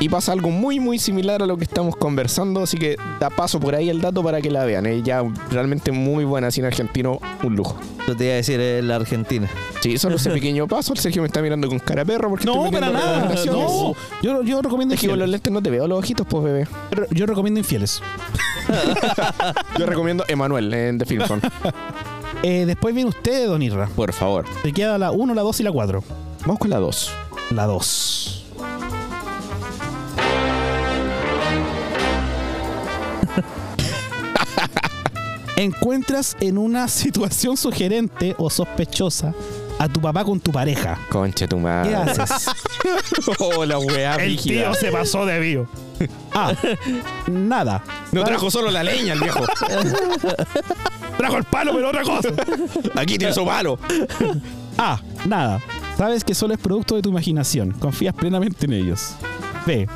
Speaker 3: Y pasa algo muy, muy similar a lo que estamos conversando, así que da paso por ahí el dato para que la vean. Es ya realmente muy buena, cine argentino, un lujo.
Speaker 2: Yo te iba a decir, es la Argentina.
Speaker 3: Sí, solo ese pequeño paso. El Sergio me está mirando con cara de perro porque
Speaker 1: No,
Speaker 3: estoy
Speaker 1: para
Speaker 3: metiendo
Speaker 1: nada.
Speaker 3: recomendaciones.
Speaker 1: No, yo, yo recomiendo
Speaker 3: Es que con los
Speaker 1: infieles.
Speaker 3: lentes no te veo los ojitos, pues, bebé.
Speaker 1: Yo- Yo recomiendo infieles.
Speaker 3: Yo recomiendo Emanuel en The Film Zone.
Speaker 1: Eh, después viene usted, Don Irra.
Speaker 3: Por favor.
Speaker 1: Te queda la 1, la 2 y la 4.
Speaker 3: Vamos con la 2.
Speaker 1: La 2. Encuentras en una situación sugerente o sospechosa a tu papá con tu pareja.
Speaker 3: Conche tu madre.
Speaker 1: ¿Qué haces?
Speaker 3: Oh, la weá brígida.
Speaker 1: se pasó de vivo. A. Ah, Nada.
Speaker 3: No trajo solo la leña el viejo.
Speaker 1: Trajo el palo, pero otra cosa.
Speaker 3: Aquí tiene su palo.
Speaker 1: A. Ah, Nada. Sabes que solo es producto de tu imaginación. Confías plenamente en ellos. B.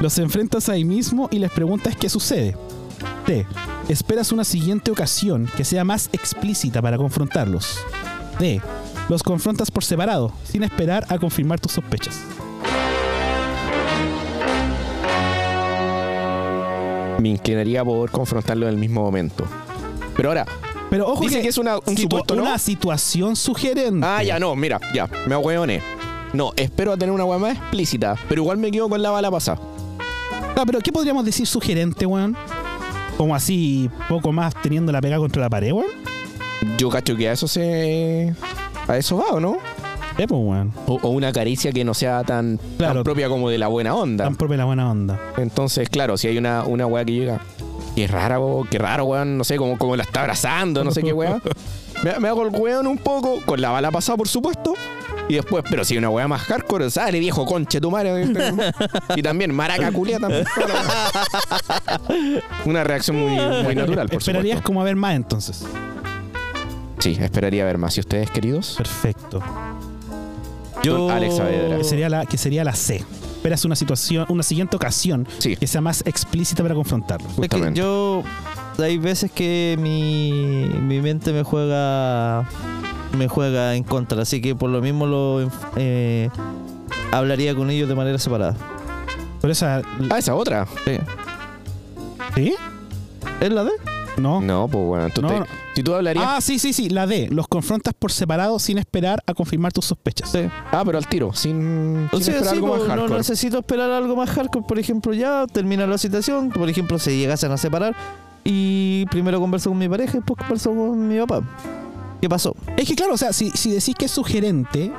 Speaker 1: Los enfrentas ahí mismo y les preguntas qué sucede. T. Esperas una siguiente ocasión que sea más explícita para confrontarlos. D. Los confrontas por separado, sin esperar a confirmar tus sospechas.
Speaker 3: Me inclinaría por confrontarlo en el mismo momento. Pero ahora,
Speaker 1: Pero ojo
Speaker 3: dice que es una, un
Speaker 1: situa-
Speaker 3: supuesto, ¿no?
Speaker 1: una situación sugerente.
Speaker 3: Ah, ya no, mira, ya, me ahueoné. No, espero a tener una weá más explícita, pero igual me quedo con la bala pasada.
Speaker 1: Ah, pero ¿qué podríamos decir sugerente, weón? Como así, poco más teniendo la pegada contra la pared, weón.
Speaker 3: Yo cacho que a eso se. A eso va, ¿o no?
Speaker 1: Eh, pues, weón.
Speaker 3: O, o una caricia que no sea tan, tan
Speaker 1: Claro.
Speaker 3: propia como de la buena onda.
Speaker 1: Tan propia la buena onda.
Speaker 3: Entonces, claro, si hay una, una weá que llega. Qué rara, bo- qué raro, weón. No sé, como, como la está abrazando, no sé qué weá. Me, me hago el weón un poco, con la bala pasada, por supuesto. Y después, pero si hay una weá más hardcore, sale viejo conche tu madre. este Y también maraca culia también. toda la weá. Una reacción muy, muy natural, por
Speaker 1: Esperarías
Speaker 3: supuesto.
Speaker 1: como a ver más entonces.
Speaker 3: Sí, esperaría ver más. ¿Y ustedes, queridos?
Speaker 1: Perfecto.
Speaker 3: Don Alex Saavedra.
Speaker 1: Que sería la, que sería la C. Esperas una situación, una siguiente ocasión
Speaker 3: Sí,
Speaker 1: que sea más explícita para confrontarlo.
Speaker 2: Es que
Speaker 3: justamente.
Speaker 2: yo. Hay veces que mi, mi mente me juega. Me juega en contra. Así que por lo mismo lo. eh, hablaría con ellos de manera separada.
Speaker 1: Por esa.
Speaker 3: Ah, esa otra.
Speaker 2: Sí.
Speaker 1: ¿Sí?
Speaker 2: ¿Es la D?
Speaker 1: No.
Speaker 3: No, pues bueno. tú
Speaker 1: No,
Speaker 3: te-
Speaker 1: no.
Speaker 3: Si tú hablarías.
Speaker 1: Ah, sí, sí, sí. La D. Los confrontas por separado sin esperar a confirmar tus sospechas.
Speaker 2: Sí.
Speaker 3: Ah, pero al tiro, sin,
Speaker 2: O
Speaker 3: sin
Speaker 2: sea,
Speaker 3: esperar
Speaker 2: sí,
Speaker 3: algo más
Speaker 2: pues, no
Speaker 3: hardcore.
Speaker 2: necesito esperar algo más hardcore. Por ejemplo, ya termina la situación. Por ejemplo, se llegasen a separar. Y primero converso con mi pareja y después converso con mi papá. ¿Qué pasó?
Speaker 1: Es que claro, o sea, si, si decís que es sugerente,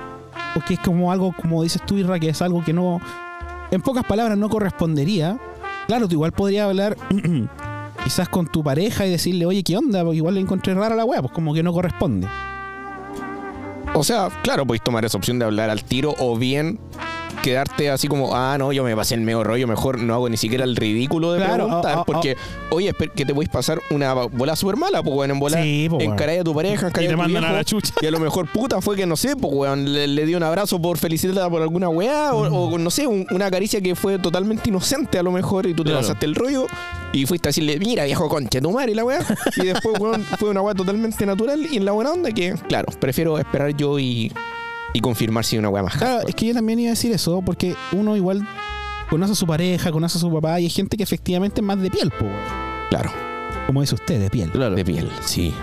Speaker 1: o que es como algo, como dices tú, Irra, que es algo que no, en pocas palabras, no correspondería, claro, tú igual podrías hablar quizás con tu pareja y decirle, oye, ¿qué onda? Porque igual le encontré rara la weá, pues como que no corresponde.
Speaker 3: O sea, claro, podéis tomar esa opción de hablar al tiro o bien quedarte así como, ah, no, yo me pasé el medio rollo, mejor no hago ni siquiera el ridículo de
Speaker 1: Claro, ah,
Speaker 3: preguntar,
Speaker 1: o- o-
Speaker 3: porque, oye, esper- que te podéis pasar una bola súper mala, pues, weón, en bola,
Speaker 1: Sí, po, weón.
Speaker 3: encaráis a tu pareja, encaráis
Speaker 1: te
Speaker 3: a tu
Speaker 1: mandan a
Speaker 3: viejo,
Speaker 1: la chucha.
Speaker 3: y a lo mejor, puta, fue que, no sé, pues, weón, le, le di un abrazo por felicitarla por alguna weá, o,
Speaker 2: Mm.
Speaker 3: o, no sé, un- una caricia que fue totalmente inocente a lo mejor, y tú
Speaker 2: Claro.
Speaker 3: te pasaste el rollo, y fuiste a decirle, mira, viejo conche, tu madre, y la weá, y después, weón, fue una weá totalmente natural, y en la buena onda que, claro, prefiero esperar yo y... Y confirmar si es una weá más cara.
Speaker 1: Claro, es que yo también iba a decir eso, porque uno igual conoce a su pareja, conoce a su papá, y hay gente que efectivamente es más de piel, po, weón.
Speaker 3: Claro.
Speaker 1: Como dice usted, de piel.
Speaker 2: Claro.
Speaker 3: De piel, sí.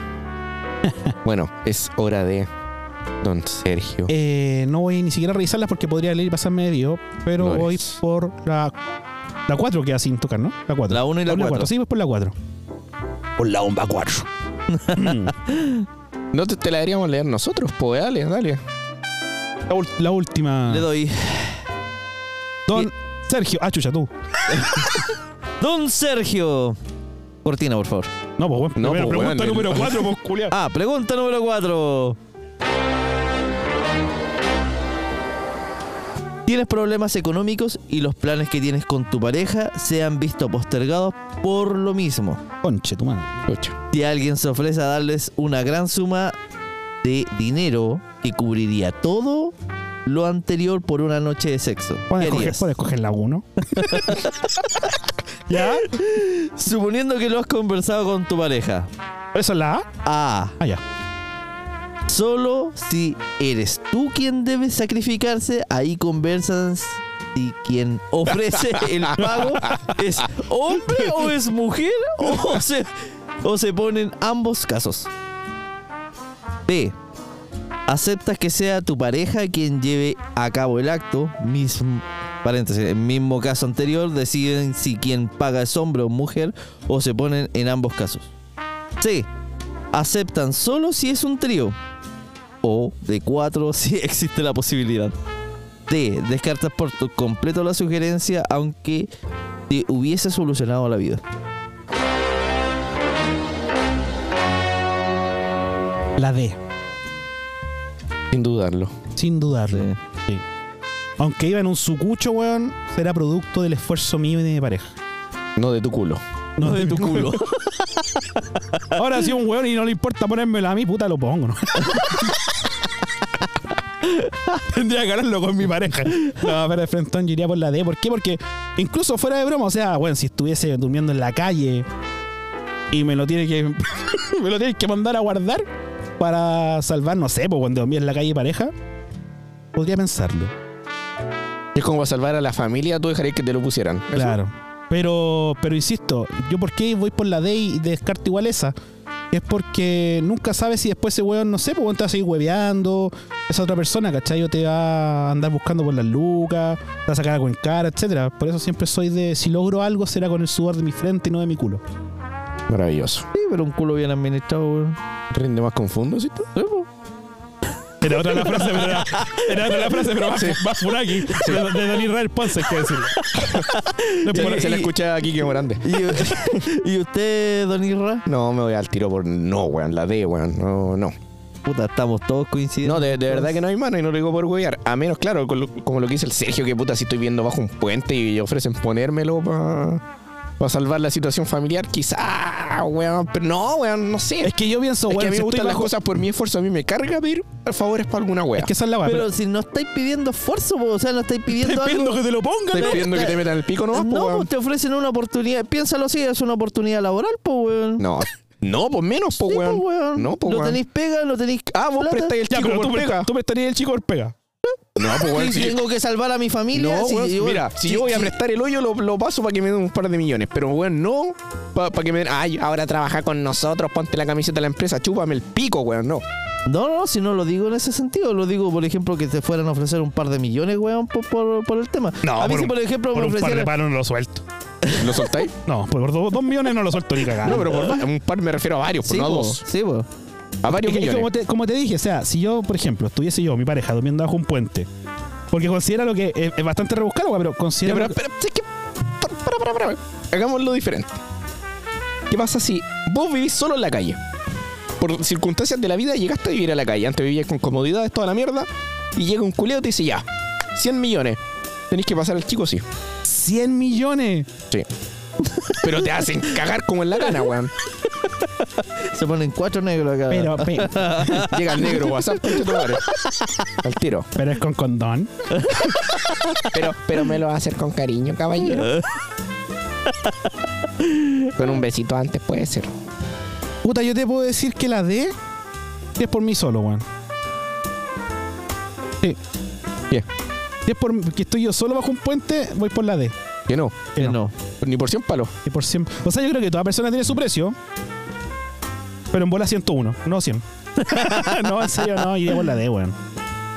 Speaker 3: bueno, es hora de Don Sergio.
Speaker 1: Eh, no voy ni siquiera a revisarlas porque podría leer y pasarme de vivo, pero
Speaker 3: No
Speaker 1: voy
Speaker 3: es.
Speaker 1: por la, la 4 queda sin tocar, ¿no? La 4.
Speaker 2: La uno y la cuatro.
Speaker 1: Sí, voy por la 4.
Speaker 3: Por la bomba 4. No te, te la deberíamos leer nosotros, pues dale, dale.
Speaker 1: La, ul- la última.
Speaker 2: Le doy.
Speaker 1: Don Sergio. Ah, chucha, tú.
Speaker 2: Don Sergio. Cortina, por favor.
Speaker 1: No, pues bueno.
Speaker 3: No,
Speaker 1: primera
Speaker 3: pues,
Speaker 1: pregunta
Speaker 3: weón, el-
Speaker 1: número 4, pues culiao.
Speaker 2: Ah, pregunta número 4. ¿Tienes problemas económicos y los planes que tienes con tu pareja se han visto postergados por lo mismo?
Speaker 1: Conche, tu madre.
Speaker 3: Chucha.
Speaker 2: Si alguien se ofrece a darles una gran suma de dinero que cubriría todo lo anterior por una noche de sexo, ¿qué
Speaker 1: Puedes coger,
Speaker 2: harías?
Speaker 1: puedes coger la 1. ¿Ya?
Speaker 2: Suponiendo que lo has conversado con tu pareja.
Speaker 1: ¿Eso es la A?
Speaker 2: A.
Speaker 1: Ah, ya.
Speaker 2: Solo si eres tú quien debe sacrificarse, ahí conversas si quien ofrece el pago es hombre o es mujer o se, o se ponen ambos casos. B. Aceptas que sea tu pareja quien lleve a cabo el acto, mismo, paréntesis, en mismo caso anterior, deciden si quien paga es hombre o mujer o se ponen en ambos casos. C. Aceptan solo si es un trío o de 4 si existe la posibilidad. D. Descartas por tu- completo la sugerencia aunque te hubiese solucionado la vida.
Speaker 1: La D.
Speaker 3: Sin dudarlo.
Speaker 1: Sin dudarlo. Sí. Aunque iba en un sucucho, weón, será producto del esfuerzo mío y de mi pareja.
Speaker 3: No de tu culo.
Speaker 1: No de tu culo. Ahora si un weón y no le importa ponérmela a mí, puta, lo pongo, ¿no? Tendría que hablarlo con mi pareja. No, pero de Frenton yo iría por la D. ¿Por qué? Porque incluso fuera de broma, o sea, bueno, si estuviese durmiendo en la calle y me lo tiene que me lo tienes que mandar a guardar para salvar, no sé, pues cuando dormía en la calle pareja, podría pensarlo.
Speaker 3: Es como para salvar a la familia, tú dejarías que te lo pusieran. ¿Eso?
Speaker 1: Claro. Pero, pero insisto, yo por qué voy por la D y descarto igual esa. Es porque nunca sabes si después ese weón, no sé, pues weón te va a seguir hueveando, esa otra persona, ¿cachai? O te va a andar buscando por las lucas, te va a sacar algo en cara, etcétera. Por eso siempre soy de si logro algo será con el sudor de mi frente y no de mi culo.
Speaker 3: Maravilloso.
Speaker 2: Sí, pero un culo bien administrado, weón.
Speaker 3: Rinde más confundo, ¿sí? tú?
Speaker 1: Era otra la frase, pero era, otra la frase, pero más, aquí. De, Dani Israel Ponce, hay que decirlo.
Speaker 3: Ya, Se la escucha aquí que grande.
Speaker 2: ¿Y, y usted, Don Irra?
Speaker 3: No, me voy al tiro por no, weón, la D, weón. No, no.
Speaker 2: Puta, estamos todos coincidiendo.
Speaker 3: No, de, de verdad que no hay mano y no lo digo por huevear. A menos, claro, con lo- como lo que dice el Sergio, que puta, si estoy viendo bajo un puente y ofrecen ponérmelo para salvar la situación familiar, quizá, weón. Pero no, weón, no sé.
Speaker 1: Es
Speaker 3: Es
Speaker 1: que yo pienso,
Speaker 3: que
Speaker 1: weón,
Speaker 3: a mí
Speaker 1: si estoy
Speaker 3: me gustan las
Speaker 1: bajo-
Speaker 3: cosas por mi esfuerzo. A mí me carga pedir favores para alguna weá.
Speaker 1: Es que esa es la weá,
Speaker 2: Pero si no estáis pidiendo esfuerzo, po, o sea, no estáis pidiendo
Speaker 1: Estoy
Speaker 2: algo.
Speaker 1: pidiendo que te lo pongan.
Speaker 3: Estoy pidiendo que te metan el pico, eh, ¿no?
Speaker 2: No,
Speaker 3: po,
Speaker 2: pues
Speaker 3: weón.
Speaker 2: te ofrecen una oportunidad. Piénsalo así, es una oportunidad laboral, po, weón.
Speaker 3: No, no, pues menos, pues
Speaker 2: Sí, po,
Speaker 3: weón.
Speaker 2: weón.
Speaker 3: No, pues
Speaker 2: No
Speaker 3: weón.
Speaker 2: tenéis pega, no tenéis.
Speaker 3: Ah, vos
Speaker 2: plata.
Speaker 3: prestáis el
Speaker 1: Ya,
Speaker 3: chico
Speaker 1: pero
Speaker 3: por
Speaker 1: tú,
Speaker 3: pega.
Speaker 1: me estarías el chico por pega.
Speaker 3: No, pues weón.
Speaker 2: Si
Speaker 3: sí.
Speaker 2: tengo que salvar a mi familia.
Speaker 3: No,
Speaker 2: si-
Speaker 3: weón,
Speaker 2: bueno,
Speaker 3: mira, si yo voy a
Speaker 2: si-
Speaker 3: prestar el hoyo, lo, lo paso para que me den un par de millones. Pero, weón, no para que me den. Ay, ahora trabaja con nosotros, ponte la camiseta de la empresa, chúpame el pico, weón, no.
Speaker 2: No, no, si no lo digo en ese sentido, lo digo, por ejemplo, que te fueran a ofrecer un par de millones, weón, por, por- por el tema.
Speaker 1: No,
Speaker 2: a mí
Speaker 1: por
Speaker 2: si,
Speaker 1: un-
Speaker 2: por ejemplo,
Speaker 1: Por
Speaker 2: me
Speaker 1: un par de
Speaker 2: ofrecieran...
Speaker 1: palos no lo suelto.
Speaker 3: ¿Lo soltáis?
Speaker 1: No, por dos, dos millones no lo suelto ni cagando.
Speaker 3: no, pero por un par me refiero a varios,
Speaker 2: Sí,
Speaker 3: por no a
Speaker 2: po,
Speaker 3: dos.
Speaker 2: sí, po.
Speaker 3: A varios
Speaker 1: Es que
Speaker 3: millones.
Speaker 1: como, te, como te dije, o sea, si yo, por ejemplo, estuviese yo, mi pareja, durmiendo bajo un puente, porque considera lo que es, es bastante rebuscado, weón, pero
Speaker 3: Ya,
Speaker 1: considera.
Speaker 3: pero,
Speaker 1: lo que-
Speaker 3: espera, es que. Para, para, para, para. Hagámoslo diferente. ¿Qué pasa si vos vivís solo en la calle? Por circunstancias de la vida llegaste a vivir a la calle. Antes vivías con comodidades, toda la mierda. Y llega un culeo y te dice, ya, 100 millones. Tenés que pasar al chico, sí.
Speaker 1: 100 millones.
Speaker 3: Sí. Pero te hacen cagar como en la gana, weón.
Speaker 2: Se ponen cuatro negros acá. Eh,
Speaker 1: Pero, pe-
Speaker 3: Llega el negro, WhatsApp, concha tu madre. Al tiro.
Speaker 1: pero es con condón.
Speaker 3: Pero, pero me lo va a hacer con cariño, caballero. Con un besito antes puede ser.
Speaker 1: Puta, yo te puedo decir que la D es por mí solo, weón. Sí.
Speaker 3: Bien.
Speaker 1: Si es por que estoy yo solo bajo un puente, voy por la D.
Speaker 3: Que no,
Speaker 1: Que
Speaker 2: Que
Speaker 1: no.
Speaker 2: no.
Speaker 3: ni por 100 palos.
Speaker 1: Y por cien- O sea, yo creo que toda persona tiene su precio. Pero en bola 101, no 100. no, en serio, no, yo iría por la D, weón.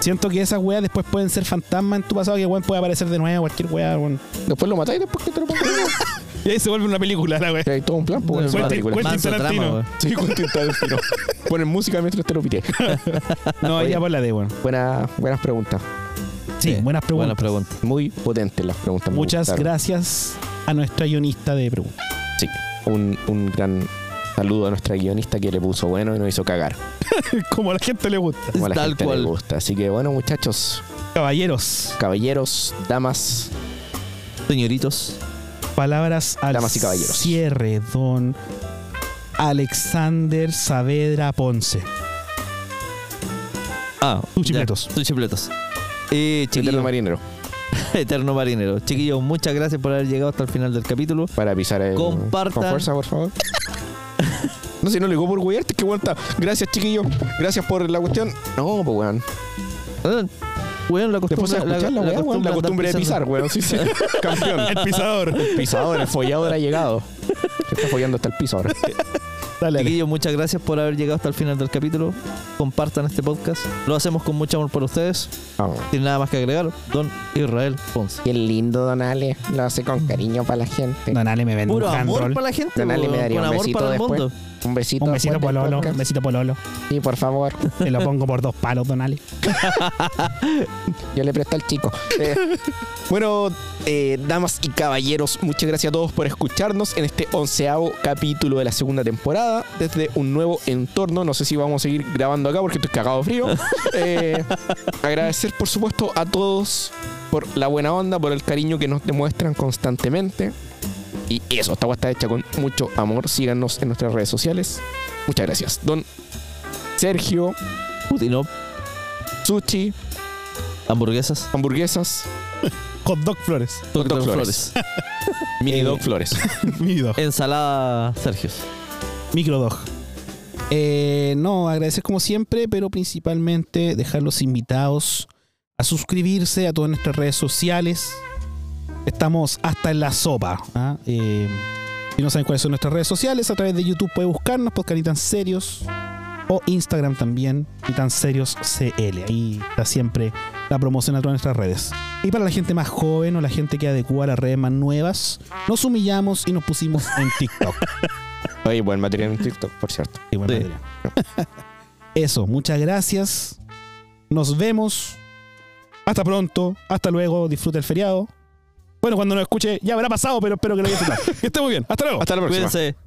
Speaker 1: Siento que esas weas después pueden ser fantasmas en tu pasado, que weón puede aparecer de nuevo, cualquier wea, weón.
Speaker 3: Después lo matáis, después que te lo pongas.
Speaker 1: Y ahí se vuelve una película, la wea.
Speaker 3: Hay todo un plan, pues.
Speaker 1: Cuente-
Speaker 3: película.
Speaker 1: cuente-
Speaker 2: Manso
Speaker 1: Tarantino.
Speaker 2: trama, weón.
Speaker 3: Sí, con Tarantino. Ponen música mientras te lo pité.
Speaker 1: No,
Speaker 3: Oye.
Speaker 1: iría por la D, weón.
Speaker 3: Buena, buenas preguntas.
Speaker 1: Sí, buenas preguntas.
Speaker 2: Buenas preguntas.
Speaker 3: Muy potentes las preguntas. me
Speaker 1: Muchas
Speaker 3: gustaron.
Speaker 1: gracias a nuestra guionista de preguntas.
Speaker 3: Sí, un, un gran saludo a nuestra guionista que le puso bueno y nos hizo cagar.
Speaker 1: Como a la gente le gusta.
Speaker 3: Como a la
Speaker 2: Tal
Speaker 3: gente
Speaker 2: cual.
Speaker 3: le gusta. Así que bueno, muchachos,
Speaker 1: Caballeros,
Speaker 3: caballeros, damas,
Speaker 2: Señoritos.
Speaker 1: palabras al
Speaker 3: Damas y caballeros.
Speaker 1: cierre, don Alexander Saavedra Ponce.
Speaker 2: Ah,
Speaker 1: Tus
Speaker 2: ya.
Speaker 1: chipletos.
Speaker 2: Tus chipletos. Eh,
Speaker 3: Eterno
Speaker 2: chiquillos,
Speaker 3: Marinero,
Speaker 2: Eterno Marinero. Chiquillos, muchas gracias por haber llegado hasta el final del capítulo.
Speaker 3: para pisar el.
Speaker 2: Compartan.
Speaker 3: Con fuerza, por favor. No, si no le digo por weyarte, que aguanta. Gracias, chiquillo. Gracias por la cuestión. No, pues, weón.
Speaker 2: Ah, Weón, la
Speaker 3: Después
Speaker 2: costumbre,
Speaker 3: se va a escuchar la, weá, weón. La
Speaker 2: andar
Speaker 3: costumbre de pisar,
Speaker 2: pisando.
Speaker 3: weón. Sí, sí. Campeón.
Speaker 1: El pisador.
Speaker 3: Pisador, el follador ha llegado. Se está follando hasta el piso ahora.
Speaker 1: Dale, Ale.
Speaker 2: Chiquillos, muchas gracias por haber llegado hasta el final del capítulo. Compartan este podcast. Lo hacemos con mucho amor por ustedes.
Speaker 3: Vamos.
Speaker 2: Sin nada más que agregar, Don Israel Ponce.
Speaker 4: Qué lindo, Donale. Lo hace con cariño para la gente.
Speaker 1: Don Ale me vende
Speaker 2: Puro
Speaker 1: un
Speaker 2: amor
Speaker 1: handroll.
Speaker 2: para la gente,
Speaker 4: Don Ali me
Speaker 2: weón,
Speaker 4: daría
Speaker 2: con
Speaker 4: un
Speaker 2: amor
Speaker 4: besito
Speaker 2: para
Speaker 4: después.
Speaker 2: el mundo.
Speaker 4: Un besito.
Speaker 1: Un besito
Speaker 4: después del
Speaker 1: pololo, un
Speaker 4: podcast.
Speaker 1: besito pololo.
Speaker 4: Sí, por favor.
Speaker 1: Te lo pongo por dos palos, Don Ale.
Speaker 4: Yo le presto al chico.
Speaker 3: Eh, bueno, eh, damas y caballeros, muchas gracias a todos por escucharnos en este onceavo capítulo de la segunda temporada, desde un nuevo entorno. No sé si vamos a seguir grabando acá porque estoy cagado de frío. Eh, agradecer, por supuesto, a todos por la buena onda, por el cariño que nos demuestran constantemente. Y eso, esta agua está hecha con mucho amor. Síganos en nuestras redes sociales. Muchas gracias. Don Sergio,
Speaker 2: Putinop,
Speaker 3: Sushi,
Speaker 2: hamburguesas,
Speaker 3: hamburguesas,
Speaker 1: Hot dog flores.
Speaker 2: Dr.
Speaker 3: Dr.
Speaker 2: Flores.
Speaker 3: mini
Speaker 2: Eh,
Speaker 3: dog flores.
Speaker 1: Mi dog.
Speaker 2: ensalada Sergio.
Speaker 1: Micro dog. Eh, no, agradecer como siempre, pero principalmente dejarlos invitados a suscribirse a todas nuestras redes sociales. Estamos hasta en la sopa. ¿ah? Eh, si no saben cuáles son nuestras redes sociales, a través de YouTube puede buscarnos, podcast ni tan serios. O Instagram también, ni tan serios CL. Ahí está siempre la promoción a todas nuestras redes. Y para la gente más joven o la gente que adecua las redes más nuevas, nos humillamos y nos pusimos en TikTok.
Speaker 3: Oye, buen material en TikTok, por cierto.
Speaker 1: Sí, buen
Speaker 2: Sí.
Speaker 1: material. Eso, muchas gracias. Nos vemos. Hasta pronto. Hasta luego. Disfruta el feriado. Bueno, cuando nos escuche ya habrá pasado, pero espero que lo haya disfrutado. que esté muy bien. Hasta luego.
Speaker 3: Hasta la próxima.
Speaker 2: Cuídense.